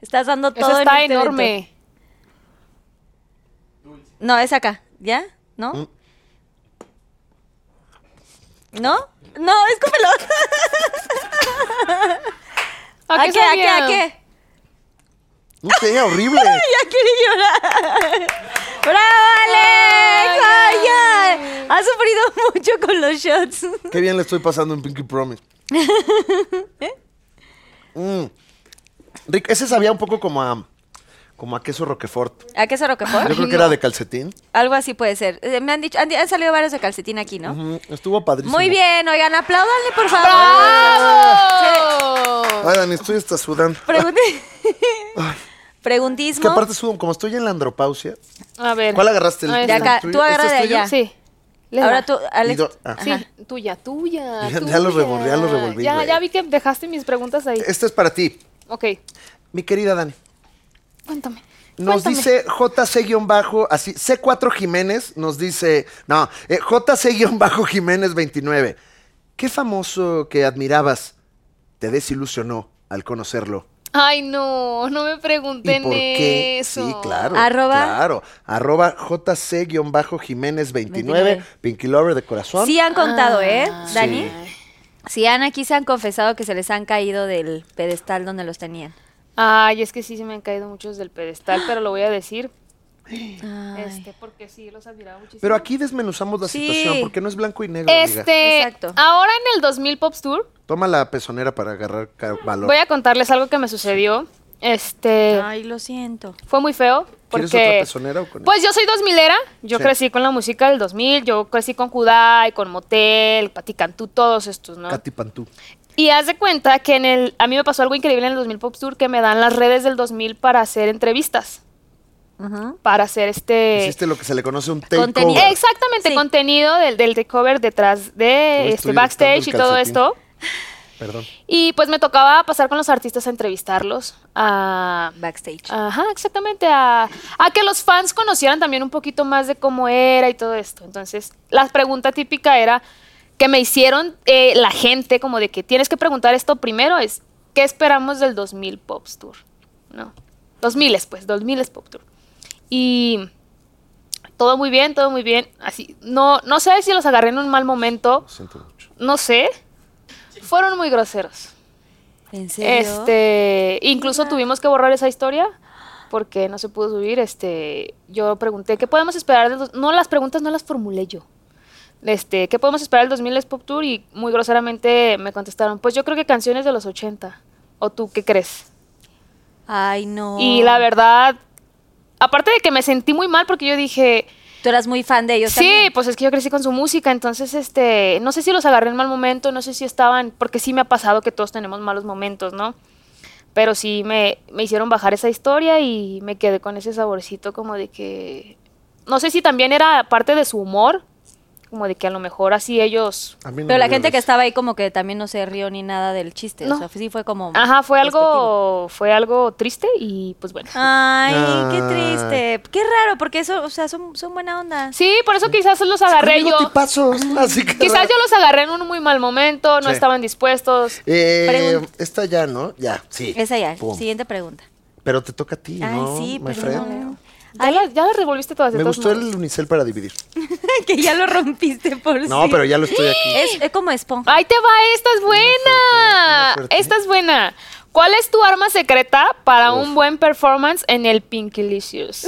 C: Estás dando todo
E: Eso está
C: en este evento.
E: enorme.
C: No, es acá. ¿Ya? ¿No? ¿No? No, escúpelo.
E: ¿A qué
C: ¿A qué?
E: sabía?
C: ¿A qué?
D: No sé, horrible.
C: Ya quiere llorar. ¡Bravo, Alex! Oye, Ha sufrido mucho con los shots.
D: Qué bien le estoy pasando en Pinky Promise. Mm. Rick, ese sabía un poco como a, como a queso Roquefort.
C: ¿A qué se
D: Yo
C: Roquefort?
D: creo que era de calcetín.
C: Algo así puede ser. Eh, Me han dicho, han, han salido varios de calcetín aquí, ¿no?
D: Mm, Estuvo padrísimo.
C: Muy bien, oigan, apláudanle, por favor.
E: ¡Ah! ¡Bravo!
D: Ay, Dani, estoy hasta sudando.
C: Pregunti-
D: Es que
C: Preguntismo.
D: aparte sudo, como estoy en la andropausia.
E: A ver.
D: ¿Cuál agarraste? ¿El-
E: Ahí
D: el
C: de
E: está.
C: acá,
D: tuyo?
C: tú agarra
D: ¿Este es
C: de
D: tuyo?
C: allá.
E: Sí. Le
C: Ahora
E: da.
C: tú,
D: Y
C: Alex.
D: do- ah.
E: Sí,
C: Ajá.
E: tuya, tuya.
D: Ya- ya lo
E: tuya.
D: revolví, ya lo revolví,
E: Ya,
D: güey.
E: ya vi que dejaste mis preguntas ahí.
D: Este es para ti,
E: Ok,
D: mi querida Dani.
E: cuéntame.
D: Nos
E: Cuéntame.
D: dice JC-bajo, así, C4 Jiménez nos dice, no, eh, JC-bajo Jiménez 29. ¿Qué famoso que admirabas te desilusionó al conocerlo?
E: Ay, no, no me
D: ¿Y
E: pregunten
D: por qué?
E: eso.
D: Sí, claro.
C: Arroba.
D: Claro. Arroba JC-Jiménez 29,
C: 29.
D: Pinky Lover de corazón.
C: Sí han contado, ¿eh,
D: Sí.
C: Dani? Sí, han aquí se han confesado que se les han caído del pedestal donde los tenían.
E: Ay, es que sí se me han caído muchos del pedestal, pero lo voy a decir. Este, porque sí los admiraba muchísimo.
D: Pero aquí desmenuzamos la
C: Sí.
D: situación porque no es blanco y negro, amiga.
E: Este,
C: Exacto.
E: ahora en el 2000 Pops Tour,
D: Toma la pezonera para agarrar ca- valor.
E: voy a contarles algo que me sucedió. Este,
C: Ay, lo siento.
E: fue muy feo
D: ¿Quieres
E: porque
D: otra pezonera o con
E: pues yo soy 2000era, yo
D: Sí.
E: crecí con la música del 2000, yo crecí con Judá y con Motel, Paticantú, todos estos, ¿no?
D: Katy Pantú?
E: Y haz de cuenta que en el a mí me pasó algo increíble en el 2000 Pop Tour que me dan las redes del 2000 para hacer entrevistas, para hacer este
D: Hiciste lo que se le conoce un
C: Eh, Contenido.
D: takeover.
E: Exactamente,
C: Sí.
E: contenido del, del takeover detrás de este
D: estoy
E: backstage y
D: levantando
E: todo
D: el calcetín.
E: esto.
D: Perdón.
E: Y pues me tocaba pasar con los artistas a entrevistarlos, a,
C: Backstage.
E: ajá, exactamente, a, a que los fans conocieran también un poquito más de cómo era y todo esto. Entonces, la pregunta típica era que me hicieron eh, la gente, como de que tienes que preguntar esto primero, es, ¿qué esperamos del 2000 Pops Tour? No, 2000 pues, 2000 Pop Tour. Y todo muy bien, todo muy bien. Así, no, no sé si los agarré en un mal momento,
D: Lo siento mucho.
E: no sé. Fueron muy groseros.
C: ¿En serio?
E: Este, incluso tuvimos que borrar esa historia porque no se pudo subir. Este, yo pregunté qué podemos esperar del dos- no las preguntas no las formulé yo. Este, qué podemos esperar del 2000 es Pop Tour y muy groseramente me contestaron, pues yo creo que canciones de los 80. ¿O tú qué crees?
C: Ay, no.
E: Y la verdad, aparte de que me sentí muy mal porque yo dije,
C: Tú eras muy fan de ellos
E: sí,
C: también.
E: pues es que yo crecí con su música, entonces este, no sé si los agarré en mal momento, no sé si estaban, porque sí me ha pasado que todos tenemos malos momentos, ¿no? Pero sí me, me hicieron bajar esa historia y me quedé con ese saborcito como de que, no sé si también era parte de su humor, como de que a lo mejor así ellos,
D: A mí no
C: Pero la
D: me
C: gente que
D: ves.
C: estaba ahí como que también no se rió ni nada del chiste. O
E: No.
C: sea, sí fue como...
E: ajá, fue
C: despectivo. Ah.
E: algo, fue algo triste y pues bueno.
C: Ay, qué
D: Ay.
C: triste. Qué raro, porque eso, o sea, son, son buena onda.
E: Sí, por eso quizás los agarré
D: Conmigo
E: yo,
D: tipazos, así que
E: quizás yo los agarré en un muy mal momento, no
D: Sí.
E: estaban dispuestos.
D: Eh,
C: Pregunta.
D: esta ya, ¿no? Ya, sí.
C: Esa ya,
D: Pum.
C: siguiente pregunta.
D: Pero te toca a ti,
C: Ay,
D: ¿no?
C: sí,
D: my
C: perdón.
D: friend?
E: Ya, la- ya las revolviste todas. de
D: Me
E: todos
D: gustó
E: modos.
D: el unicel para dividir.
C: que ya lo rompiste por
D: No,
C: sí.
D: pero ya lo estoy aquí.
C: Es, es como esponja.
E: Ahí te va, esta es
D: buena
E: buena.
D: suerte.
E: Esta es buena. ¿Cuál es tu arma secreta para
D: Uf.
E: un buen performance en el Pinkylicious?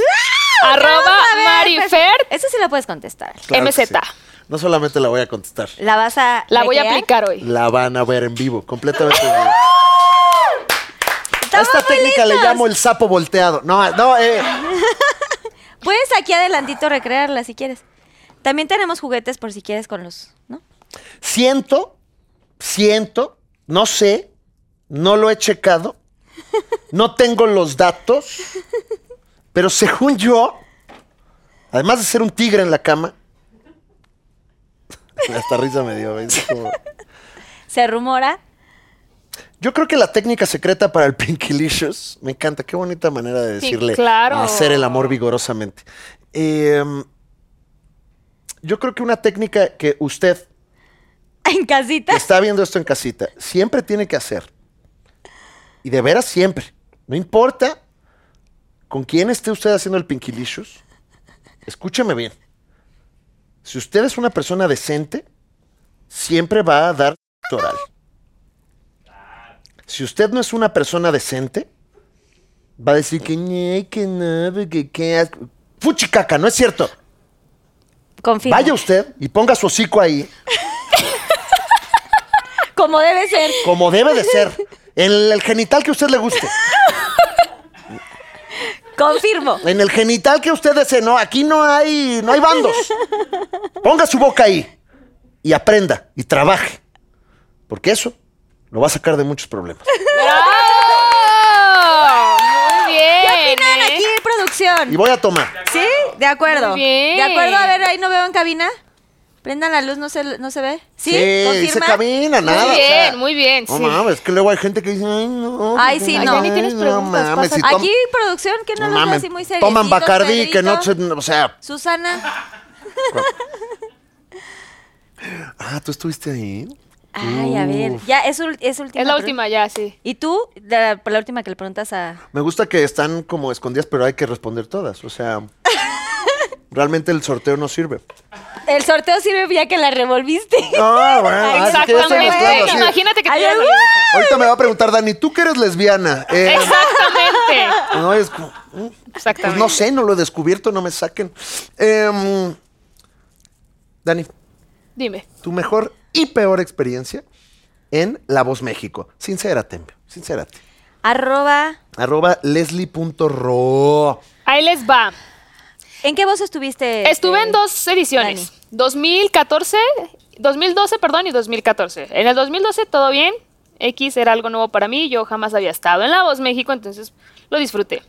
E: Arroba Marifer.
C: Eso sí la puedes contestar.
D: Claro que
E: MZ.
D: sí. No solamente la voy a contestar,
C: La vas a.
E: La voy a
C: recrear.
E: aplicar hoy.
D: la van a ver en vivo, completamente en vivo. A
C: Estamos
D: esta
C: muy
D: técnica
C: listos.
D: le llamo el sapo volteado. No, no, eh.
C: Puedes aquí adelantito recrearla si quieres. También tenemos juguetes por si quieres con los. ¿No?
D: Siento, siento, no sé, no lo he checado, no tengo los datos, pero según yo, además de ser un tigre en la cama, hasta risa me dio. ¿ves? Como-
C: Se rumora.
D: Yo creo que la técnica secreta para el Pinkylicious, me encanta, qué bonita manera de
E: Sí,
D: decirle
E: claro.
D: hacer el amor vigorosamente. Eh, yo creo que una técnica que usted
C: En casita.
D: que está viendo esto en casita, siempre tiene que hacer. Y de veras siempre. No importa con quién esté usted haciendo el Pinkylicious, escúcheme bien. Si usted es una persona decente, siempre va a dar oral. Si usted no es una persona decente, va a decir que "Ay, que no, que qué asco". fuchicaca, no es cierto.
C: Confirmo.
D: Vaya usted y ponga su hocico ahí.
C: Como debe ser.
D: Como debe de ser. En el genital que a usted le guste.
C: Confirmo.
D: En el genital que usted desee. No, aquí no hay, no hay bandos. Ponga su boca ahí. Y aprenda. Y trabaje. Porque eso lo va a sacar de muchos problemas.
E: ¡Bravo! Muy bien.
C: ¿Qué opinan
E: ¿eh?
C: aquí de
D: Y
C: producción?
D: voy a tomar.
C: Sí, de acuerdo.
E: Muy bien.
C: De acuerdo, a ver, ahí no veo en cabina. Prendan la luz, ¿no se, no se ve? Sí,
D: dice
C: confirma.
D: Camina, nada. o
E: Muy
D: sea,
E: bien, muy bien.
D: No
E: sí.
D: mames, que luego hay gente que dice, ay, no.
C: Ay, sí, no.
E: Dani, tienes
D: No
E: preguntas,
D: mames, si
E: pásale.
D: tom-
C: Aquí, producción, que no,
D: no
C: los ve
D: mames,
C: así muy serios.
D: Toman Bacardí, que no se, o sea,
C: Susana.
D: ah, tú estuviste ahí.
C: Ay, a ver. Ya, es, ul- es última.
E: Es la
C: pregunta.
E: última ya, sí.
C: ¿Y tú? La, la última que le preguntas a...
D: Me gusta que están como escondidas, pero hay que responder todas. O sea, realmente el sorteo no sirve.
C: El sorteo sirve ya que la revolviste.
D: Ah, bueno,
C: Ay,
D: ah, sí que yo estoy
E: Exactamente.
D: mezclando así.
E: Imagínate que tú
C: Ay,
E: ya
C: ay,
E: sabías.
D: Ahorita me va a preguntar Dani, ¿tú que eres lesbiana? Eh,
E: Exactamente.
D: Pues no, es como, mm, pues
E: Exactamente.
D: no sé, no lo he descubierto, no me saquen. Em, Dani,
E: Dime.
D: tu mejor y peor experiencia en La Voz México. Sincérate, sincérate.
C: Arroba...
D: Arroba leslie.ro.
E: Ahí les va.
C: ¿En qué voz estuviste?
E: Estuve en
C: este?
E: dos ediciones, 2014, 2012, perdón, y 2014. En el 2012 todo bien, X era algo nuevo para mí, yo jamás había estado en La Voz México, entonces lo disfruté.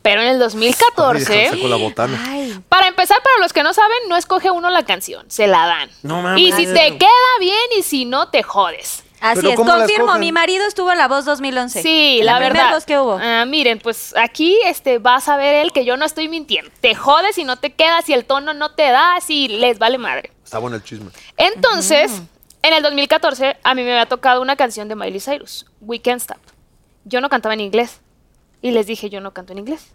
E: Pero en el
D: Ay,
E: 2014,
D: hija, sacó la botana.
C: Ay,
E: para empezar, para los que no saben, no escoge uno la canción, se la dan.
D: No mames.
E: y si te queda bien y si no, te jodes.
C: así
D: Pero
C: es.
D: ¿cómo la
C: Confirmo,
D: escogen?
C: mi marido estuvo en la voz 2011.
E: Sí, la,
C: primer
E: verdad.
C: voz que hubo.
E: Ah, miren, pues aquí este, vas a ver él que yo no estoy mintiendo. Te jodes si no te quedas, si el tono no te da, si les vale madre.
D: Está bueno el chisme.
E: Entonces, en el 2014 a mí me había tocado una canción de Miley Cyrus, We Can't Stop. Yo no cantaba en inglés y les dije, yo no canto en inglés.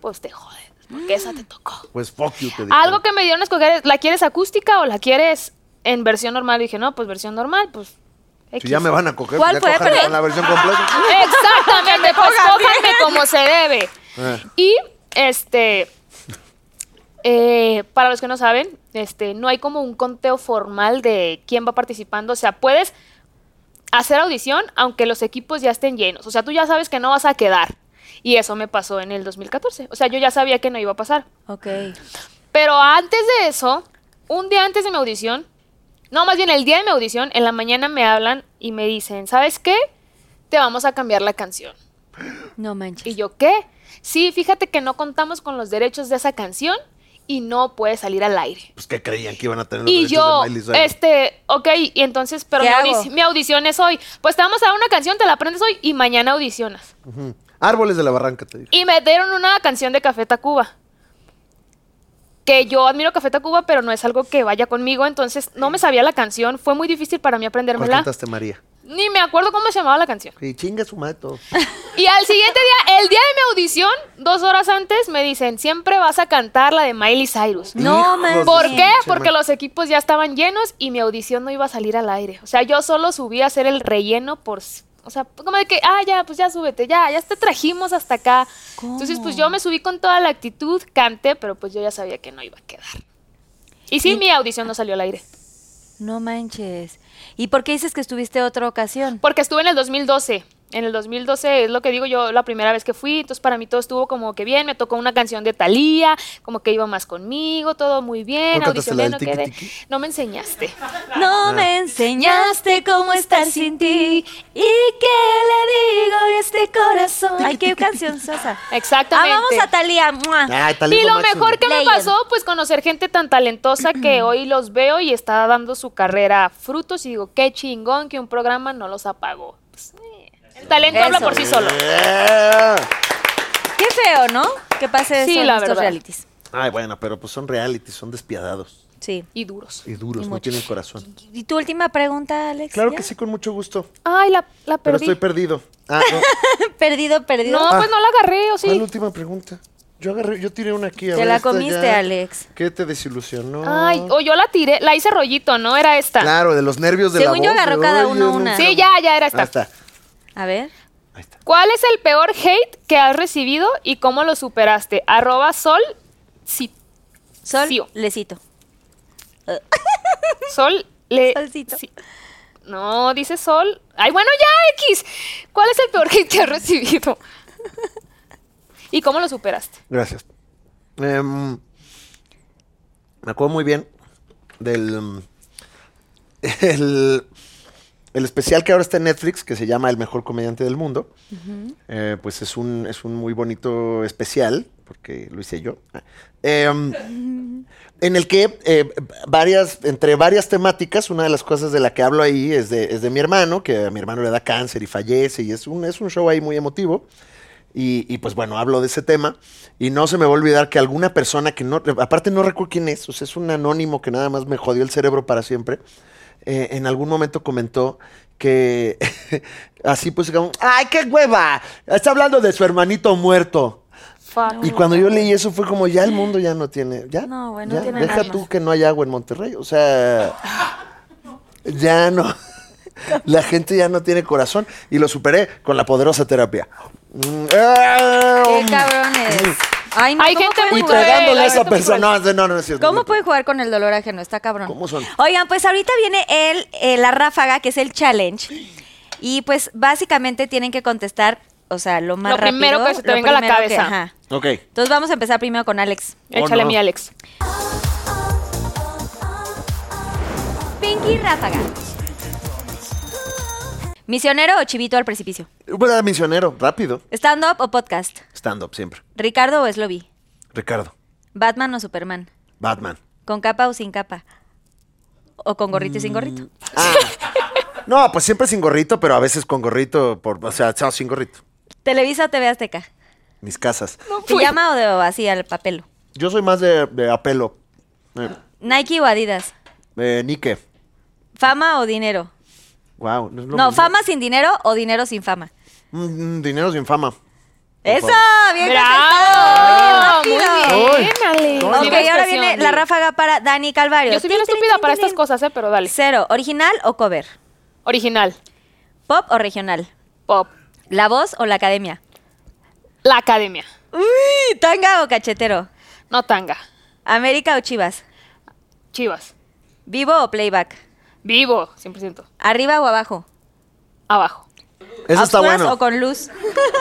E: Pues te jodes, porque esa te tocó.
D: Pues fuck you, te dije.
E: Algo que me dieron a escoger es, ¿la quieres acústica o la quieres en versión normal? Y dije, no, pues versión normal, pues...
D: Si
E: X".
D: ya me van a coger,
C: ¿Cuál
D: ya
C: fue?
D: cojan
C: Pero-
D: la versión completa.
E: Ah. Exactamente, pues cójanme como se debe.
D: Eh.
E: Y este, eh, para los que no saben, este, no hay como un conteo formal de quién va participando. O sea, puedes hacer audición aunque los equipos ya estén llenos. O sea, tú ya sabes que no vas a quedar. Y eso me pasó en el 2014. O sea, yo ya sabía que no iba a pasar.
C: Ok.
E: Pero antes de eso, un día antes de mi audición, no, más bien el día de mi audición, en la mañana me hablan y me dicen, ¿sabes qué? Te vamos a cambiar la canción.
C: No manches.
E: ¿Y yo qué? Sí, fíjate que no contamos con los derechos de esa canción y no puede salir al aire.
D: Pues que creían que iban a tener los
E: Y
D: derechos
E: yo,
D: de Miley Cyrus.
E: este, ok, y entonces, pero mi,
C: ¿Qué
E: audi-
C: hago?
E: mi audición es hoy. Pues te vamos a dar una canción, te la aprendes hoy y mañana audicionas.
D: Ujú. Árboles de la barranca, te dije.
E: Y me dieron una canción de Café Tacuba. Que yo admiro Café Tacuba, pero no es algo que vaya conmigo, entonces no me sabía la canción, fue muy difícil para mí
D: ¿Cuál
E: aprendérmela.
D: cantaste, María?
E: Ni me acuerdo cómo se llamaba la canción.
D: Y chinga su mato.
E: Y al siguiente día, el día de mi audición, dos horas antes, me dicen, siempre vas a cantar la de Miley Cyrus.
C: No
D: Hijos
C: manches.
D: de
E: ¿Por
D: su
E: qué?
D: pinche
E: Porque
D: madre.
E: los equipos ya estaban llenos y mi audición no iba a salir al aire. O sea, yo solo subí a hacer el relleno por... s- O sea, como de que, ah, ya, pues ya súbete, ya, ya te trajimos hasta acá. Entonces, pues yo me subí con toda la actitud, canté, pero pues yo ya sabía que no iba a quedar. Y sí, mi audición no salió al aire.
C: No manches. ¿Y por qué dices que estuviste otra ocasión?
E: Porque estuve en el 2012. En el 2012 es lo que digo yo, la primera vez que fui, entonces para mí todo estuvo como que bien, me tocó una canción de Thalía, como que iba más conmigo, todo muy bien,
D: ¿No cantaste
E: audicioné,
D: la del
E: no
D: tiki,
E: quedé.
D: tiki?
E: No me enseñaste.
D: Ah.
C: No me enseñaste cómo estar sin ti. ¿Y qué le digo a este corazón? Ay, qué canción sosa.
E: Exactamente.
C: Ah, vamos a Talía. ¡mua!
D: Ay, tal
E: y lo mejor que me
C: Legend.
E: pasó, pues conocer gente tan talentosa que hoy los veo y está dando su carrera a frutos y digo, qué chingón que un programa no los apagó. Pues, eh, el talento habla
C: Eso.
E: por sí solo.
D: Eh.
C: Qué feo, ¿no? Que pase eso
E: Sí,
C: en
E: la
C: estos
E: verdad.
C: realities.
D: Ay, bueno, pero pues son reality, son despiadados
C: Sí.
E: Y duros.
D: y
C: Y
D: duros, no
C: mucho.
D: tienen corazón.
C: ¿Y tu última pregunta, Alex?
D: Claro
C: ¿Ya?
D: que sí, con mucho gusto.
E: Ay, la, la
D: Pero
E: perdí.
D: estoy Ah. perdido. Ah, no.
C: Perdido, perdido.
E: no, pues no la agarré, o sí.
D: ¿Cuál última pregunta? Yo agarré, yo tiré una aquí. a
C: Te
D: ver,
C: la
D: esta
C: comiste,
D: ya.
C: Alex.
D: ¿Qué te desilusionó?
E: Ay, o yo la tiré, la hice rollito, ¿no? Era esta.
D: Claro, de los nervios de
C: Según
D: la
C: yo
D: voz. de,
C: agarró cada
D: "Ay,
C: uno
D: yo no-
C: una.
E: Sí, ya, ya era esta.
D: Ahí está.
C: A ver.
D: Ahí está.
E: ¿Cuál es el peor hate que has recibido y cómo lo superaste? Arroba sol, sí,
C: Sol,
E: Sigo.
C: lecito.
E: sol, le,
C: Solcito.
E: sí. No, dice sol. Ay, bueno, ya, X. ¿Cuál es el peor hate que has recibido? ¿Y cómo lo superaste?
D: Gracias. Em, me acuerdo muy bien del. em, el- el especial que ahora está en Netflix, que se llama El mejor comediante del mundo, eh, pues es un, es un muy bonito especial, porque lo hice yo. Ah. Em, en el que eh, varias, entre varias temáticas, una de las cosas de la que hablo ahí es de, es de mi hermano, que a mi hermano le da cáncer y fallece, y es un, es un show ahí muy emotivo. Y, y, pues bueno, hablo de ese tema y no se me va a olvidar que alguna persona que no, aparte no recuerdo quién es, o sea, es un anónimo que nada más me jodió el cerebro para siempre, eh, en algún momento comentó que así pues, como, ¡ay, qué hueva! Está hablando de su hermanito muerto.
E: Fuck.
D: Y cuando yo leí eso fue como, ya el mundo ya no tiene, ya,
C: No, güey, no
D: ya,
C: tiene
D: deja
C: nada.
D: tú que no hay agua en Monterrey, o sea, ya no, la gente ya no tiene corazón y lo superé con la poderosa terapia. Mm, ¡eh! mm.
C: ¡Qué cabrones! Ay, no,
E: Oh. Hay
C: ¿cómo
E: gente
C: pueden
E: muy
D: Y
C: jugar?
D: pegándole a
E: Ay,
D: esa
E: no,
D: persona. No, no, no es cierto.
C: pues, ¿Cómo
D: no.
C: pueden jugar con el dolor ajeno? Está cabrón.
D: ¿Cómo son?
C: Oigan, pues ahorita viene el, eh, la ráfaga, que es el challenge. Y pues básicamente tienen que contestar, o sea, lo más
E: Lo
C: rápido.
E: primero que se te
C: lo
E: venga a la
C: primero que-
E: cabeza.
C: ajá.
D: Ok.
C: Entonces vamos a empezar primero con Alex.
E: Échale
D: Oh, no.
E: mi Alex.
C: Pinky ráfaga. ¿Misionero o chivito al precipicio?
D: Bueno, misionero, rápido.
C: ¿Stand-up o podcast?
D: Stand-up siempre.
C: ¿Ricardo o Slobby?
D: Ricardo.
C: ¿Batman o Superman?
D: Batman.
C: ¿Con capa o sin capa? ¿O con gorrito y sin gorrito?
E: Mm.
D: Ah. No, pues siempre sin gorrito, pero a veces con gorrito, por, o sea, chao, sin gorrito.
C: ¿Televisa o TV Azteca?
D: Mis casas.
C: ¿Pijama o de, o así al papel?
D: Yo soy más de, de apelo. Eh,
C: ¿Nike o Adidas?
D: eh, Nike.
C: ¿Fama o dinero?
D: Wow.
C: No, fama sin dinero o dinero sin fama.
D: Mm, dinero sin fama.
C: ¡Eso! ¡Bien contestado!
E: ¡Bravo! Muy
C: Oye, rápido.
E: bien, Alex.
D: Uy.
C: Ok,
E: Libre
C: ahora
E: expresión,
C: viene la
E: libre.
C: ráfaga para Dani Calvario.
E: Yo soy bien
C: Tin, tin,
E: estúpida
C: tin,
E: para
C: tin,
E: estas
C: tin.
E: cosas, eh, pero dale.
C: Cero. ¿Original o cover?
E: Original,
C: ¿Pop o regional?
E: pop,
C: ¿La voz o la academia?
E: la academia,
C: ¡Uy! ¿Tanga o cachetero?
E: no tanga,
C: ¿América o Chivas?
E: chivas,
C: ¿Vivo o playback?
E: vivo, 100%,
C: ¿Arriba o abajo?
E: abajo,
D: Eso
C: ¿A
D: está
C: oscuras
D: bueno.
C: o con luz?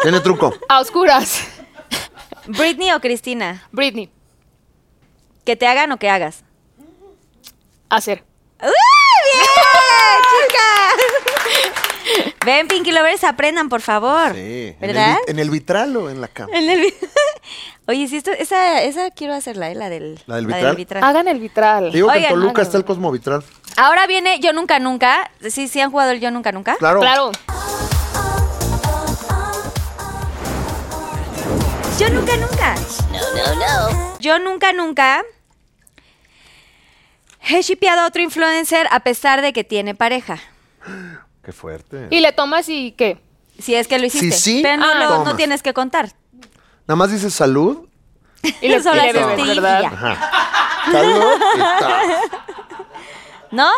D: Tiene truco.
E: a oscuras,
C: ¿Britney o Cristina?
E: Britney,
C: ¿Que te hagan o que hagas?
E: hacer.
C: ¡Uh, ¡Bien, chicas! Ven, Pinky Lovers, aprendan, por favor.
D: Sí. En el
C: ¿Verdad?
D: vi- En el, vitral o en la cama.
C: En el vi- Oye, sí, esto- esa, esa quiero hacerla, ¿eh? la del,
D: ¿La del vitral?
E: Hagan el vitral.
D: Digo que en
C: Oigan,
D: Toluca
E: háganlo.
D: está el Cosmovitral.
C: Ahora viene Yo Nunca Nunca. Sí, sí han jugado el Yo Nunca Nunca.
D: Claro.
E: Claro,
C: Yo Nunca Nunca. Yo Nunca Nunca. He shipeado a otro influencer a pesar de que tiene pareja.
D: Qué fuerte.
E: y le tomas y ¿qué?
C: Si es que lo
D: Sí,
C: hiciste.
D: sí,
C: Pero no,
E: Ah.
C: luego no
D: tomas.
C: tienes que contar.
D: Nada más dices salud.
E: Y le,
C: Solo
E: y le
C: haces
E: bebes,
C: tip y
E: ¿verdad?
C: ya.
D: Ajá. Salud y ta.
C: ¿No?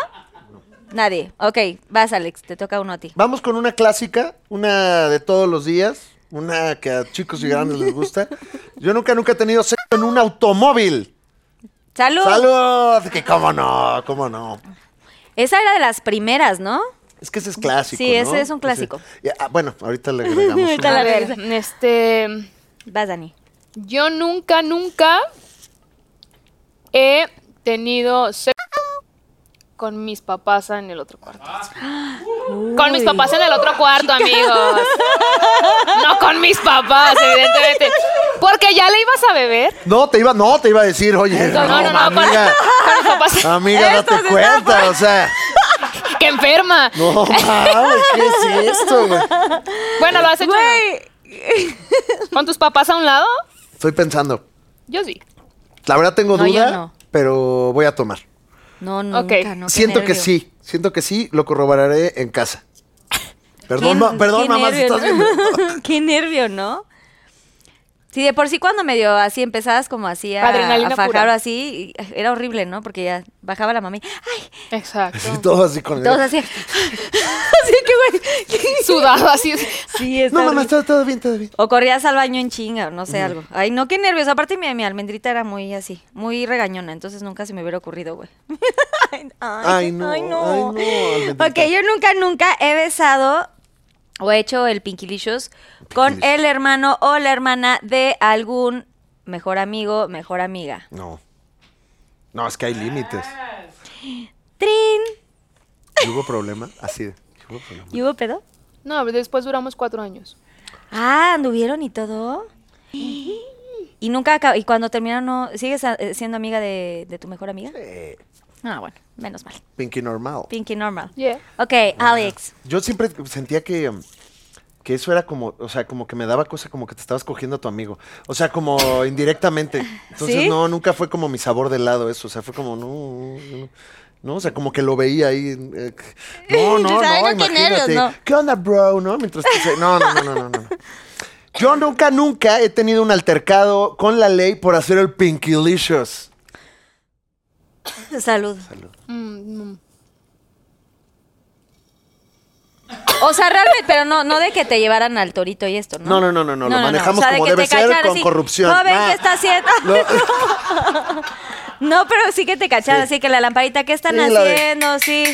C: Nadie. Ok, vas, Alex. Te toca uno a ti.
D: Vamos con una clásica, una de todos los días, una que a chicos y grandes les gusta. Yo nunca, nunca he tenido sexo en un automóvil.
C: ¡Salud!
D: ¡Salud! Que cómo no, cómo no.
C: Esa era de las primeras, ¿no?
D: Es que ese es clásico,
C: Sí, ese
D: ¿no?
C: es un clásico.
D: Ese- y, ah, bueno, ahorita le agregamos.
C: Ahorita
D: una.
E: A
C: la-
E: ver, este,
C: Vas, Dani.
E: yo nunca, nunca he tenido sexo con mis papás en el otro cuarto.
C: Ah.
E: Con mis papás en el otro cuarto, amigos. No con mis papás, evidentemente. Porque ya le ibas a beber.
D: No, te iba, no, te iba a decir, oye, no,
E: No, no, no, no,
D: amiga,
E: Con mis papás.
D: amiga,
C: Esto
D: Ah, date
C: se
D: cuenta, o sea,
E: ¡Qué enferma!
D: no mames, ¿qué es esto? güey?
E: Bueno, ¿lo has hecho?
C: Güey.
E: ¿Con tus papás a un lado?
D: Estoy pensando,
E: Yo sí.
D: la verdad tengo
C: No, yo
D: duda,
C: no.
D: pero voy a tomar.
C: No, nunca,
E: Ok.
C: no. qué
D: siento que
C: nervio.
D: sí, siento que sí, lo corroboraré en casa. Perdón,
C: Qué-
D: ma- perdón
C: qué
D: mamá, si
C: nervio,
D: estás viendo.
C: ¿no? Qué nervio, ¿no? Sí, de por sí cuando medio así empezabas como así a,
E: Adrenalina
C: a fajar
E: pura.
C: o así, y- era horrible, ¿no? Porque ya bajaba la mami. ¡Ay!
D: Sí,
E: Exacto.
D: todo así con el-
C: Todos así. así que, güey.
E: Sudado así.
C: Sí, está
D: No, mamá,
C: horrible.
D: está todo bien, todo bien.
C: O corrías al baño en chinga, o no sé, algo. Ay, no, qué nervios. Aparte, mi, mi almendrita era muy así, muy regañona, entonces nunca se me hubiera ocurrido, güey. ay,
D: Ay, no, ay, no, almendrita.
C: ok, yo nunca, nunca he besado o he hecho el pinquilicious con
D: Pinkilicious.
C: el hermano o la hermana de algún mejor amigo, mejor amiga.
D: No. No, es que hay límites.
C: ¡Trin!
D: ¿Y ¿Hubo problema? Así de.
C: ¿Y hubo pedo?
E: No, después duramos cuatro años.
C: Ah, anduvieron y todo. Y nunca acab- y cuando terminaron no sigues a- eh, siendo amiga de, de tu mejor amiga?
D: Eh,
C: Ah, bueno, menos mal.
D: Pinky normal.
C: Pinky normal.
E: Yeah.
C: Ok, Alex.
D: Yo siempre sentía que, mm, que eso era como, o sea, como que me daba cosa como que te estabas cogiendo a tu amigo. O sea, como indirectamente. Entonces,
C: ¿Sí?
D: no, nunca fue como mi sabor de helado eso. O sea, fue como, no, no, no, o sea, como que lo veía ahí. eh, no, no, no,
C: Dices, "Ay, no, qué
D: imagínate.
C: nervios, no".
D: ¿Qué onda, bro? ¿No? Mientras que se- No, no, no, no, no, no. Yo nunca, nunca he tenido un altercado con la ley por hacer el Pinkylicious.
C: Salud.
E: Mm, mm.
C: O sea, realmente, pero no, no de que te llevaran al torito y esto, ¿no?
D: No, no, no, no, no, lo manejamos
C: O sea, de
D: como
C: que
D: debe
C: te
D: ser,
C: cacharan
D: con
C: así,
D: corrupción.
C: Joven,
D: Ah.
C: ¿qué está haciendo?
D: Lo-
C: No, pero sí que te cacharon, así que la lamparita, ¿qué están
D: Sí, la de-
C: haciendo? Sí.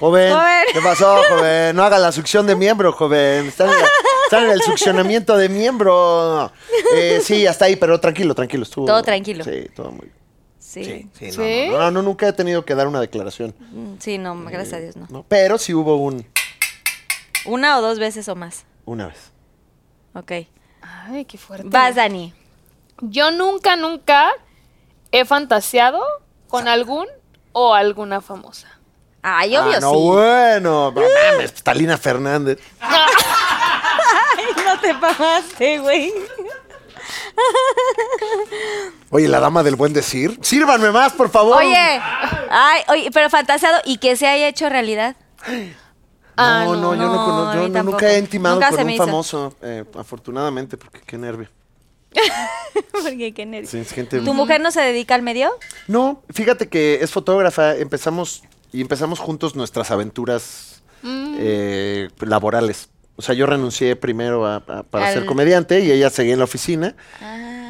D: Joven,
C: Joven.
D: ¿qué pasó, joven? No haga la succión de miembro, joven. Están en, la- están en el succionamiento de miembro. Eh, sí, hasta ahí, pero tranquilo, tranquilo. Estuvo,
C: Todo tranquilo.
D: Sí, todo muy
C: Sí.
D: Sí, sí, no,
E: ¿Sí?
D: No, no, no, nunca he tenido que dar una declaración.
C: Mm, Sí, no,
D: Eh.
C: gracias a Dios, no.
D: ¿no? Pero sí hubo un,
C: Una o dos veces o más.
D: una vez.
C: Ok.
E: Ay, qué fuerte.
C: Vas, Dani.
E: Yo nunca, nunca he fantaseado con algún o alguna famosa.
C: Ay, obvio
D: Ah, no,
C: sí.
D: bueno. no mames, pues, Talina Fernández.
C: No te pagaste, güey.
D: Oye, la dama del buen decir. Sírvanme más, por favor.
C: Oye, ay, oye, pero fantaseado y que se haya hecho realidad.
E: Ah,
D: No, no, yo no,
C: No,
D: conozco-
C: a
D: yo
C: mí
D: no-
C: tampoco.
D: nunca he intimado
C: Nunca
D: con
C: se
D: un
C: me hizo.
D: famoso, eh, afortunadamente, porque qué nervio.
C: Porque qué nervio.
D: Sí, es gente
C: ¿Tu mujer no se dedica al medio?
D: No, fíjate que es fotógrafa. Empezamos y empezamos juntos nuestras aventuras eh, laborales. O sea, yo renuncié primero a- a- para
C: Al-
D: ser comediante y ella seguía en la oficina.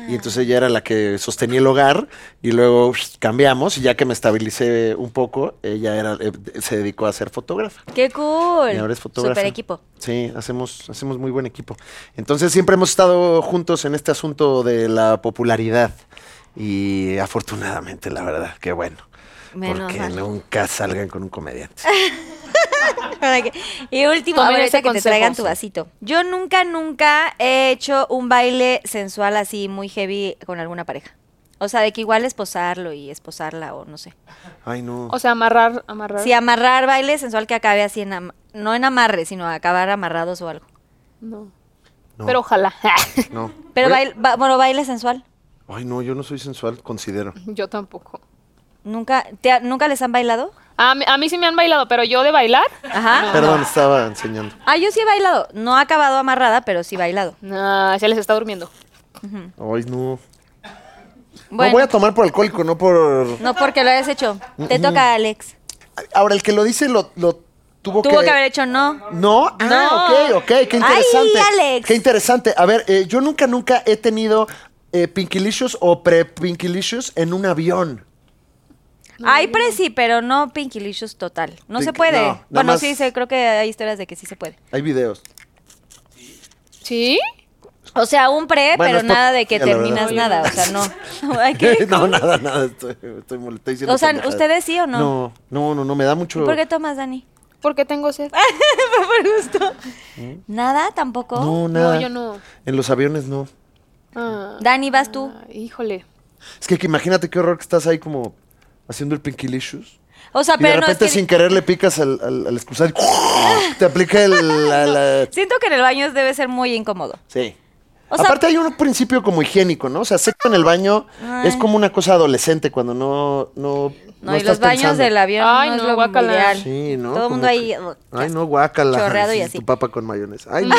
D: Y entonces ella era la que sostenía el hogar y luego ush, cambiamos y ya que me estabilicé un poco, ella era, eh, se dedicó a ser fotógrafa.
C: ¡Qué cool!
D: Y ahora es fotógrafa.
C: Super equipo.
D: Sí, hacemos, hacemos muy buen equipo. Entonces siempre hemos estado juntos en este asunto de la popularidad. Y afortunadamente, la verdad, qué bueno.
C: Menos
D: porque
C: mal.
D: nunca salgan con un comediante.
C: y último,
E: Tomen
C: a ver, ahorita
E: ese
C: que te
E: consejo.
C: traigan tu vasito. Yo nunca, nunca he hecho un baile sensual así muy heavy con alguna pareja. O sea, de que igual esposarlo y esposarla o no sé.
D: Ay, no.
E: O sea, amarrar, amarrar.
C: Sí, amarrar baile sensual que acabe así en am- no en amarre, sino acabar amarrados o algo.
E: No.
D: No.
E: Pero ojalá.
D: no.
C: Pero
D: Oye,
C: baile, ba- bueno, baile sensual.
D: Ay, no, yo no soy sensual, considero.
E: yo tampoco.
C: ¿Nunca, te ha- ¿Nunca les han bailado?
E: A mí, a mí sí me han bailado, pero yo de bailar.
C: Ajá.
D: Perdón, estaba enseñando.
C: Ah, yo sí he bailado. No ha acabado amarrada, pero sí he bailado.
E: No, se les está durmiendo.
D: Ay, no. No
C: Bueno,
D: voy a tomar por alcohólico, no por.
C: no porque lo hayas hecho. Te toca, Alex.
D: Ahora, el que lo dice lo, lo tuvo,
C: Tuvo que haber hecho no.
D: No, ah,
C: No.
D: ok, ok, qué interesante.
C: Ay, Alex.
D: Qué interesante. A ver, eh, yo nunca, nunca he tenido eh, Pinkylicious o pre-Pinkylicious en un avión.
C: Ay, pero sí, pero no Pinkylicious total. No se
D: Pink-
C: puede.
D: no, nada
C: bueno,
D: más-
C: sí, se, creo que hay historias de que sí se puede.
D: Hay videos.
E: ¿Sí?
C: O sea, un pre, Eh, pero
D: Bueno, esto-
C: nada de que
D: la verdad.
C: terminas nada. O sea, no. Ay, qué
D: no,
C: cool.
D: nada, nada. Estoy, estoy, mol- estoy diciendo
C: O sea,
D: pendejadas.
C: ¿ustedes sí o no?
D: No, no, no, no, me da mucho.
C: ¿Por qué tomas, Dani?
E: Porque tengo sed.
C: Por gusto. ¿Nada tampoco?
D: ¿Mm? No, nada.
E: No, yo no.
D: En los aviones no.
E: Ah,
C: Dani, vas tú.
E: híjole.
D: Es que, que imagínate qué horror que estás ahí como haciendo el Pinkylicious.
C: O sea,
D: Y de
C: pero no es
D: repente
C: que...
D: sin querer le picas al, al, al excusado y te aplica el, la- la-
C: Siento que en el baño debe ser muy incómodo.
D: Sí.
C: O sea-
D: Aparte hay un principio como higiénico, ¿no? O sea, sexo en el baño
C: Ay.
D: es como una cosa adolescente cuando no no
C: No,
D: no
C: y los
D: estás
C: baños
D: pensando.
C: del avión
E: Ay,
C: no, es
E: no,
C: lo
E: guácala.
C: ideal.
D: Sí, ¿no?
C: Todo el
D: Como
C: mundo ahí... uh,
D: que- Ay, no, guácala.
C: Chorreado y
D: Sí,
C: así.
D: Tu papa con mayonesa. Ay, no.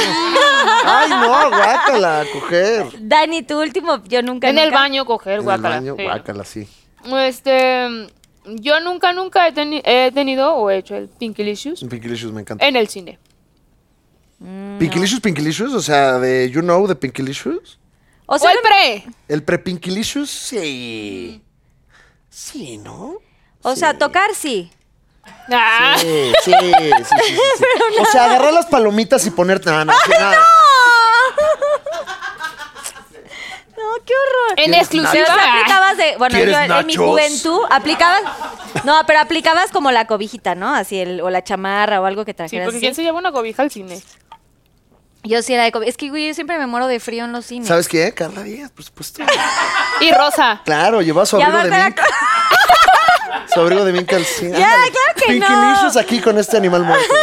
D: Ay, no, guácala, coger.
C: Dani, tu último, yo nunca...
E: En el
C: nunca-
E: baño coger,
D: En el
E: guácala.
D: baño,
E: Sí.
D: guácala, sí.
E: Este, yo nunca, nunca he, teni- he tenido o he hecho el Pinkylicious
D: Pinkilicious me encanta.
E: en el cine.
D: Pinkilicious, Pinkilicious, o sea, de You Know de Pinkilicious.
C: O
E: O,
C: sea,
E: el pre.
D: El pre-Pinkilicious, sí.
C: Mm.
D: Sí, ¿no?
C: o sea, tocar sí.
E: Ah,
D: Sí, sí, sí, sí, sí, sí. O sea, agarrar las palomitas y ponerte. No, no, sí, no.
C: No, qué horror.
E: En exclusiva.
C: Pero tú aplicabas de, bueno, yo
D: ¿Quieres
C: en mi
D: nachos?
C: juventud aplicabas, no, pero aplicabas como la cobijita, ¿no? Así el, o la chamarra o algo que
E: Sí,
C: trajeras.
E: porque
C: así.
E: ¿quién se lleva una cobija al cine?
C: Yo sí era de cobija. Es que güey, yo siempre me muero de frío en los cines.
D: ¿Sabes qué? Carla Díaz, por supuesto.
E: Y Rosa.
D: Claro, llevaba su
C: Ya
D: abrigo
C: va
D: de
C: para
D: mink. Su abrigo de mink al cine.
C: Ya, claro que
D: Pinky
C: no.
D: Licious aquí con este animal muerto.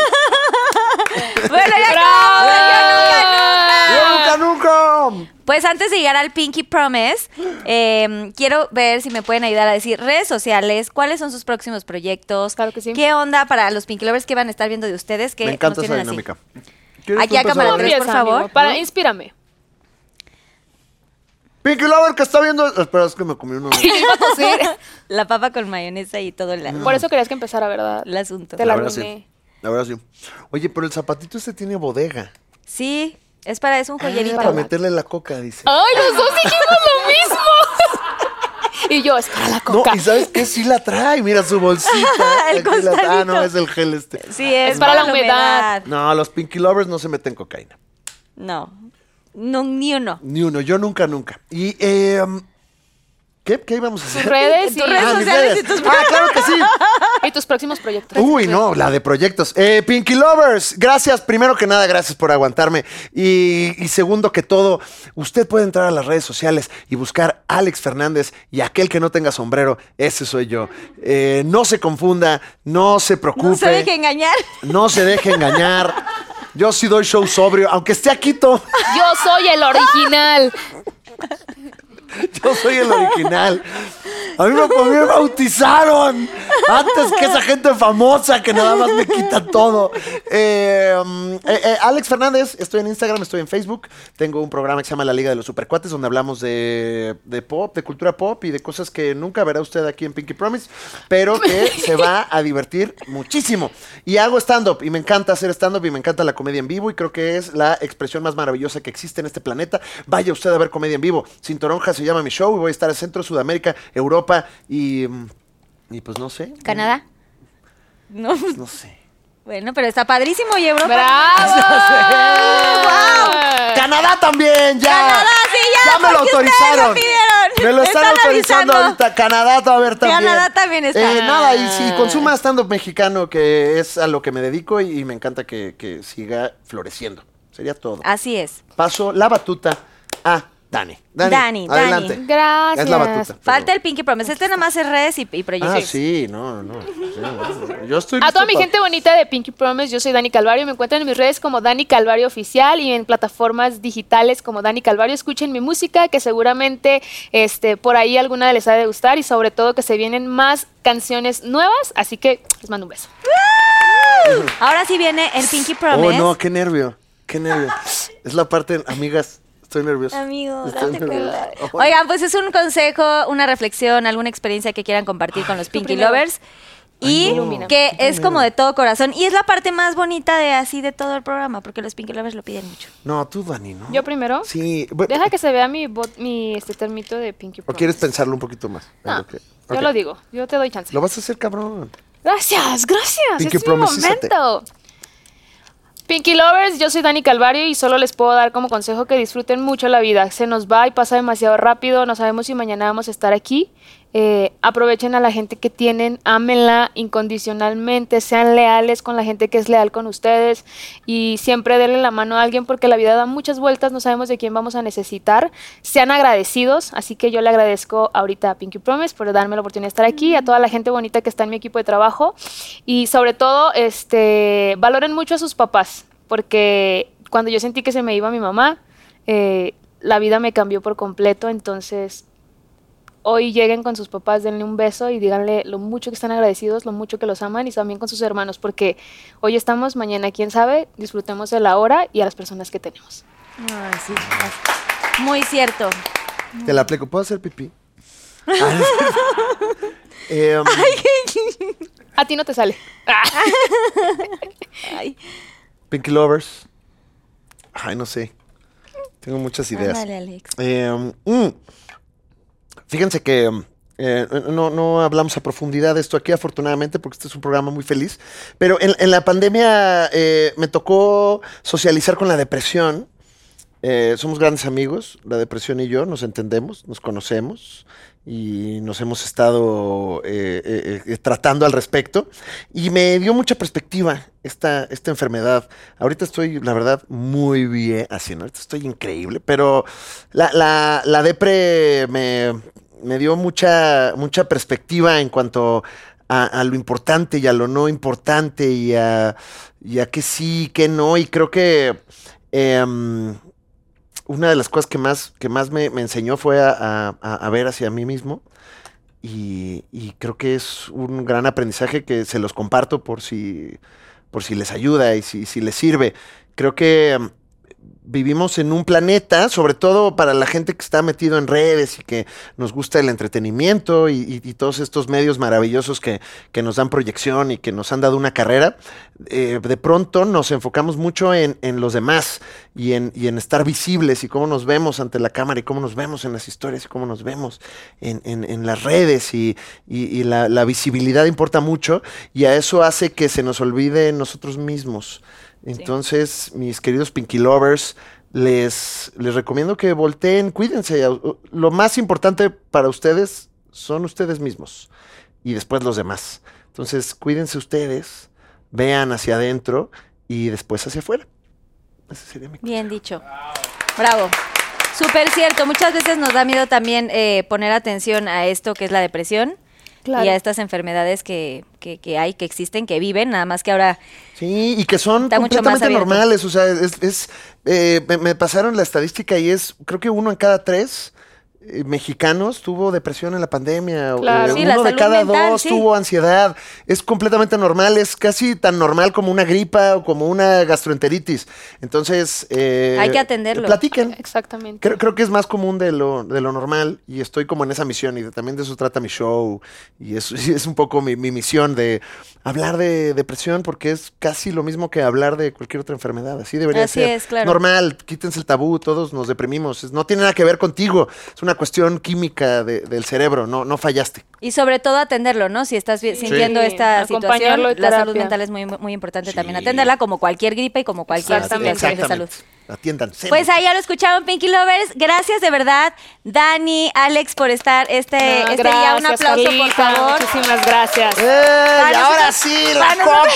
C: Bueno, ya acabamos, ya nunca, nunca.
D: ¡Nunca, nunca!
C: Pues antes de llegar al Pinky Promise, eh, quiero ver si me pueden ayudar a decir redes sociales, cuáles son sus próximos proyectos,
E: Claro que sí.
C: qué onda para los Pinky Lovers que van a estar viendo de ustedes. Que
D: Me encanta
C: nos
D: esa
C: tienen así.
D: dinámica. ¿Quieres
C: Aquí
D: tú
C: a
D: empezar,
C: cámara
E: ¿Cómo
D: Ale?
C: tres. por
E: empieza,
C: favor,
E: amigo? Para,
C: ¿no?
E: inspírame.
D: Pinky Lover que está viendo. Espera, es que me comí uno.
C: La papa con mayonesa y todo la-
E: Por eso querías que empezara, ¿verdad?
C: el asunto.
E: Te
D: La
E: la
D: verdad
E: arruiné.
D: sí. La verdad sí. Oye, pero el zapatito este tiene bodega.
C: Sí, es para, es un
D: Ah,
C: joyerito.
D: para meterle la coca, dice.
E: ¡Ay, los dos dijimos lo mismo! y yo, es para la
D: No,
E: coca.
D: y ¿sabes qué? Sí la trae. Mira su bolsita.
C: El
D: Aquí la- Ah,
C: costalito.
D: no, es el gel este. Ah.
C: sí, es,
E: Es para la humedad.
D: No, los Pinky Lovers no se meten cocaína.
C: No, no, ni uno.
D: Ni uno. Yo nunca, nunca. Y, eh... ¿Qué, ¿Qué íbamos a hacer?
E: redes y,
C: Tus redes
D: Ah, mis
C: sociales
D: redes.
C: y tus-
D: Ah, claro que sí.
E: y tus próximos proyectos.
D: Uy, no, la de proyectos. Eh, Pinky Lovers, gracias. Primero que nada, gracias por aguantarme. Y, y segundo que todo, usted puede entrar a las redes sociales y buscar Alex Fernández y aquel que no tenga sombrero, ese soy yo. Eh, no se confunda, no se preocupe.
C: No se deje engañar.
D: No se deje engañar. Yo sí doy show sobrio, aunque esté aquí todo.
E: Yo soy el original.
D: Yo soy el original. A mí me, a mí me bautizaron antes que esa gente famosa que nada más me quita todo. Eh, mm, eh, eh, Alex Fernández, estoy en Instagram, estoy en Facebook. Tengo un programa que se llama La Liga de los Supercuates, donde hablamos de, de pop, de cultura pop y de cosas que nunca verá usted aquí en Pinky Promise, pero que se va a divertir muchísimo. Y hago stand-up y me encanta hacer stand-up y me encanta la comedia en vivo y creo que es la expresión más maravillosa que existe en este planeta. Vaya usted a ver comedia en vivo. Cintoronja se llama mi show y voy a estar en Centro, Sudamérica, Europa y... mm, Y pues no sé.
C: ¿Canadá? No,
D: No sé.
C: bueno, pero está padrísimo y Europa.
E: ¡Bravo!
D: Canadá también, ya.
C: Canadá, sí, ya,
D: me lo
C: porque ustedes
D: autorizaron.
C: lo pidieron.
D: Me lo
C: Me
D: están,
C: están
D: autorizando
C: avisando.
D: ahorita. Canadá va a ver también.
C: Canadá también está.
D: Eh, nada, y, si consuma stand-up mexicano, que es a lo que me dedico y, y me encanta que, que siga floreciendo. Sería todo.
C: Así es.
D: Paso la batuta a Dani. Dani,
C: Dani,
D: adelante.
C: Dani.
E: Gracias.
D: Es la batuta.
C: Falta el Pinky Promise. Este nada más es redes y, y proyectos.
D: Ah, sí, no, no. Sí, no. Yo estoy
E: A
D: listo
E: toda mi
D: pa-
E: gente bonita de Pinky Promise, yo soy Dani Calvario. Me encuentran en mis redes como Dani Calvario Oficial y en plataformas digitales como Dani Calvario. Escuchen mi música, que seguramente este, por ahí alguna les ha de gustar y sobre todo que se vienen más canciones nuevas. Así que les mando un beso.
C: Ahora sí viene el Pinky
D: Oh,
C: Promise.
D: no, qué nervio. Qué nervio. Es la parte, amigas, estoy nervioso.
C: Amigo,
D: Estoy
C: date
D: nervioso.
C: cuenta.
D: Ay.
C: Oigan, pues es un consejo, una reflexión, alguna experiencia que quieran compartir con los
E: tú
C: Pinky
E: primero.
C: Lovers. Y
E: no.
C: que es como de todo corazón. Y es la parte más bonita de así de todo el programa, porque los Pinky Lovers lo piden mucho.
D: No, tú, Dani, ¿no?
E: Yo primero.
D: Sí. bu-
E: Deja que se vea mi, bot- mi este termito de Pinky
D: ¿O
E: Promise.
D: quieres pensarlo un poquito más?
E: No,
D: Ok,
E: Yo
D: ok.
E: lo digo, yo te doy chance.
D: Lo vas a hacer, cabrón.
E: Gracias, gracias. este
D: Pinky
E: es mi
D: Promise, sízate.
E: momento. Pinky Lovers, yo soy Dani Calvario y solo les puedo dar como consejo que disfruten mucho la vida. Se nos va y pasa demasiado rápido, no sabemos si mañana vamos a estar aquí. Eh, aprovechen a la gente que tienen, ámenla incondicionalmente, sean leales con la gente que es leal con ustedes y siempre denle la mano a alguien porque la vida da muchas vueltas, no sabemos de quién vamos a necesitar. Sean agradecidos, así que yo le agradezco ahorita a Pinky Promise por darme la oportunidad de estar aquí, a toda la gente bonita que está en mi equipo de trabajo y sobre todo, este, valoren mucho a sus papás porque cuando yo sentí que se me iba mi mamá, eh, la vida me cambió por completo, entonces hoy lleguen con sus papás, denle un beso y díganle lo mucho que están agradecidos, lo mucho que los aman y también con sus hermanos, porque hoy estamos, mañana quién sabe, disfrutemos de la hora y a las personas que tenemos.
C: Muy cierto.
D: Te la aplico. ¿Puedo hacer pipí? Ah. Em,
E: A ti no te sale.
D: Pinky Lovers. Ay, no sé. Tengo muchas ideas.
C: Ándale, Alex.
D: Eh, mm. Fíjense que mm, eh, no, no hablamos a profundidad de esto aquí, afortunadamente, porque este es un programa muy feliz. Pero en, en la pandemia eh, me tocó socializar con la depresión Eh, somos grandes amigos, la depresión y yo nos entendemos, nos conocemos y nos hemos estado eh, eh, eh, tratando al respecto. Y me dio mucha perspectiva esta, esta enfermedad. Ahorita estoy, la verdad, muy bien haciendo, ahorita estoy increíble, pero la, la, la depre me, me dio mucha, mucha perspectiva en cuanto a, a lo importante y a lo no importante y a, y a qué sí, qué no. Y creo que em, una de las cosas que más, que más me, me enseñó fue a, a- a- a ver hacia mí mismo. Y, y creo que es un gran aprendizaje que se los comparto por si, por si les ayuda y si, si les sirve. Creo que em, vivimos en un planeta, sobre todo para la gente que está metido en redes y que nos gusta el entretenimiento y, y- y todos estos medios maravillosos que, que nos dan proyección y que nos han dado una carrera, eh, de pronto nos enfocamos mucho en, en los demás y en, y en estar visibles y cómo nos vemos ante la cámara y cómo nos vemos en las historias y cómo nos vemos en, en- en las redes y, y- y la, la visibilidad importa mucho y a eso hace que se nos olvide nosotros mismos. Entonces, mis queridos Pinky Lovers, les, les recomiendo que volteen, cuídense. Au- Lo más importante para ustedes son ustedes mismos y después los demás. Entonces, cuídense ustedes, vean hacia adentro y después hacia afuera. Ese sería mi
C: Bien dicho. Bravo. Súper cierto. Muchas veces nos da miedo también eh, poner atención a esto que es la depresión
E: Claro.
C: y a estas enfermedades que, que- que hay, que existen, que viven, nada más que ahora...
D: Sí, y que son
C: Está mucho más
D: completamente
C: abierto.
D: normales. O sea, es, es, eh, me, me pasaron la estadística y es, creo que uno en cada tres eh, mexicanos tuvo depresión en la pandemia. o,
E: Claro.
D: eh,
C: Sí, la
D: uno de
C: salud
D: cada
C: mental,
D: dos
C: sí.
D: tuvo ansiedad. Es completamente normal, es casi tan normal como una gripa o como una gastroenteritis. Entonces, eh,
C: Hay que atenderlo.
D: Platiquen.
E: Exactamente.
D: Creo, creo que es más común de lo, de lo normal y estoy como en esa misión y de- también de eso trata mi show y es, y es un poco mi, mi misión de hablar de depresión porque es casi lo mismo que hablar de cualquier otra enfermedad. Así debería
C: Así
D: ser.
C: es, claro.
D: Normal, quítense el tabú, todos nos deprimimos. Es- No tiene nada que ver contigo, es una cuestión química de- del cerebro, no, no fallaste.
C: Y sobre todo atenderlo, ¿no? Si estás vi-
E: Sí.
C: sintiendo esta situación,
E: Acompañarlo
C: la
E: en
C: salud
E: terapia.
C: mental es muy, muy importante también
D: Sí.
C: atenderla, como cualquier gripe y como cualquier
E: Exactamente.
C: situación de salud.
D: Atiéndanse.
C: Pues ahí ya lo escucharon, Pinky Lovers. Gracias de verdad, Dani, Alex, por estar este,
E: No,
C: este día. Un
E: gracias,
C: aplauso, por
E: Carlita,
C: favor.
E: Muchísimas gracias.
D: ¡Eh! Y
C: nosotros-
D: ahora sí, la
C: para nosotros-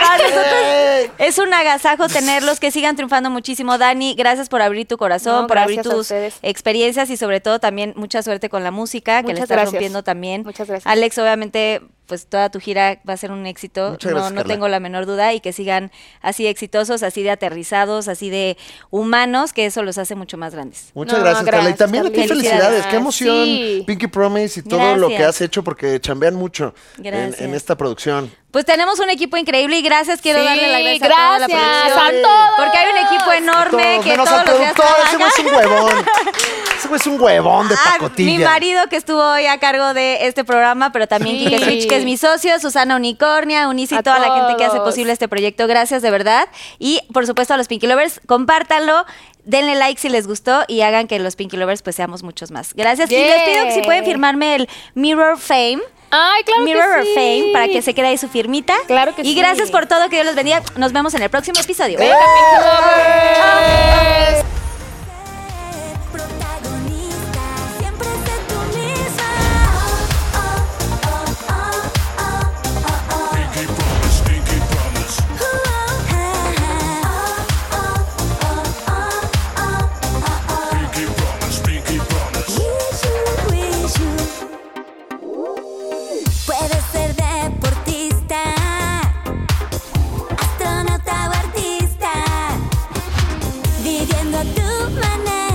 C: Para
D: coca.
C: nosotros
D: ¡Eh!
C: Es un agasajo tenerlos, que sigan triunfando muchísimo. Dani, gracias por abrir tu corazón,
E: No,
C: por abrir
E: gracias a
C: tus
E: ustedes.
C: experiencias y sobre todo también mucha suerte con la música, que
E: Muchas
C: la estás
E: gracias.
C: rompiendo también.
E: Muchas gracias.
C: Alex, obviamente, pues toda tu gira va a ser un éxito.
D: Muchas
C: no,
D: gracias,
C: no
D: Carla.
C: tengo la menor duda y que sigan así de exitosos, así de aterrizados, así de humanos, que eso los hace mucho más grandes.
D: Muchas
E: No,
D: gracias, Carla. Y
E: gracias,
D: también a ti
C: Carlita.
D: felicidades. Qué
E: Felicidades.
D: emoción,
E: Sí.
D: Pinky Promise y todo lo que
C: Gracias.
D: has hecho porque chambean mucho en-
C: Gracias.
D: En, esta producción.
C: Pues tenemos un equipo increíble y gracias, quiero
E: Sí,
C: darle las gracias, a toda la
E: gracias,
C: producción.
E: a todos.
C: Porque hay un equipo enorme
D: Todos,
C: que
D: menos
C: todos
D: al
C: los días
D: productor,
C: trabaja.
D: ese güey es un huevón. Ese güey es un huevón de
C: Ah,
D: pacotilla.
C: mi marido que estuvo hoy a cargo de este programa, pero también
E: Sí.
C: Kike Switch, que es mi socio, Susana Unicornia, Unice y
E: A
C: toda la gente que hace
E: todos.
C: posible este proyecto. Gracias, de verdad. Y por supuesto a los Pinky Lovers, compártanlo, denle like si les gustó y hagan que los Pinky Lovers pues seamos muchos más. Gracias. Y les pido que si pueden
E: Yeah.
C: firmarme el Mirror Fame.
E: Ay, claro
C: Mirror
E: que sí.
C: Fame para que se quede ahí su firmita.
E: Claro que
C: y
E: sí.
C: gracias por todo, que Dios los bendiga. Nos vemos en el próximo episodio.
F: ser protagonista, siempre sé tú misma.
B: Pinky Promise, Pinky Promise. Pinky Promise, Pinky Promise.
F: Puedes ser deportista, astronauta o artista, viviendo a tu manera.